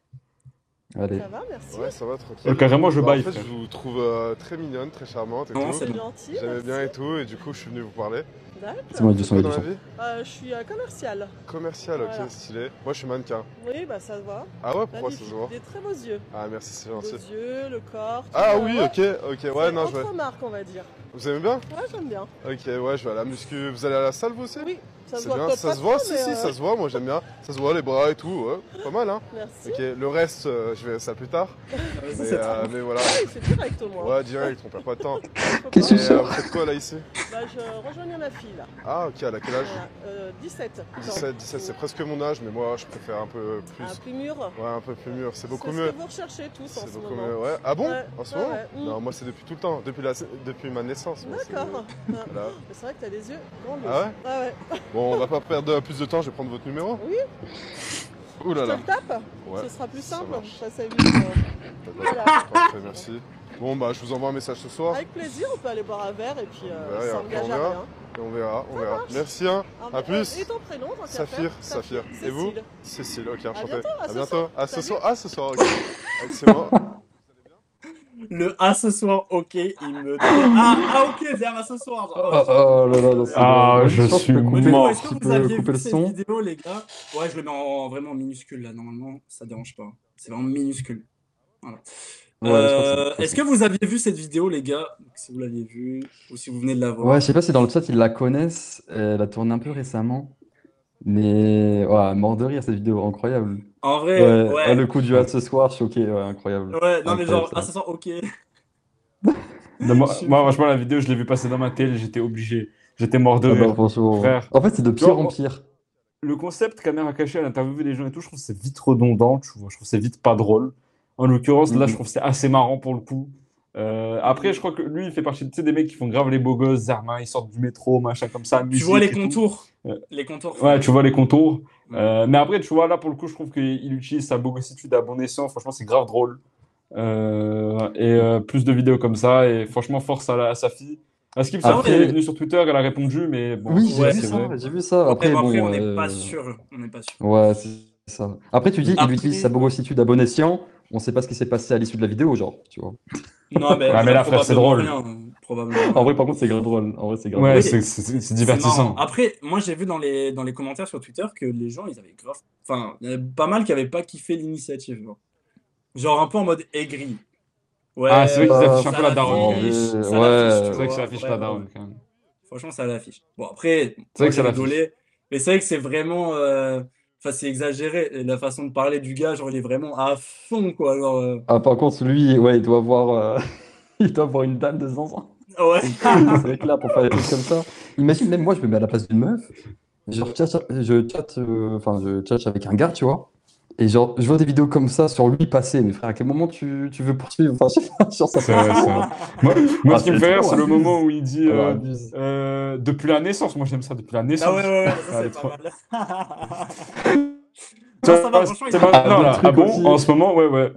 B: Allez.
D: Ça va, merci.
E: Ouais, ça va, tranquille.
C: Euh, carrément, je
E: Bah,
C: baille,
E: En fait,
C: frère.
E: je vous trouve euh, très mignonne, très charmante et
A: Non,
E: tout.
A: c'est
D: C'est
A: bon.
D: gentil.
E: J'aimais
D: merci.
E: bien et tout, et du coup, je suis venu vous parler.
B: C'est moi
D: D'accord.
B: du
E: C'est
B: son et
E: quoi
B: du
E: dans la
B: son.
E: vie
D: Euh, je suis euh, commerciale.
E: Commercial, ok,
D: Voilà.
E: stylé. Moi, je suis mannequin.
D: Oui, bah ça se voit.
E: Ah ouais, pourquoi ça
D: Magnifique.
E: se voit
D: Des très beaux yeux.
E: Ah, merci, c'est
D: Les
E: gentil.
D: yeux, le corps. tout
E: Ah
D: ça,
E: oui,
D: ouais.
E: ok, ok, ouais,
D: C'est
E: non, je
D: entre
E: vais.
D: marques, on va dire.
E: Vous aimez bien
D: Ouais, j'aime bien.
E: Ok, ouais, je vais à la muscu. Vous allez à la salle, vous aussi
D: Oui, ça se
E: C'est
D: voit
E: bien,
D: peut-être
E: ça
D: pas
E: se voit,
D: trop,
E: si,
D: mais,
E: si,
D: euh,
E: ça se voit, moi j'aime bien. Ça se voit, les bras et tout, ouais. Pas mal, hein
D: Merci.
E: Ok, le reste, euh, je verrai ça plus tard.
A: Euh, ça,
E: Mais,
A: c'est trop
E: euh, mais voilà.
D: Ah Oui, c'est direct au moins.
E: Ouais, direct, on perd pas de temps.
D: Faut
B: Qu'est-ce
E: Et,
B: que
D: pas-
B: c'est
E: euh, vous faites quoi là, ici
D: Bah, je rejoignais ma fille là.
E: Ah, ok, à quel âge
D: Voilà, euh, 17.
E: 17, 17, c'est presque mon âge, mais moi je préfère un peu plus.
D: Un plus mûr.
E: Ouais, un peu plus mûr, c'est beaucoup
D: Ah, ce
E: mieux.
D: que vous recherchez tous en
E: C'est
D: ce
E: beaucoup
D: moment.
E: mieux, ouais. Ah bon
D: Ouais,
E: En ce
D: ouais,
E: moment
D: ouais, mm.
E: Non, moi c'est depuis tout le temps, depuis, la... depuis ma naissance. moi, c'est-
D: D'accord. Ah,
E: Voilà.
D: mais C'est vrai que t'as des yeux grands. yeux.
E: Ah ouais
D: Ah ouais.
E: Bon, on va pas perdre euh, plus de temps, je vais prendre votre numéro.
D: Oui.
E: Ouh là
D: Je te
E: là.
D: le tape
E: Ouais.
D: Ce sera plus
E: ça
D: simple.
E: marche.
D: Ça s'évite. euh, Voilà.
E: Parfait, merci. Bon, bah je vous envoie un message ce soir
D: Avec plaisir, on peut aller boire un verre et puis euh,
E: Ouais,
D: ça
E: on
D: engage à
E: verra.
D: rien.
E: et on verra, on verra.
D: marche.
E: Merci, hein.
D: Ah,
E: À
D: mais-
E: plus.
D: Et ton prénom, tant qu'à
E: Saphir,
D: faire
E: Saphir. Et
D: Cécile.
E: vous Cécile, ok, enchanté.
D: bientôt, à
E: À
D: ce
E: bientôt,
D: soir.
E: à ce
D: Salut.
E: soir, à ce soir, ok. Excellent.
A: Le à ce soir, ok, il me. Ah, ah, ok, c'est à ce soir.
B: Oh, oh là là, non, c'est
C: Ah,
B: bon.
C: je
B: pense
C: suis
B: que couper-
A: Mais
C: mort.
A: est-ce que
B: Tu
A: vous
B: peux
A: aviez
B: couper
A: vu
B: le
A: cette
B: son
A: vidéo, les gars? Ouais, je le mets en, vraiment en minuscule là. Normalement, ça dérange pas. C'est vraiment minuscule. Voilà.
B: Ouais, je crois que c'est-
A: Euh, est-ce que vous aviez vu cette vidéo, les gars? Donc, si vous l'aviez vue ou si vous venez de la voir.
B: Ouais, je sais pas si dans le chat ils la connaissent. Elle a tourné un peu récemment. Mais ouais, mort de rire cette vidéo, incroyable.
A: En vrai,
B: Ouais,
A: ouais.
B: ah, le coup du hat ce soir, choqué, ouais, incroyable.
A: Ouais, non, mais genre,
B: Incroyable, ça.
A: ah, ce soir, ok.
C: Non, moi,
A: Je-
C: moi, franchement, la vidéo, je l'ai vu passer dans ma télé, j'étais obligé. J'étais mort de
B: Ah bah,
C: rire.
B: franchement,
C: Frère.
B: En fait, c'est de
C: Tu
B: pire
C: vois,
B: en
C: on-
B: pire.
C: Le concept caméra cachée à l'interviewer des gens et tout, je trouve que c'est vite redondant, tu vois. Je trouve que c'est vite pas drôle. En l'occurrence, là,
B: Mhm.
A: Mm.
C: je trouve que c'est assez marrant pour le coup. Euh, après, je crois que lui, il fait partie tu sais, des mecs qui font grave les beaux gosses, Zarma, ils sortent du métro, machin comme ça.
A: Tu vois les
C: musique et tout.
A: contours. Mm.
C: Ouais.
A: Les contours.
C: Ouais, tu vois les contours.
A: Ouais.
C: Euh, mais après, tu vois, là, pour le coup, je trouve qu'il utilise sa bogossitude à bon escient. Franchement, c'est grave drôle. Euh, et euh, plus de vidéos comme ça. Et franchement, force à, la- à sa fille. À Skip, ça
A: Après-
C: elle est venue sur Twitter, elle a répondu, mais bon,
B: Oui, j'ai
A: ouais,
B: vu
C: c'est
B: ça,
C: vrai.
B: j'ai vu ça.
A: Après,
B: Après, bon,
A: après, on n'est
B: euh,
A: pas sûr. On n'est pas sûr.
B: Ouais, c'est ça. Après, tu dis, il
A: Après-
B: utilise sa bogossitude à bon escient. On sait pas ce qui s'est passé à l'issue de la vidéo, genre, tu vois.
A: Non, mais,
B: Ah,
C: Ouais, mais là, frère, c'est drôle.
A: probablement rien, euh, probablement.
B: En vrai, par contre, c'est grave drôle. En vrai, c'est grave
C: Ouais,
A: Oui.
C: c'est- c'est c'est
A: C'est
C: divertissant.
A: marrant. Après, moi j'ai vu dans les, dans les commentaires sur Twitter que les gens, ils avaient grave. Enfin, il y en avait pas mal qui avaient pas kiffé l'initiative. Genre. Genre un peu en mode aigri. Ouais, bah,
C: Ah, c'est vrai qu'ils
B: euh,
C: affichent un peu la daronne.
B: l'affiche.
A: ça
B: Ouais.
A: l'affiche, tu
C: C'est vrai que ça
A: vois.
C: affiche
A: Ouais,
C: la
A: ouais.
C: daronne quand même.
A: Franchement, ça l'affiche. Bon, après,
C: C'est vrai que
A: moi,
C: ça
A: j'ai
C: l'affiche.
A: rigolé. Mais c'est vrai que c'est vraiment. euh, Enfin, c'est exagéré. Et La façon de parler du gars, genre, il est vraiment à fond, quoi. Alors, euh,
B: Ah, par contre, lui, ouais, il doit avoir, euh, il doit avoir une dame de zinzin.
A: Ah Ouais.
B: C'est vrai que là, pour faire des trucs comme ça, imagine, même moi, je me mets à la place d'une meuf. Genre, tchatche- je chatte, euh, enfin, je tchatche avec un gars, tu vois. Et genre, je vois des vidéos comme ça sur lui passer. Mais frère, à quel moment tu, tu veux poursuivre? Enfin, je sais pas, sur sa
C: C'est vrai, c'est vrai. Moi, moi,
B: Ah,
C: ce qui me
B: c'est
C: fait rire,
B: trop,
C: c'est le
B: hein.
C: moment où il dit
B: Alors,
C: euh,
B: abuse.
C: euh, depuis la naissance. Moi, j'aime ça, depuis la
A: Ah
C: naissance.
A: ouais, ouais, ouais,
C: Ah,
A: ça,
C: les
A: c'est
C: trois.
A: pas mal. Ah,
C: Tu
A: ça va,
C: vois,
A: franchement,
C: c'est
A: il-
C: maintenant,
B: Ah, le
C: là.
B: truc
C: Ah bon,
B: aussi.
C: en ce moment, ouais, ouais.
A: ouais,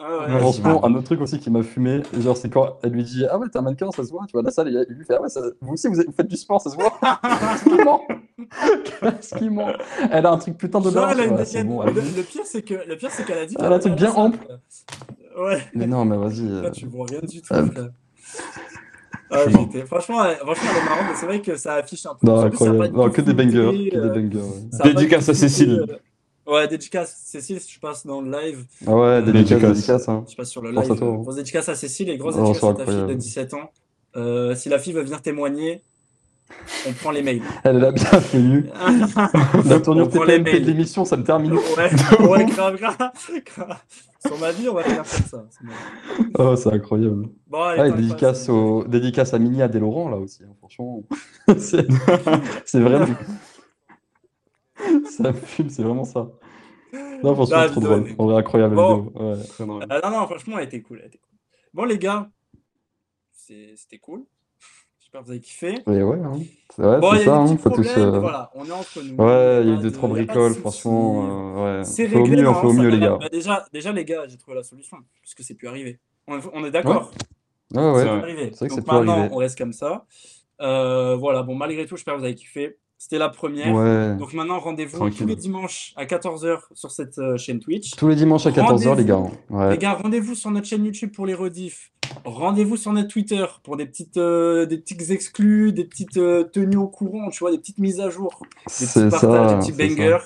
C: Ouais,
B: En
C: c'est
B: ce
C: marrant.
B: moment, un autre truc aussi qui m'a fumé, genre, c'est quand elle lui dit Ah ouais, t'es un mannequin, ça se voit, tu vois, la salle, il lui fait Ah ouais, ça- vous aussi, vous, êtes- vous faites du sport, ça se voit. Qu'est-ce qu'il ment Qu'est-ce qu'il ment Elle a un truc putain de
A: Non,
B: large.
A: elle a une
B: Ouais, c'est
A: dégaine.
B: bon,
A: le,
B: elle-
A: le pire, c'est que le pire, c'est qu'elle a dit.
B: Elle a un truc bien ample.
A: Ouais.
B: Mais non, mais vas-y. euh,
A: Là, tu vois rien du tout.
B: euh,
A: frère. Ah,
B: je suis
A: j'étais- Franchement, ouais, franchement, elle est marrante, mais c'est vrai que ça affiche un peu.
B: Non,
A: Surtout, ça a pas
B: incroyable.
A: du
B: Non,
A: tout
B: que des
A: filtré,
B: bangers. Que
A: euh,
B: des bangers. ouais.
A: ça a pas du
C: Dédicace
A: tout
C: à
A: filtré,
C: Cécile.
A: euh, Ouais, dédicace. Cécile, je passe dans le live.
B: Ah ouais, dédicace,
C: Dédicace.
B: dédicace. Hein.
A: Je passe sur le
B: Force
A: live.
B: à toi, hein.
A: Grosse dédicace à Cécile et grosse
B: Non,
A: dédicace à
B: c'est
A: ta fille de
B: incroyable.
A: 17 ans. Euh, si la fille veut venir témoigner, On prend les mails.
B: Elle est là bien tenue. La tournure
A: On prend les
B: TPMP de
A: mails.
B: l'émission, ça me termine.
A: Ouais, ouais, grave, grave. grave. Sur ma vie, on va faire comme ça.
B: Oh, c'est incroyable.
A: Bon, allez,
B: Ah, et
A: parle pas,
B: dédicace,
A: c'est bon.
B: au... dédicace à Mini et Laurent, là aussi, hein, franchement. c'est c'est vraiment. ça fume, c'est vraiment ça. Non, franchement,
A: Ah,
B: c'est trop
A: désolé.
B: drôle. En vrai, incroyable la
A: Bon.
B: vidéo. ouais.
C: Très drôle.
A: Ah non, non, franchement, elle était cool. elle était cool. Bon, les gars, c'est- c'était cool. J'espère que vous avez kiffé.
B: Et ouais, hein. C'est- ouais,
A: bon, il
B: c'est
A: y a
B: ça,
A: eu
B: hein,
A: des petits
B: faut tous,
A: problèmes,
B: euh,
A: voilà, on est entre nous.
B: Ouais, il y a eu
A: pas
B: des trop
A: y a pas de
B: bricoles,
A: soucis.
B: franchement. euh, ouais.
A: C'est
B: Faut au
A: réglé,
B: mieux,
A: là,
B: faut au
A: hein, ça
B: mieux, les
A: va.
B: gars.
A: Bah, déjà, déjà, les gars, j'ai trouvé la solution, parce que c'est plus arrivé. On, on est d'accord,
B: Ah Ouais, ouais.
C: C'est vrai.
A: c'est arrivé.
B: C'est vrai
A: Donc
B: que c'est plus arrivé.
A: maintenant, on reste comme ça. Euh, voilà, bon, malgré tout, j'espère que vous avez kiffé. C'était la première.
B: Ouais.
A: Donc maintenant, rendez-vous tous
C: Tranquille.
A: les dimanches à 14h sur cette euh, chaîne Twitch.
B: Tous les dimanches à 14h, les gars.
A: Rendez-vous.
B: Ouais.
A: Les gars, rendez-vous sur notre chaîne YouTube pour les rediffs. Rendez-vous sur notre Twitter pour des petites, euh, des petites exclus, des petites euh, tenues au courant, tu vois, des petites mises à jour, des petits
B: C'est
A: partages,
B: ça.
A: des petits
B: c'est ça.
A: bangers.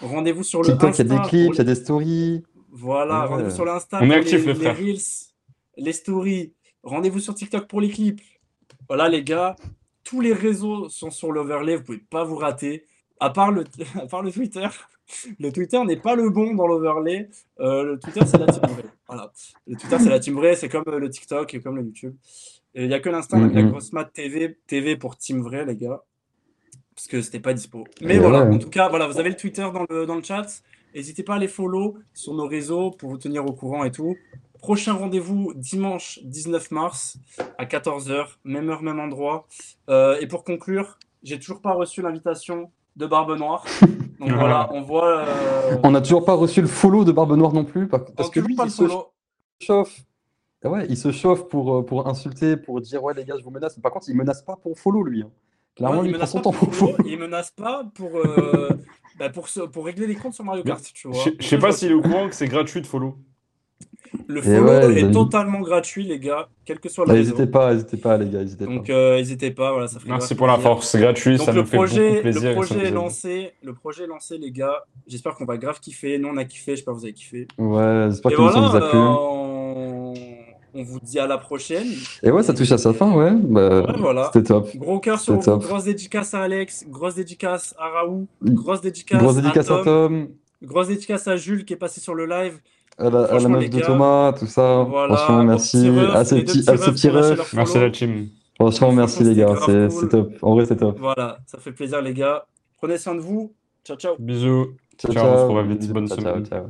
A: Rendez-vous sur le
B: TikTok, il y a des
A: Insta
B: clips,
A: pour
B: il y a
A: les-
B: des stories.
A: Voilà,
B: Ouais.
A: rendez-vous sur l'Insta
C: On est
A: pour
C: actifs,
A: les,
C: les frères.
A: les Reels, les stories. Rendez-vous sur TikTok pour les clips. Voilà, les gars, tous les réseaux sont sur l'overlay, vous pouvez pas vous rater. À part le, à part le Twitter, le Twitter n'est pas le bon dans l'overlay. Euh, le Twitter, c'est la team vraie. Voilà. Le Twitter, c'est la team vraie, c'est comme euh, le TikTok et comme le YouTube. Il n'y a que l'Insta,
B: Mhm.
C: Mm-hmm.
A: la grosse mat TV, TV pour team vraie, les gars. Parce que c'était pas dispo. Mais
B: Et ben
A: voilà,
B: ouais.
A: en tout cas, voilà, vous avez le Twitter dans le, dans le chat. N'hésitez pas à les follow sur nos réseaux pour vous tenir au courant et tout. Prochain rendez-vous dimanche 19 mars à 14h, même heure, même endroit. Euh, et pour conclure, j'ai toujours pas reçu l'invitation de Barbe Noire. Donc voilà, on voit. euh,
B: On n'a toujours pas reçu le follow de Barbe Noire non plus, par- parce que
A: toujours
B: lui,
A: pas
B: il
A: le
B: se
A: follow.
B: chauffe. Ah ouais, il se chauffe pour, euh, pour insulter, pour dire ouais les gars je vous menace. Par contre, il menace pas pour follow lui. hein. Clairement,
A: Ouais, il
B: lui, il prend
A: menace
B: son
A: pas
B: temps
A: pour
B: pour follow.
A: follow, il menace pas pour, euh, bah, pour, se- pour régler les comptes sur Mario Kart, tu vois.
C: Je je sais pas s'il est au courant que c'est gratuit de follow.
A: Le
B: Et
A: follow
B: ouais, les
A: est
B: amis.
A: totalement gratuit, les gars, quel que soit le
B: Ah,
A: réseau.
B: N'hésitez pas, n'hésitez pas les gars, n'hésitez pas.
A: Donc euh, n'hésitez pas, voilà, ça ferait
C: Merci
A: grave
C: pour la
A: plaisir.
C: force, c'est gratuit,
A: Donc
C: ça
A: le
C: nous fait beaucoup
A: projet,
C: plaisir.
A: le
C: et ça
A: projet
C: nous
A: est
C: aide.
A: lancé, le projet est lancé les gars. J'espère qu'on va grave kiffer. Nous on a kiffé, j'espère que vous avez kiffé.
B: Ouais, j'espère
A: euh, Et
B: que l'émission vous a
A: voilà,
B: plu.
A: euh, on... on vous dit à la prochaine.
B: Et ouais, ça touche à sa fin, ouais. Bah,
A: Ouais, voilà.
B: C'était top.
A: Gros cœur sur
B: C'est
A: vous,
B: top.
A: grosse dédicace à Alex, grosse dédicace à Raoult,
B: Mm.
A: grosse dédicace
B: Grosse
A: à
B: dédicace à
A: Tom,
B: Tom,
A: grosse dédicace à Jules qui est passé sur le live.
B: à la, à la
A: Franchement,
B: meuf
A: les
B: de
A: gars,
B: Thomas, tout ça.
A: voilà,
B: Franchement,
A: aux
B: merci.
A: petits refs,
B: À ces
A: les deux
B: petits,
A: petits
B: à ces
A: refs
B: petits
A: qui ont lâché
B: refs.
A: leur
C: Merci
A: follow.
C: la team.
B: Franchement, merci les
A: c'était
B: gars,
A: grave
B: c'est
A: cool.
B: c'est top. En vrai, c'est top.
A: Voilà, ça fait plaisir les gars. Prenez soin de vous. Ciao ciao.
C: Bisous.
B: Ciao,
C: Ciao, on se revoit vite. Bonne
B: Ciao, ciao,
C: semaine.
B: ciao.